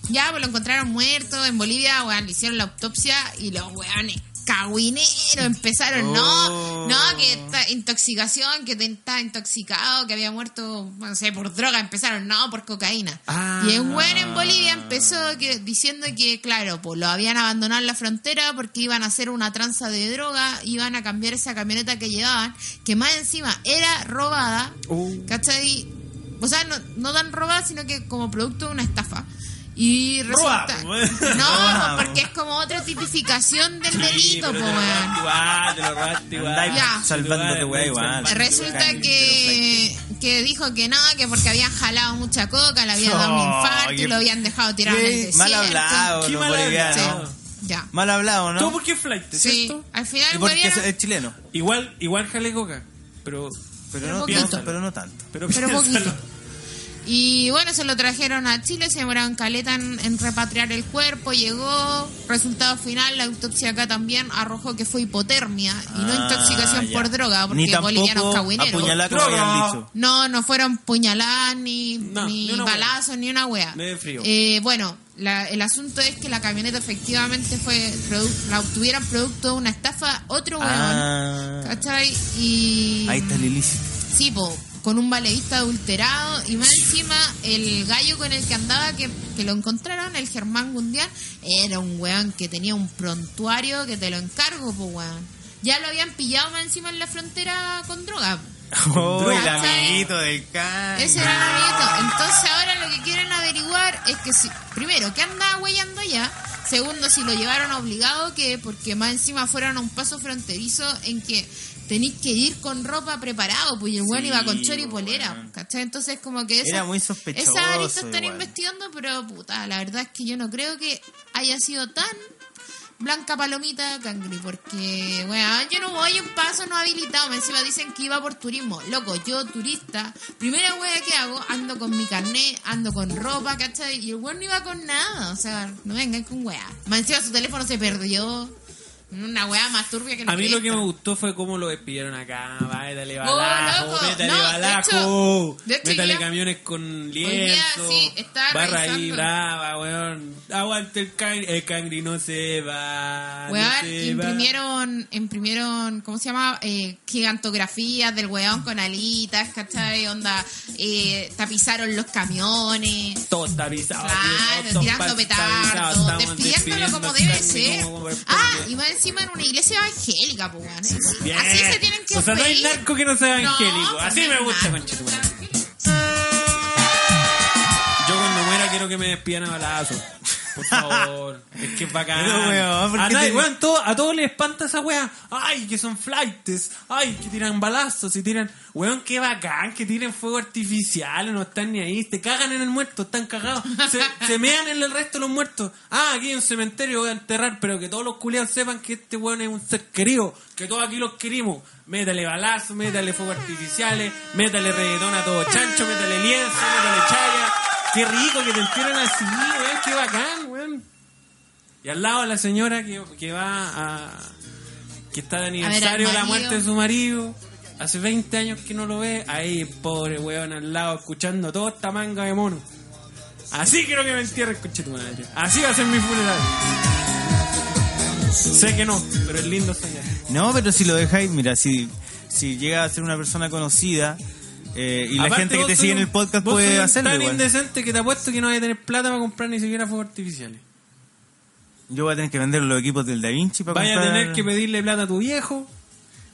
Speaker 3: ya, pues lo encontraron muerto en Bolivia, weón, le hicieron la autopsia y los weones cagüineros empezaron,
Speaker 2: Oh.
Speaker 3: no, no, que esta intoxicación, que te- estaba intoxicado, que había muerto, no sé, por droga, empezaron, no, por cocaína.
Speaker 1: Ah.
Speaker 3: Y el weón en Bolivia empezó que, diciendo que, claro, pues lo habían abandonado en la frontera porque iban a hacer una tranza de droga, iban a cambiar esa camioneta que llevaban, que más encima era robada,
Speaker 1: Uh.
Speaker 3: ¿cachai? O sea, no, no tan robada, sino que como producto de una estafa. Y resulta...
Speaker 1: Roba. <laughs>
Speaker 3: No,
Speaker 2: Roba,
Speaker 3: porque es como otra tipificación del
Speaker 1: pues. Sí,
Speaker 3: delito,
Speaker 1: pero
Speaker 3: po,
Speaker 1: te lo robaste
Speaker 3: weón.
Speaker 1: igual, te lo robaste igual.
Speaker 2: Andáis
Speaker 3: Ya.
Speaker 2: salvándote, weón, igual.
Speaker 3: Pues Resulta que, que dijo que no, que porque habían jalado mucha coca, le habían dado un
Speaker 2: Oh,
Speaker 3: infarto y
Speaker 2: qué-
Speaker 3: lo habían dejado tirado en el
Speaker 2: Qué
Speaker 3: desierto.
Speaker 2: Mal hablado,
Speaker 1: Qué
Speaker 2: los
Speaker 1: mal
Speaker 2: bolivianos.
Speaker 1: hablado.
Speaker 3: Sí, ya.
Speaker 2: Mal hablado,
Speaker 1: ¿Todo
Speaker 2: ¿no?
Speaker 1: porque es flight,
Speaker 3: Sí,
Speaker 1: ¿cierto?
Speaker 3: al final
Speaker 2: Y
Speaker 3: el
Speaker 2: porque
Speaker 3: boliviano-
Speaker 2: es chileno.
Speaker 1: Igual, igual jale coca, pero...
Speaker 2: Pero,
Speaker 3: Pero
Speaker 2: no,
Speaker 3: poquito.
Speaker 2: tanto, pero no tanto.
Speaker 1: <laughs> Pero,
Speaker 3: Pero
Speaker 1: piénsalo.
Speaker 3: poquito. Y bueno, se lo trajeron a Chile, se demoraron caleta en, en repatriar el cuerpo, llegó, resultado final, la autopsia acá también arrojó que fue hipotermia y no
Speaker 2: Ah,
Speaker 3: intoxicación
Speaker 2: ya.
Speaker 3: por droga,
Speaker 2: Ni
Speaker 3: porque bolivianos
Speaker 2: tampoco
Speaker 3: cagüineros.
Speaker 2: apuñalar como
Speaker 1: Droga.
Speaker 2: habían dicho.
Speaker 3: No, no fueron puñaladas, ni,
Speaker 1: No,
Speaker 3: ni,
Speaker 1: ni una
Speaker 3: balazos, ni una wea.
Speaker 1: Me dio frío.
Speaker 3: Eh, bueno, la- el asunto es que la camioneta efectivamente fue produ- la obtuvieron producto de una estafa, otro weón.
Speaker 2: Ah,
Speaker 3: ¿Cachai? Y.
Speaker 2: ahí está el <laughs> ilícito.
Speaker 3: Sí, po, con un balevista adulterado y más encima el gallo con el que andaba que, que lo encontraron, el Germán Gundián, era un weón que tenía un prontuario que te lo encargo, pues weón. Ya lo habían pillado más encima en la frontera con droga. po.
Speaker 2: Oh, el
Speaker 3: Droga.
Speaker 2: amiguito del can.
Speaker 3: Ese era el amiguito. Entonces ahora lo que quieren averiguar es que si, primero, ¿qué andaba huellando allá? Segundo, si lo llevaron obligado, que porque más encima fueron a un paso fronterizo en que tenéis que ir con ropa preparado, pues y el weón
Speaker 2: Sí,
Speaker 3: iba con chori y
Speaker 2: weón.
Speaker 3: polera, ¿cachai? Entonces como que esa,
Speaker 2: Era muy sospechoso
Speaker 3: esas aristas están
Speaker 2: igual.
Speaker 3: investigando, pero puta, la verdad es que yo no creo que haya sido tan blanca palomita cangri, porque weón, yo no voy a un paso no habilitado, me encima dicen que iba por turismo, loco, yo turista, primera wea que hago, ando con mi carnet, ando con ropa, ¿cachai? Y el weón no iba con nada, o sea, no vengan con wea. Me encima su teléfono se perdió, una wea más turbia que la
Speaker 1: A mí lo que
Speaker 3: cresta.
Speaker 1: me gustó fue cómo lo despidieron acá. Va, dale
Speaker 3: Oh,
Speaker 1: balazo,
Speaker 3: loco.
Speaker 1: métale
Speaker 3: No, de
Speaker 1: balazo,
Speaker 3: hecho- de hecho,
Speaker 1: métale
Speaker 3: yo-
Speaker 1: camiones con
Speaker 3: día
Speaker 1: lienzo.
Speaker 3: sí, estaba
Speaker 1: barra ahí,
Speaker 3: revisando.
Speaker 1: brava, weón. Aguante el cangri, el cangri no se va. no
Speaker 3: Weón,
Speaker 1: se
Speaker 3: imprimieron, imprimieron, ¿cómo se llama? Eh, gigantografías del weón con alitas, ¿cachai? Onda, eh, tapizaron los
Speaker 1: Va.
Speaker 3: camiones.
Speaker 1: Todo está avisado.
Speaker 3: Claro, tirando petardos, despidiéndolo como debe ser. Ah, y más encima en una iglesia evangélica, pues, weón. Así se tienen que
Speaker 1: O sea, no hay
Speaker 3: pedir.
Speaker 1: narco que no sea
Speaker 3: No,
Speaker 1: evangélico.
Speaker 3: pues,
Speaker 1: Así
Speaker 3: no
Speaker 1: me
Speaker 3: hay
Speaker 1: gusta,
Speaker 3: narco que
Speaker 1: conchetumare.
Speaker 3: sea evangélico.
Speaker 1: quiero que me despidan a balazos. Por favor. es que es bacán. Ah,
Speaker 2: Pero, weón, ¿por
Speaker 1: a,
Speaker 2: qué
Speaker 1: nadie,
Speaker 2: te-
Speaker 1: weón, todo- a todos les espanta esa weá. Ay, que son flightes. Ay, que tiran balazos y tiran. Weón, qué bacán que tiren fuego artificial. No están ni ahí. Te cagan en el muerto. Están cagados. Se, se mean en el resto de los muertos. Ah, aquí en un cementerio voy a enterrar. Pero que todos los culiados sepan que este weón es un ser querido. Que todos aquí los queremos. Métale balazos, métale fuego artificiales. Métale reggaetón a todo chancho. Métale lienzo, métale chaya. Qué rico que te entierran así, weón. Qué bacán, weón. Y al lado la señora que, que va a. que está de aniversario de la
Speaker 3: marido.
Speaker 1: muerte de su marido. Hace 20 años que no lo ve. Ahí, pobre weón, al lado, escuchando toda esta manga de mono. Así quiero que me entierren, coche tu madre. Así va a ser mi funeral. Sé que no, pero es lindo soñar.
Speaker 2: No, pero si lo dejáis, mira, si, si llega a ser una persona conocida eh, y la
Speaker 1: Aparte,
Speaker 2: gente que
Speaker 1: vos
Speaker 2: te
Speaker 1: soy
Speaker 2: sigue en
Speaker 1: un-
Speaker 2: el podcast
Speaker 1: vos soy
Speaker 2: puede
Speaker 1: un
Speaker 2: hacerlo.
Speaker 1: tan
Speaker 2: igual.
Speaker 1: indecente que te apuesto que no vas a tener plata para comprar ni siquiera fuegos artificiales.
Speaker 2: Yo voy a tener que vender los equipos del Da Vinci para
Speaker 1: Vaya a
Speaker 2: comprar-
Speaker 1: tener que pedirle plata a tu viejo.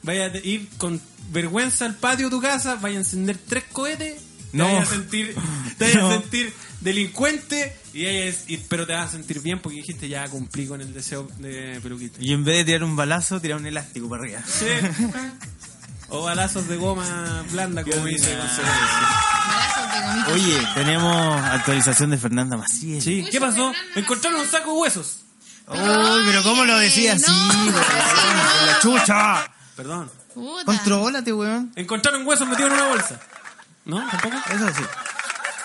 Speaker 1: Vaya a te- ir con vergüenza al patio de tu casa. Vaya a encender tres cohetes.
Speaker 2: No.
Speaker 1: Te vaya a sentir, te <laughs> vaya
Speaker 2: No.
Speaker 1: a sentir delincuente. Y vaya a- y- pero te vas a sentir bien porque dijiste ya cumplí con el deseo de peluquita.
Speaker 2: Y en vez de tirar un balazo, tirar un elástico para arriba.
Speaker 1: Sí. <laughs> o balazos de goma blanda, como dice Gonzalo.
Speaker 3: Balazos de gomita.
Speaker 2: Oye, tenemos actualización de Fernanda Macías.
Speaker 1: Sí, ¿qué pasó?
Speaker 3: Fernanda,
Speaker 1: Encontraron un saco de huesos.
Speaker 2: Uy, pero ¿cómo lo decía
Speaker 3: No,
Speaker 2: así?
Speaker 3: pero
Speaker 2: weón?
Speaker 3: sí, no.
Speaker 2: la chucha.
Speaker 1: Perdón.
Speaker 3: Puta.
Speaker 2: Contrólate, weón.
Speaker 1: Encontraron huesos metidos en una bolsa. ¿No? ¿Tampoco?
Speaker 2: Eso sí.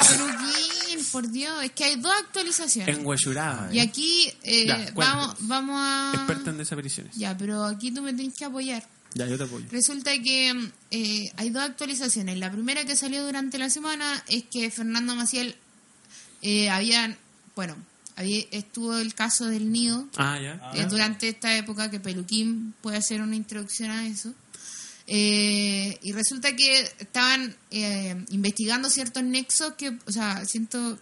Speaker 3: Peruquín, por Dios. Es que hay dos actualizaciones.
Speaker 1: En Huayuraba.
Speaker 3: Y aquí eh,
Speaker 1: Ya, ¿cuál?
Speaker 3: vamos, vamos a...
Speaker 1: Experta en desapariciones.
Speaker 3: Ya, pero aquí tú me tienes que apoyar.
Speaker 1: Ya, yo te apoyo.
Speaker 3: Resulta que mm, eh, hay dos actualizaciones. La primera que salió durante la semana es que Fernando Maciel eh, había, bueno, había, estuvo el caso del nido
Speaker 1: Ah, ya.
Speaker 3: eh, durante esta época que Peluquín puede hacer una introducción a eso. Eh, y resulta que estaban eh, investigando ciertos nexos que, o sea, siento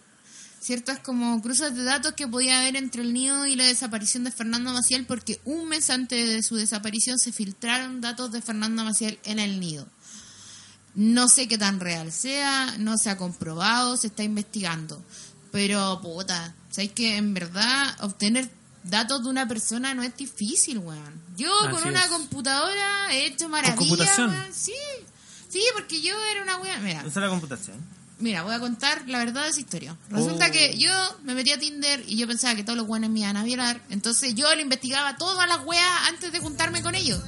Speaker 3: ciertas como cruces de datos que podía haber entre el nido y la desaparición de Fernando Maciel porque un mes antes de su desaparición se filtraron datos de Fernando Maciel en el nido. No sé qué tan real sea, no se ha comprobado, se está investigando. Pero, puta, sabes que en verdad obtener datos de una persona no es difícil, weón. Yo
Speaker 1: Así
Speaker 3: con una
Speaker 1: es.
Speaker 3: computadora he hecho maravillas,
Speaker 1: computación?
Speaker 3: weón. Sí, sí, porque yo era una weón. Mira,
Speaker 2: Usa la computación.
Speaker 3: Mira, voy a contar la verdad de esa historia. Resulta que yo me metí a Tinder y yo pensaba que todos los guanes me iban a violar. Entonces yo le investigaba todas las weas antes de juntarme con ellos.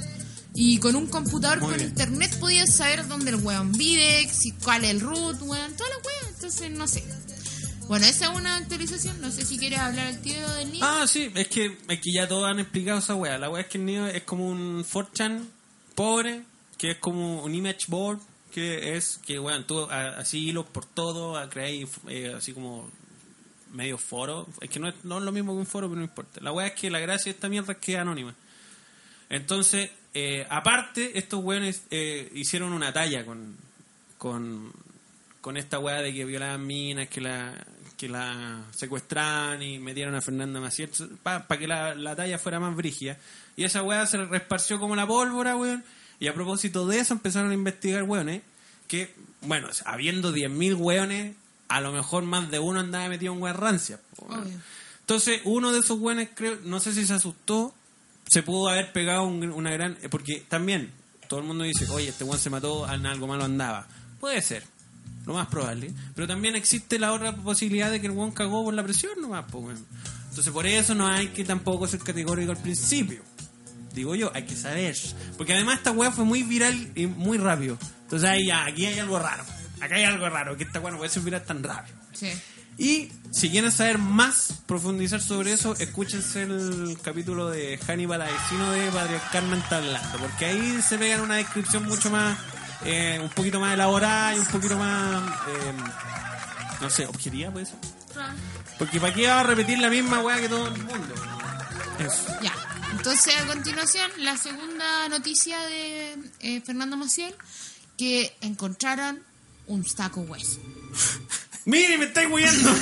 Speaker 3: Y con un computador con internet podía saber dónde el weón vive, si, cuál es el root, weón, todas las weas. Entonces no sé. Bueno, esa es una actualización. No sé si quieres hablar al tío del niño.
Speaker 1: Ah, sí, es que, es que ya todos han explicado esa weá. La weá es que el niño es como un 4chan pobre, que es como un image board, que es que, weón, tú a- así hilos por todo, a crear eh, así como medio foro. Es que no es, no es lo mismo que un foro, pero no importa. La weá es que la gracia de esta mierda es que es anónima. Entonces, eh, aparte, estos weones eh, hicieron una talla con, con, con esta weá de que violaban minas, que la, que la secuestraban y metieron a Fernanda Maciel para que la, la talla fuera más brígida. Y esa weá se resparció como la pólvora, weón. Y a propósito de eso empezaron a investigar weones que, bueno, habiendo 10.000 weones, a lo mejor más de uno andaba metido en weas rancias, po, weón.
Speaker 3: Obvio.
Speaker 1: Entonces, uno de esos buenos, creo, no sé si se asustó, se pudo haber pegado un- una gran. eh, Porque también, todo el mundo dice, oye, este buen se mató, en algo malo andaba. Puede ser, lo más probable. Pero también existe la otra posibilidad de que el buen cagó por la presión nomás, pues, weón. Entonces, por eso no hay que tampoco ser categórico al principio. Digo yo, hay que saber. Porque además esta weá fue muy viral y muy rápido. Entonces, ahí, ya, aquí hay algo raro. Acá hay algo raro, que esta weá no puede ser viral tan rápido.
Speaker 3: Sí.
Speaker 1: Y si quieren saber más, profundizar sobre eso, escúchense el capítulo de Hannibal Asesino de Patriarcal Mental Blando, porque ahí se pegan una descripción mucho más, eh, un poquito más elaborada y un poquito más, eh, no sé, objetiva, pues. Porque para qué va a repetir la misma weá que todo el mundo. Eso.
Speaker 3: Ya. Entonces, a continuación, la segunda noticia de eh, Fernando Maciel, que encontraron un saco hueso.
Speaker 1: ¡Mire, me estáis huyendo!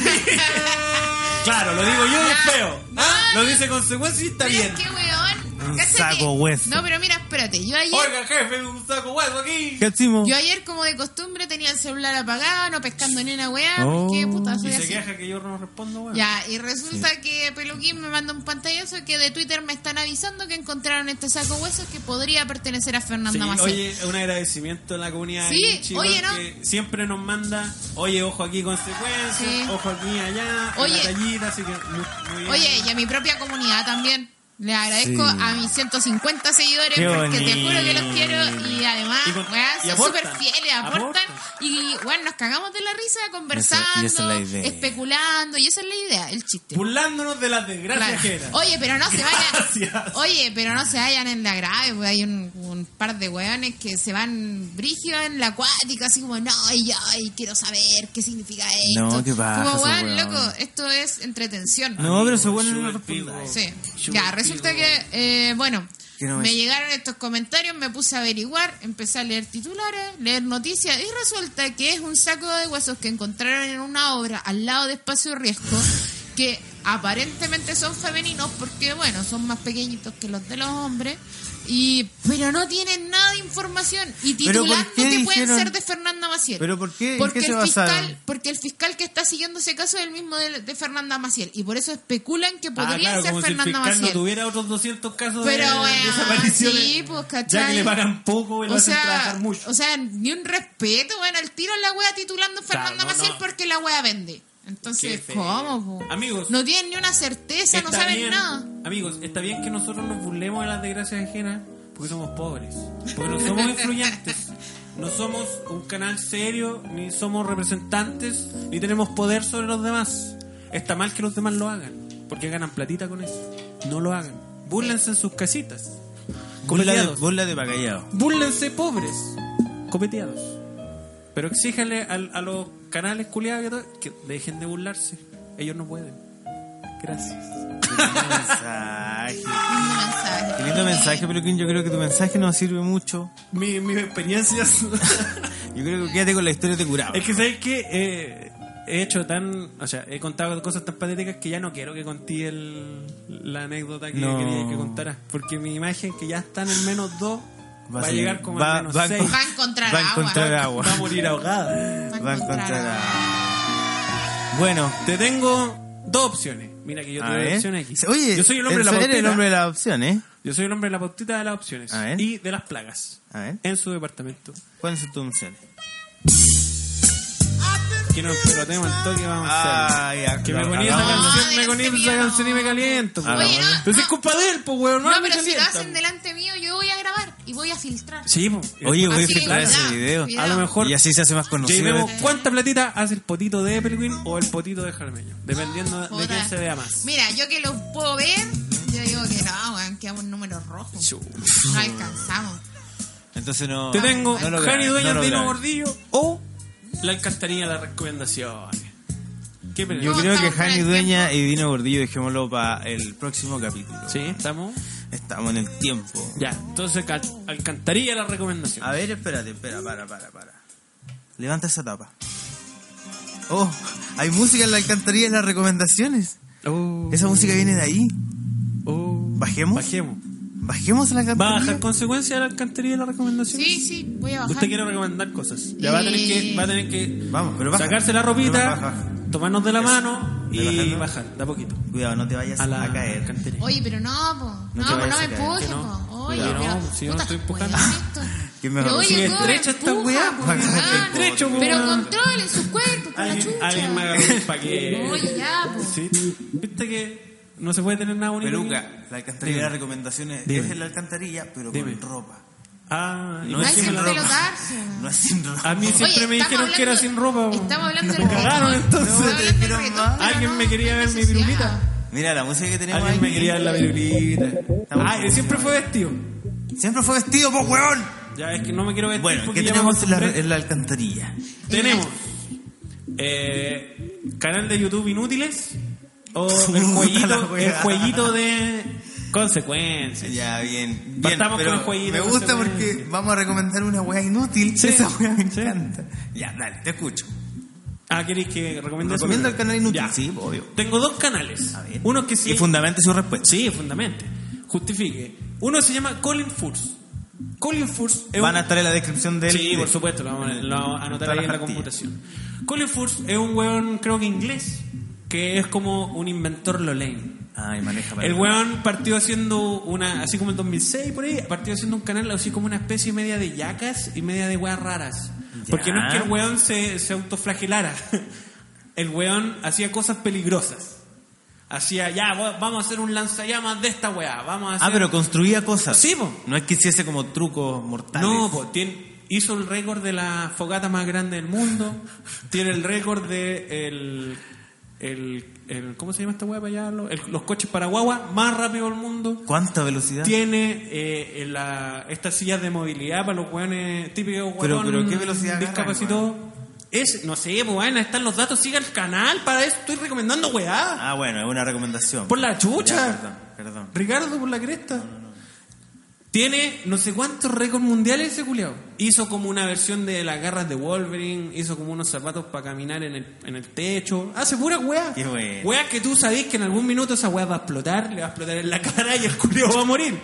Speaker 1: claro, lo digo yo y es feo. ¿Ah? Lo dice consecuencia y está
Speaker 3: Pero
Speaker 1: bien.
Speaker 3: es que, weón, Cáchate
Speaker 2: Saco
Speaker 3: que-
Speaker 2: hueso.
Speaker 3: No, pero mira, espérate. Yo ayer,
Speaker 1: Oiga, jefe, un saco huevo aquí.
Speaker 2: ¿Qué hicimos?
Speaker 3: yo ayer como de costumbre, tenía el celular apagado, no pescando ni una weá.
Speaker 2: Oh.
Speaker 3: Porque puta, soy
Speaker 1: Y se
Speaker 3: así.
Speaker 1: queja que yo no respondo, weón.
Speaker 3: Ya, y resulta que Peluquín me manda un pantallazo que de Twitter me están avisando que encontraron este saco huesos que podría pertenecer a
Speaker 1: Sí,
Speaker 3: Fernanda Maciel.
Speaker 1: oye, un agradecimiento a la comunidad
Speaker 3: Sí,
Speaker 1: de Chile
Speaker 3: oye, ¿no?
Speaker 1: que siempre nos manda, oye, ojo aquí consecuencias,
Speaker 3: Sí.
Speaker 1: ojo aquí allá, en
Speaker 3: Oye.
Speaker 1: la tallita, así que muy, muy bien.
Speaker 3: Oye, y a mi propia comunidad también. Le agradezco
Speaker 2: Sí.
Speaker 3: a mis 150 seguidores
Speaker 2: Qué
Speaker 3: porque te
Speaker 2: bonito.
Speaker 3: juro que los quiero y además,
Speaker 1: Y con-
Speaker 3: weón,
Speaker 1: y
Speaker 3: son
Speaker 1: aportan.
Speaker 3: súper fieles, aportan.
Speaker 1: Aportan.
Speaker 3: Y bueno, nos cagamos de la risa
Speaker 2: y esa es
Speaker 3: conversando,
Speaker 2: la idea.
Speaker 3: especulando, y esa es la idea, el chiste.
Speaker 1: burlándonos de las desgracias
Speaker 3: Claro.
Speaker 1: ajenas.
Speaker 3: Oye, pero no se vayan.
Speaker 1: Gracias.
Speaker 3: Oye, pero no se vayan en la grave, porque hay un, un par de weones que se van brígidos en la acuática, así como, no, y yo, y quiero saber qué significa esto.
Speaker 2: No, ¿qué pasa,
Speaker 3: Como, weón,
Speaker 2: weón?
Speaker 3: loco, esto es entretención.
Speaker 2: No, pero se vuelven
Speaker 1: sube
Speaker 2: a
Speaker 1: el
Speaker 2: responder.
Speaker 3: Sí.
Speaker 1: Yo
Speaker 3: Ya,
Speaker 1: digo-
Speaker 3: resulta que, eh, bueno,
Speaker 2: Que no me-
Speaker 3: me llegaron estos comentarios, me puse a averiguar, empecé a leer titulares, leer noticias y resulta que es un saco de huesos que encontraron en una obra al lado de Espacio Riesgo que aparentemente son femeninos porque, bueno, son más pequeñitos que los de los hombres. Y, pero no tienen nada de información y
Speaker 2: ¿Pero por
Speaker 3: titulando
Speaker 2: qué
Speaker 3: que pueden
Speaker 2: dijeron-
Speaker 3: ser de Fernanda Maciel.
Speaker 2: ¿Pero por qué? ¿En
Speaker 3: Porque
Speaker 2: qué se
Speaker 3: el fiscal,
Speaker 2: basaron?
Speaker 3: porque el fiscal que está siguiendo ese caso es el mismo de, de Fernanda Maciel y por eso especulan que
Speaker 1: Ah,
Speaker 3: podría
Speaker 1: claro,
Speaker 3: ser
Speaker 1: como si el
Speaker 3: Fernanda
Speaker 1: fiscal no
Speaker 3: Maciel.
Speaker 1: tuviera otros 200 casos
Speaker 3: Pero,
Speaker 1: de
Speaker 3: weón,
Speaker 1: desapariciones.
Speaker 3: sí, pues, ¿cachai?
Speaker 1: eh, Ya que le pagan poco y lo
Speaker 3: o
Speaker 1: hacen
Speaker 3: sea,
Speaker 1: trabajar mucho.
Speaker 3: o sea, ni un respeto, bueno, al tiro la wea titulando Fernanda
Speaker 1: no,
Speaker 3: Maciel
Speaker 1: no.
Speaker 3: porque la wea vende.
Speaker 1: Qué
Speaker 3: Entonces,
Speaker 1: feo.
Speaker 3: ¿cómo? po?
Speaker 1: Amigos.
Speaker 3: No tienen ni una certeza, no
Speaker 1: Está
Speaker 3: saben
Speaker 1: bien,
Speaker 3: nada.
Speaker 1: Amigos, está bien que nosotros nos burlemos de las desgracias ajenas porque somos pobres, porque no somos influyentes. No somos un canal serio, ni somos representantes, ni tenemos poder sobre los demás. Está mal que los demás lo hagan, porque ganan platita con eso. No lo hagan. Búrlense en sus casitas.
Speaker 2: Burla de,
Speaker 1: Copeteados.
Speaker 2: burla de Bacallao.
Speaker 1: Búrlense pobres, copeteados. Pero exíjale al- a, los canales culiados que, to- que dejen de burlarse. Ellos no pueden. Gracias.
Speaker 2: mensaje.
Speaker 3: Lindo mensaje.
Speaker 2: Qué lindo mensaje, Peluquín. Yo creo que tu mensaje nos sirve mucho.
Speaker 1: mi, mis experiencias. <laughs>
Speaker 2: Yo creo que quédate con la historia de curado.
Speaker 1: es que sabes que he hecho tan. O sea, he contado cosas tan patéticas que ya no quiero que conté el, la anécdota que
Speaker 2: No.
Speaker 1: quería que contara. Porque mi imagen, que ya está en el menos 2, va, a
Speaker 2: seguir-
Speaker 1: llegar como
Speaker 2: va-
Speaker 1: en menos
Speaker 2: va a
Speaker 1: 6.
Speaker 2: encon-
Speaker 3: Va a encontrar
Speaker 2: va a
Speaker 3: agua.
Speaker 2: encontrar agua.
Speaker 1: Va a morir ahogada.
Speaker 2: Va a encontrar agua. Bueno,
Speaker 1: Te tengo dos opciones. Mira que yo
Speaker 2: a
Speaker 1: tengo
Speaker 2: ver.
Speaker 1: dos opciones aquí.
Speaker 2: Oye,
Speaker 1: yo soy el hombre de la
Speaker 2: eres el
Speaker 1: pautita.
Speaker 2: hombre de la opción, ¿eh?
Speaker 1: Yo soy el hombre de la pautita de las opciones
Speaker 2: A ver.
Speaker 1: y de las plagas
Speaker 2: A ver.
Speaker 1: en su departamento.
Speaker 2: ¿Cuáles son tus opciones?
Speaker 1: Que nos pelotemos el toque, vamos a
Speaker 2: Ay,
Speaker 1: hacer.
Speaker 2: ac-
Speaker 1: Que me
Speaker 2: ac-
Speaker 1: ponía esa
Speaker 2: Ah, hagamos-
Speaker 3: No,
Speaker 1: canción, me
Speaker 3: delante
Speaker 1: ponía
Speaker 3: mío,
Speaker 1: esa
Speaker 3: no.
Speaker 1: canción y me caliento. po,
Speaker 2: Ah,
Speaker 1: weón.
Speaker 2: Oye,
Speaker 3: no,
Speaker 1: Pero si
Speaker 3: no.
Speaker 1: es culpa de él, po, weón.
Speaker 3: No,
Speaker 1: No, me
Speaker 3: pero si lo
Speaker 1: calienta.
Speaker 3: hacen delante mío, yo voy a grabar y voy a filtrar.
Speaker 1: Sí, po.
Speaker 2: Oye, voy a
Speaker 3: Así que
Speaker 2: filtrar
Speaker 3: cuidado,
Speaker 2: ese video.
Speaker 3: cuidado.
Speaker 1: a lo mejor
Speaker 2: Y así se hace más
Speaker 1: ya
Speaker 2: conocido.
Speaker 1: vemos cuánta platita hace el potito de Epelwin o el potito de Jarmeño. Dependiendo de- de
Speaker 3: Puta.
Speaker 1: quién se vea más.
Speaker 3: Mira, yo que los puedo ver, yo digo que no, weón, quedamos en números rojos.
Speaker 1: Chu.
Speaker 3: No alcanzamos.
Speaker 2: Entonces no.
Speaker 1: Te tengo
Speaker 2: no lo
Speaker 1: Jani
Speaker 2: grabes,
Speaker 1: Dueñas
Speaker 2: no lo
Speaker 1: de Hilo
Speaker 2: grabes.
Speaker 1: Gordillo o la alcantarilla de las recomendaciones. ¿Qué
Speaker 2: Yo
Speaker 1: pensáis?
Speaker 3: No,
Speaker 2: creo que
Speaker 3: estamos con
Speaker 2: Jani
Speaker 3: el
Speaker 2: Dueña y Dino Gordillo dejémoslo para el próximo capítulo.
Speaker 1: Sí, estamos.
Speaker 2: Estamos en el tiempo.
Speaker 1: Ya, entonces cal- alcantarilla de las recomendaciones.
Speaker 2: A ver, espérate, espera, para, para, para. Levanta esa tapa. Oh, hay música en la alcantarilla en las recomendaciones.
Speaker 1: Uh,
Speaker 2: Esa música viene de ahí.
Speaker 1: uh.
Speaker 2: ¿Bajemos?
Speaker 1: Bajemos.
Speaker 2: Bajemos a la
Speaker 1: ¿Va a
Speaker 2: alcantarilla.
Speaker 1: dejar consecuencia de la alcantarilla de las recomendaciones?
Speaker 3: Sí, sí, voy a bajar.
Speaker 1: Usted quiere recomendar cosas. Ya va a tener que, va a tener que
Speaker 2: Vamos, pero baja.
Speaker 1: sacarse la
Speaker 2: Pero
Speaker 1: ropita,
Speaker 2: baja, baja.
Speaker 1: tomarnos de la
Speaker 2: Eso.
Speaker 1: mano
Speaker 2: ¿De
Speaker 1: y
Speaker 2: bajarnos?
Speaker 1: bajar, de a poquito.
Speaker 2: Cuidado, no te vayas
Speaker 1: A
Speaker 2: a,
Speaker 1: la
Speaker 2: caer.
Speaker 1: alcantarilla.
Speaker 3: Oye, pero no, po.
Speaker 2: No
Speaker 3: No,
Speaker 2: te
Speaker 3: po, no
Speaker 2: vayas
Speaker 3: me
Speaker 2: a caer,
Speaker 3: empuje,
Speaker 1: que no.
Speaker 3: po. Oye,
Speaker 1: Cuidado.
Speaker 3: pero.
Speaker 1: No, si yo no
Speaker 3: puta,
Speaker 1: estoy empujando.
Speaker 3: weón, esto.
Speaker 2: Que me agarró.
Speaker 3: Pero,
Speaker 1: Sí,
Speaker 3: oye, ¿cómo
Speaker 1: estrecha esta
Speaker 3: empuja,
Speaker 1: weá,
Speaker 3: po,
Speaker 1: para que se
Speaker 3: weón?
Speaker 1: estrecho, po,
Speaker 3: Pero
Speaker 1: weón.
Speaker 3: controlen sus cuerpos, por la
Speaker 1: Alguien,
Speaker 3: chucha.
Speaker 1: alguien me agarró un paquete.
Speaker 3: Oye, ya, po.
Speaker 1: Sí. Viste que no se puede tener nada bonito. aquí?
Speaker 2: Peluca, la alcantarilla de las recomendaciones
Speaker 1: Dime.
Speaker 2: es en la alcantarilla, pero
Speaker 1: Dime.
Speaker 2: con ropa.
Speaker 1: Ah, y
Speaker 2: No
Speaker 1: por
Speaker 3: No
Speaker 2: es
Speaker 3: hay
Speaker 1: qué
Speaker 3: que
Speaker 1: me la-
Speaker 3: pelotarse.
Speaker 2: No es sin ropa.
Speaker 1: A mí siempre
Speaker 3: Oye,
Speaker 1: me
Speaker 3: estamos
Speaker 1: dijeron que era
Speaker 3: hablando-
Speaker 1: sin ropa. po.
Speaker 3: Estamos hablando
Speaker 1: Me
Speaker 3: del
Speaker 1: cagaron
Speaker 3: reggaetón.
Speaker 1: entonces.
Speaker 3: Estamos hablando del reggaetón, pero
Speaker 1: Alguien
Speaker 3: no,
Speaker 1: me quería
Speaker 3: no
Speaker 1: ver mi
Speaker 3: necesidad. <laughs>
Speaker 1: pirulita.
Speaker 2: Mira la música que tenemos
Speaker 1: Alguien me
Speaker 2: ahí.
Speaker 1: quería ver la virulita.
Speaker 2: Estamos
Speaker 1: Ah, y siempre fue vestido.
Speaker 2: Siempre fue vestido, po, weón.
Speaker 1: Ya es que no me quiero vestir
Speaker 2: Bueno,
Speaker 1: porque
Speaker 2: ¿qué
Speaker 1: ya me
Speaker 2: tenemos en la,
Speaker 1: acostumbré.
Speaker 2: en la alcantarilla?
Speaker 1: Tenemos eh, canal de YouTube Inútiles
Speaker 2: <laughs>
Speaker 1: o el
Speaker 2: Puta la
Speaker 1: jueguito,
Speaker 2: wea.
Speaker 1: el jueguito de consecuencias.
Speaker 2: Ya, bien. bien
Speaker 1: Partamos
Speaker 2: pero
Speaker 1: con el jueguito,
Speaker 2: Me
Speaker 1: con
Speaker 2: gusta
Speaker 1: ese juego.
Speaker 2: porque vamos a recomendar una weá inútil.
Speaker 1: Sí,
Speaker 2: Esa weá me
Speaker 1: sí.
Speaker 2: encanta. Ya, dale, te escucho.
Speaker 1: Ah, ¿queréis que recomiende
Speaker 2: Recomienda el canal inútil.
Speaker 1: Ya.
Speaker 2: Sí, obvio.
Speaker 1: Tengo dos canales.
Speaker 2: A ver.
Speaker 1: Uno que sí.
Speaker 2: fundamente su respuesta.
Speaker 1: sí, fundamente. Justifique. Uno se llama Colin Furz. Colin Furz es
Speaker 2: Van
Speaker 1: un-
Speaker 2: a estar en la descripción del.
Speaker 1: Sí, por supuesto, lo vamos a, lo vamos a anotar
Speaker 2: Todas
Speaker 1: ahí en
Speaker 2: las
Speaker 1: la
Speaker 2: pastillas.
Speaker 1: computación. Colin Furth es un weón, creo que inglés, que es como un inventor Lolane.
Speaker 2: Ay, maneja para
Speaker 1: El weón partió haciendo una, así como en 2006 por ahí, partió haciendo un canal así como una especie media de yacas y media de weas raras.
Speaker 2: Ya.
Speaker 1: Porque no es que el weón se, se autoflagelara. <laughs> El weón hacía cosas peligrosas. Hacía, ya, va- vamos a hacer un lanzallamas de esta wea. Vamos a hacer...
Speaker 2: Ah, pero construía cosas.
Speaker 1: Sí, po.
Speaker 2: No es que hiciese como trucos mortales.
Speaker 1: No, po, tiene- hizo el récord de la fogata más grande del mundo. <laughs> tiene el récord de el, el, el- ¿Cómo se llama esta weá para llevarlo? El- los coches para guagua más rápido del mundo.
Speaker 2: ¿Cuánta velocidad?
Speaker 1: Tiene eh, en la- estas sillas de movilidad para los weones típicos
Speaker 2: Pero-
Speaker 1: weón
Speaker 2: pero ¿qué velocidad agarran,
Speaker 1: discapacitados. Es, no sé, pues bueno, están los datos, siga el canal, para eso estoy recomendando weá.
Speaker 2: Ah, bueno, es una recomendación.
Speaker 1: Por la chucha.
Speaker 2: Ya, perdón, perdón.
Speaker 1: Ricardo por la cresta. Tiene no sé cuántos récords mundiales ese culiao. Hizo como una versión de las garras de Wolverine, hizo como unos zapatos para caminar en el, en el techo. Hace pura weá.
Speaker 2: Qué bueno.
Speaker 1: Weá que tú sabés que en algún minuto esa weá va a explotar, le va a explotar en la cara y el culiao va a morir.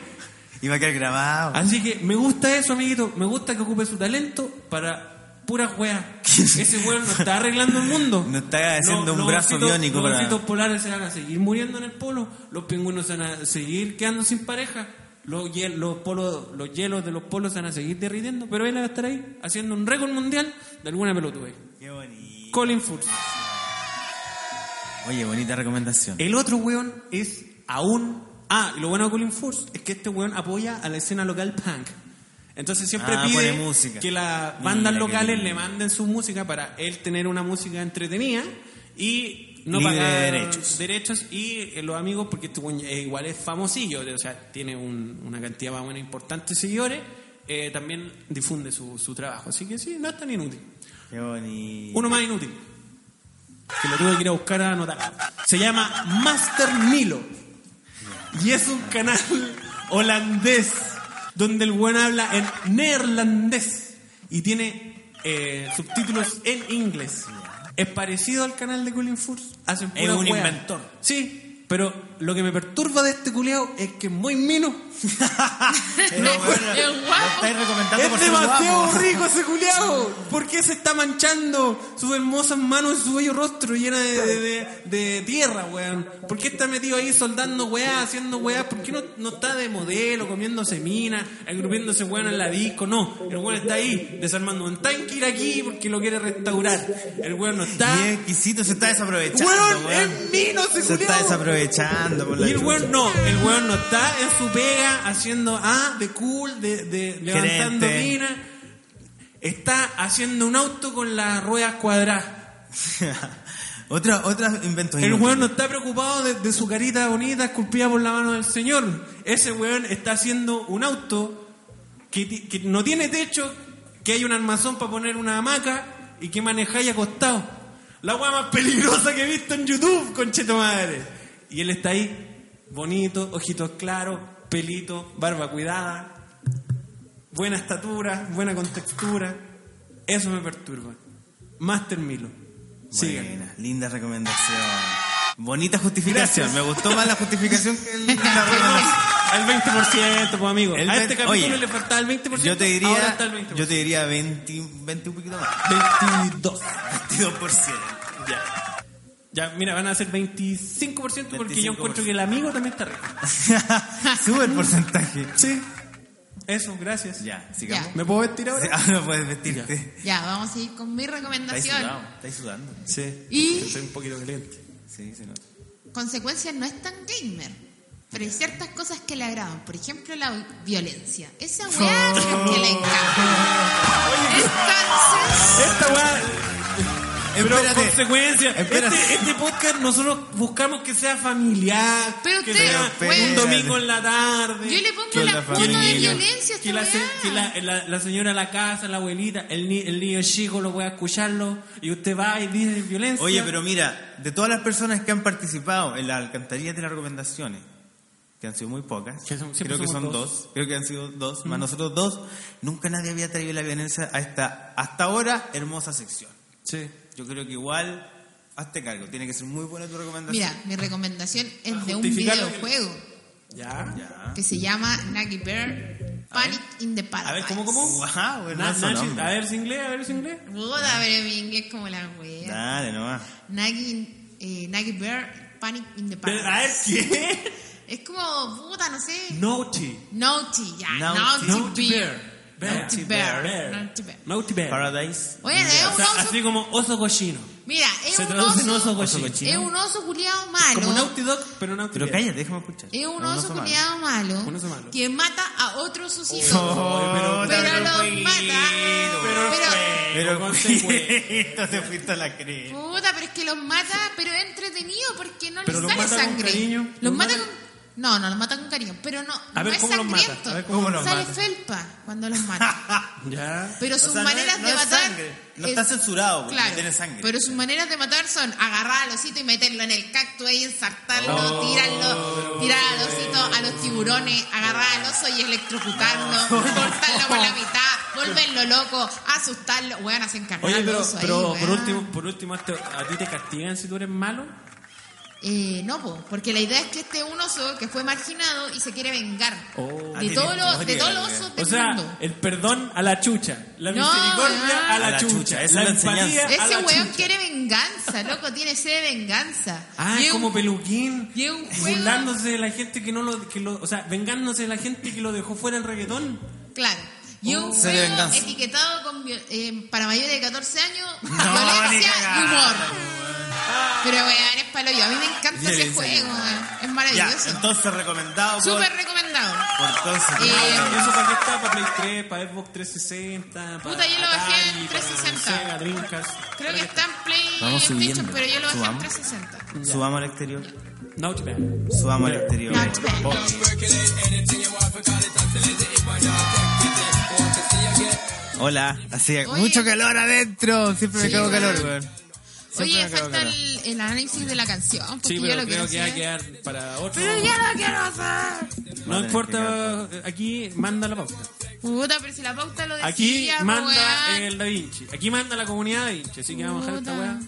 Speaker 2: Iba a quedar grabado.
Speaker 1: Así que me gusta eso, amiguito. Me gusta que ocupe su talento para puras weas.
Speaker 2: <laughs>
Speaker 1: Ese weón no está arreglando el mundo.
Speaker 2: No está haciendo un brazo
Speaker 1: ositos-
Speaker 2: biónico
Speaker 1: Los
Speaker 2: para-
Speaker 1: ositos polares se van a seguir muriendo en el polo. Los pingüinos se van a seguir quedando sin pareja. Los, hiel- los, polos, los hielos de los polos se van a seguir derritiendo. Pero él va a estar ahí haciendo un récord mundial de alguna pelotudez.
Speaker 2: Qué bonito.
Speaker 1: Colin Furz.
Speaker 2: Oye, bonita recomendación.
Speaker 1: El otro weón es aún. Ah, y lo bueno de Colin Furz es que este weón apoya a la escena local punk. Entonces siempre
Speaker 2: Ah,
Speaker 1: pide
Speaker 2: pone música.
Speaker 1: que las
Speaker 2: Mira,
Speaker 1: bandas
Speaker 2: qué
Speaker 1: locales
Speaker 2: lindo.
Speaker 1: le manden su música para él tener una música entretenida y no
Speaker 2: Libre de
Speaker 1: pagar
Speaker 2: derechos.
Speaker 1: derechos y eh, los amigos, porque este weón eh, igual es famosillo, o sea, tiene un- una cantidad más o menos importante de seguidores, eh, también difunde su, su trabajo. Así que sí, no es tan inútil.
Speaker 2: Qué bonito.
Speaker 1: Uno más inútil. Que lo tuve que ir a buscar a anotar. Se llama Master Milo. Y es un canal holandés donde el buen habla en neerlandés y tiene eh, subtítulos en inglés. Es parecido al canal de Colin Furz. Hacen
Speaker 2: Es
Speaker 1: puras
Speaker 2: un
Speaker 1: weas.
Speaker 2: inventor.
Speaker 1: Sí, pero lo que me perturba de este culeado es que es muy mino.
Speaker 2: Pero bueno,
Speaker 3: Es
Speaker 2: lo
Speaker 3: guapo.
Speaker 2: estáis recomendando por
Speaker 1: Es
Speaker 2: ser
Speaker 1: demasiado
Speaker 2: guapo.
Speaker 1: rico ese culiao. ¿Por qué se está manchando sus hermosas manos y su bello rostro llena de, de- de- de tierra, weón? ¿Por qué está metido ahí soldando weá, haciendo weá? ¿Por qué no, no está de modelo, comiéndose mina, agrupiéndose weón en la disco? No, el weón está ahí desarmando un tanque iraquí porque lo quiere restaurar. El weón no está.
Speaker 2: Y es exquisito, se está desaprovechando.
Speaker 1: Weón,
Speaker 2: weón.
Speaker 1: es mino ese
Speaker 2: Se está
Speaker 1: culiao.
Speaker 2: desaprovechando por la
Speaker 1: Y el
Speaker 2: chucha.
Speaker 1: weón no, el weón no está en su pega haciendo ah, de cool, de, de levantando
Speaker 2: Gerente.
Speaker 1: mina. Está haciendo un auto con las ruedas cuadradas.
Speaker 2: <laughs> Otra, otros inventos.
Speaker 1: El
Speaker 2: inútiles.
Speaker 1: weón no está preocupado de, de su carita bonita esculpida por la mano del Señor. Ese weón está haciendo un auto que, ti- que no tiene techo, que hay un armazón para poner una hamaca y que manejáis acostado. La weá más peligrosa que he visto en YouTube, concheto madre. Y él está ahí, bonito, ojitos claros, pelito, barba cuidada, buena estatura, buena contextura. Eso me perturba. Master Milo. Sigan.
Speaker 2: Buena, linda recomendación. Bonita justificación. Me gustó más la justificación que el- la recomendación.
Speaker 1: Al 20%, pues amigo.
Speaker 2: El
Speaker 1: a
Speaker 2: ve-
Speaker 1: este capítulo
Speaker 2: Oye,
Speaker 1: le faltaba el 20%.
Speaker 2: Yo te
Speaker 1: Ahora
Speaker 2: diría,
Speaker 1: está el 20%.
Speaker 2: yo te diría 20, 20 un poquito más.
Speaker 1: 22.
Speaker 2: 22%.
Speaker 1: Ya, mira, van a ser 25% porque yo
Speaker 2: 25%.
Speaker 1: encuentro que el amigo también está rico.
Speaker 2: Sube el porcentaje.
Speaker 1: Sí. Eso, gracias.
Speaker 2: Ya, sigamos.
Speaker 1: ¿Me puedo vestir ahora?
Speaker 2: Ahora puedes vestirte.
Speaker 3: Ya, vamos a seguir con mi
Speaker 2: Estáis
Speaker 3: recomendación.
Speaker 2: sudando. Estáis sudando.
Speaker 1: Sí.
Speaker 3: Y
Speaker 1: Estoy un poquito caliente.
Speaker 2: Sí, se nota.
Speaker 1: Eh,
Speaker 3: consecuencias no es tan gamer. Pero hay ciertas cosas que le agradan. Por ejemplo, la vi- violencia. Esa
Speaker 1: Oh.
Speaker 3: weá que le encanta. Entonces,
Speaker 1: Esta weá. Pero
Speaker 2: Espérate.
Speaker 1: consecuencia.
Speaker 2: Espérate.
Speaker 1: Este, este podcast nosotros buscamos que sea familiar.
Speaker 3: Pero
Speaker 1: que
Speaker 3: usted-
Speaker 1: sea
Speaker 2: Pero
Speaker 1: un
Speaker 2: espérate.
Speaker 1: domingo en la tarde.
Speaker 3: yo le
Speaker 2: Con
Speaker 3: pongo
Speaker 2: la
Speaker 3: la cuota de
Speaker 2: familia.
Speaker 3: violencia a
Speaker 1: que
Speaker 3: esta
Speaker 1: la, se- que
Speaker 3: weá.
Speaker 1: la, la- la señora de la casa, la abuelita, el, ni- el niño chico lo voy a escucharlo y usted va y dice violencia.
Speaker 2: Oye, pero mira, de todas las personas que han participado en las alcantarillas de las recomendaciones, que han sido muy pocas,
Speaker 1: Que son- siempre
Speaker 2: creo que
Speaker 1: somos
Speaker 2: son dos.
Speaker 1: dos. Mm.
Speaker 2: creo que han sido dos, más nosotros dos, nunca nadie había traído la violencia a esta, hasta ahora, hermosa sección.
Speaker 1: Sí.
Speaker 2: Yo creo que igual, hazte cargo, tiene que ser muy buena tu recomendación.
Speaker 3: Mira, mi recomendación es de un
Speaker 1: justificarlo.
Speaker 3: videojuego.
Speaker 1: Ya.
Speaker 3: que se llama Nagi Bear Panic in the Paradise.
Speaker 2: A ver, ¿cómo, cómo? Ajá, bueno,
Speaker 1: Na-
Speaker 2: eso
Speaker 1: Nachi-
Speaker 2: no.
Speaker 1: a ver, si inglés, a ver, si inglés.
Speaker 3: Puta, pero mi inglés como la wea.
Speaker 2: Dale, nomás.
Speaker 3: Nagi, eh, Nagi Bear Panic in the
Speaker 1: Pero, A
Speaker 3: Paradise.
Speaker 1: ver, ¿qué?
Speaker 3: Es como, puta, no sé.
Speaker 1: Naughty.
Speaker 3: Naughty, ya.
Speaker 2: Naughty-
Speaker 3: Naughty,
Speaker 1: Naughty
Speaker 3: Bear.
Speaker 1: Bear.
Speaker 3: Naughty Bear. Naughty Bear.
Speaker 1: Naughty Bear.
Speaker 2: Paradise.
Speaker 3: Bueno, es
Speaker 1: O
Speaker 3: un
Speaker 1: sea,
Speaker 3: oso.
Speaker 1: así como oso cochino.
Speaker 3: Mira, es
Speaker 1: Se
Speaker 3: un
Speaker 1: traduce en oso
Speaker 3: oso.
Speaker 2: Oso
Speaker 1: cochino.
Speaker 2: cochino.
Speaker 3: Es un oso culiado malo.
Speaker 1: Como Naughty Dog, pero Naughty
Speaker 2: Pero
Speaker 1: Bear.
Speaker 2: cállate, déjame escuchar.
Speaker 3: Es un
Speaker 2: No, no
Speaker 3: oso
Speaker 2: son malos.
Speaker 3: culiado malo,
Speaker 1: Un oso malo.
Speaker 3: que mata a otros ositos.
Speaker 2: Oh,
Speaker 1: pero-
Speaker 3: pero
Speaker 2: pero
Speaker 3: los
Speaker 2: cuido.
Speaker 3: mata.
Speaker 1: Pero,
Speaker 3: Pero-
Speaker 2: Pero
Speaker 1: con
Speaker 2: <laughs> cuidado, te fuiste a la <laughs> crema.
Speaker 3: Puta, pero es que los mata, pero es entretenido porque no
Speaker 1: Pero
Speaker 3: les
Speaker 1: los
Speaker 3: sale
Speaker 1: mata con
Speaker 3: sangre.
Speaker 1: cariño.
Speaker 3: los,
Speaker 1: Los
Speaker 3: mata
Speaker 1: mata-
Speaker 3: con. No, no los mata con cariño, pero no,
Speaker 1: A ver,
Speaker 3: no
Speaker 1: ¿cómo
Speaker 3: es
Speaker 1: los mata?
Speaker 3: sangriento.
Speaker 1: A ver, ¿cómo los
Speaker 3: sale
Speaker 1: mata?
Speaker 3: felpa cuando los
Speaker 1: <laughs>
Speaker 3: mata.
Speaker 1: Ya.
Speaker 3: Pero sus
Speaker 2: O sea, no es-
Speaker 3: maneras
Speaker 2: no
Speaker 3: de
Speaker 2: es
Speaker 3: matar.
Speaker 2: sangre. No está censurado, porque no tiene sangre.
Speaker 3: Pero sus maneras de matar son agarrar al osito y meterlo en el cactus ahí, ensartarlo,
Speaker 1: Oh,
Speaker 3: tirarlo, tirar al osito a los tiburones, agarrar al oso y electrocutarlo,
Speaker 1: <laughs>
Speaker 3: cortarlo por la mitad, volverlo loco, asustarlo. Weón, hacen cagar
Speaker 1: Oye,
Speaker 3: al
Speaker 1: pero,
Speaker 3: oso ahí,
Speaker 1: pero por
Speaker 3: weón.
Speaker 1: último, por último este- ¿a ti te castigan si tú eres malo?
Speaker 3: Eh, no, po, porque la idea es que este es un oso que fue marginado y se quiere vengar
Speaker 1: Oh.
Speaker 3: de,
Speaker 2: Ah,
Speaker 3: todos
Speaker 2: tiene
Speaker 3: los, de
Speaker 2: historia,
Speaker 3: todos
Speaker 2: la
Speaker 3: los
Speaker 2: wea.
Speaker 3: osos del
Speaker 1: O sea,
Speaker 3: mundo.
Speaker 1: el perdón a la chucha, la
Speaker 3: No,
Speaker 1: misericordia
Speaker 3: weón.
Speaker 1: a la, chucha,
Speaker 2: esa
Speaker 1: la,
Speaker 2: es la
Speaker 1: empatía
Speaker 2: enseñanza.
Speaker 1: a
Speaker 3: Ese
Speaker 1: la
Speaker 3: weón
Speaker 1: chucha.
Speaker 3: quiere venganza, loco, tiene sed de venganza.
Speaker 1: Ah, es
Speaker 3: Y es un-
Speaker 1: como peluquín.
Speaker 3: y es un juego-
Speaker 1: Burlándose de la gente que no lo, que lo. O sea, vengándose de la gente que lo dejó fuera el reggaetón.
Speaker 3: Claro. Y un
Speaker 2: Se le
Speaker 3: juego
Speaker 2: venganza.
Speaker 3: etiquetado con viol- eh, para mayores de 14 años,
Speaker 2: No, ni
Speaker 3: violencia y
Speaker 2: cagada,
Speaker 3: humor. Pero weón, es palo yo. A mí me encanta
Speaker 2: Violencia
Speaker 3: ese
Speaker 2: y
Speaker 3: juego,
Speaker 2: humor.
Speaker 3: weón. Es
Speaker 2: Ya,
Speaker 3: maravilloso.
Speaker 2: entonces recomendado por,
Speaker 3: Súper recomendado.
Speaker 2: por entonces.
Speaker 3: Eh,
Speaker 1: ¿Y eso para qué está? Para Play 3, para Xbox 360. Para
Speaker 3: Puta, yo lo bajé en
Speaker 1: Atari,
Speaker 3: 360.
Speaker 1: Para Sega, Dreamcast.
Speaker 3: Creo que está en Play
Speaker 2: Vamos
Speaker 3: PlayStation,
Speaker 2: subiendo.
Speaker 3: pero yo lo bajé en
Speaker 2: Subamos.
Speaker 3: 360.
Speaker 2: Subamos al exterior.
Speaker 1: Naughty Bear.
Speaker 2: Subamos al exterior.
Speaker 3: Not bad.
Speaker 2: Oh, Hola. Hacía
Speaker 3: Oye.
Speaker 2: mucho calor adentro. Siempre me
Speaker 3: Sí,
Speaker 2: cago calor,
Speaker 3: weón.
Speaker 2: weón. Siempre
Speaker 3: Oye,
Speaker 2: me cago
Speaker 3: falta
Speaker 2: calor.
Speaker 3: el, el análisis de la canción, porque
Speaker 1: Sí,
Speaker 3: yo
Speaker 1: pero
Speaker 3: lo quiero
Speaker 1: creo que va a
Speaker 3: hacer.
Speaker 1: quedar para otro.
Speaker 3: Pero yo lo quiero hacer.
Speaker 1: No importa, aquí manda la pauta.
Speaker 3: Puta, pero si la pauta lo decía,
Speaker 1: Aquí
Speaker 3: pues,
Speaker 1: manda eh,
Speaker 3: weón.
Speaker 1: el Da Vinci. Aquí manda la comunidad Da Vinci. Así que vamos a dejar esta
Speaker 3: Puta.
Speaker 1: weá.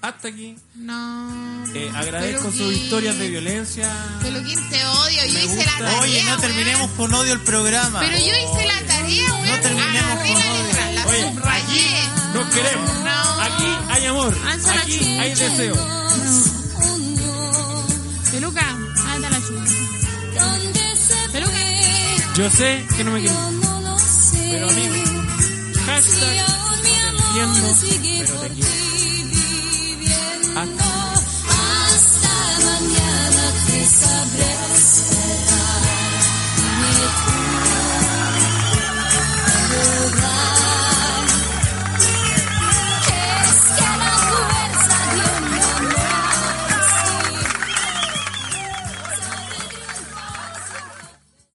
Speaker 1: Hasta aquí.
Speaker 3: No.
Speaker 1: Eh, agradezco
Speaker 3: Peluquín.
Speaker 1: sus historias de violencia.
Speaker 3: Peluquín, te odio. Yo
Speaker 1: Me
Speaker 3: hice
Speaker 1: gusta.
Speaker 3: la tarea.
Speaker 2: Oye, no
Speaker 3: weón.
Speaker 2: terminemos con odio el programa.
Speaker 3: Pero yo hice la tarea, weón.
Speaker 2: terminemos
Speaker 3: Agarré
Speaker 2: con
Speaker 3: la
Speaker 2: odio.
Speaker 3: letra, la
Speaker 1: Oye,
Speaker 3: subrayé.
Speaker 1: Nos queremos.
Speaker 3: No.
Speaker 1: Aquí hay amor.
Speaker 3: Alza
Speaker 1: Aquí
Speaker 3: la
Speaker 1: hay deseo.
Speaker 3: Peluca, anda la chucha. Peluca.
Speaker 1: Yo sé que no me quiero.
Speaker 6: No lo sé.
Speaker 1: Pero amigo, hashtag
Speaker 6: Y aún
Speaker 1: no
Speaker 6: mi
Speaker 1: te
Speaker 6: amor
Speaker 1: entiendo,
Speaker 6: sigue
Speaker 1: pero te
Speaker 6: por
Speaker 1: quiero.
Speaker 6: ti viviendo. Hasta mañana que sabré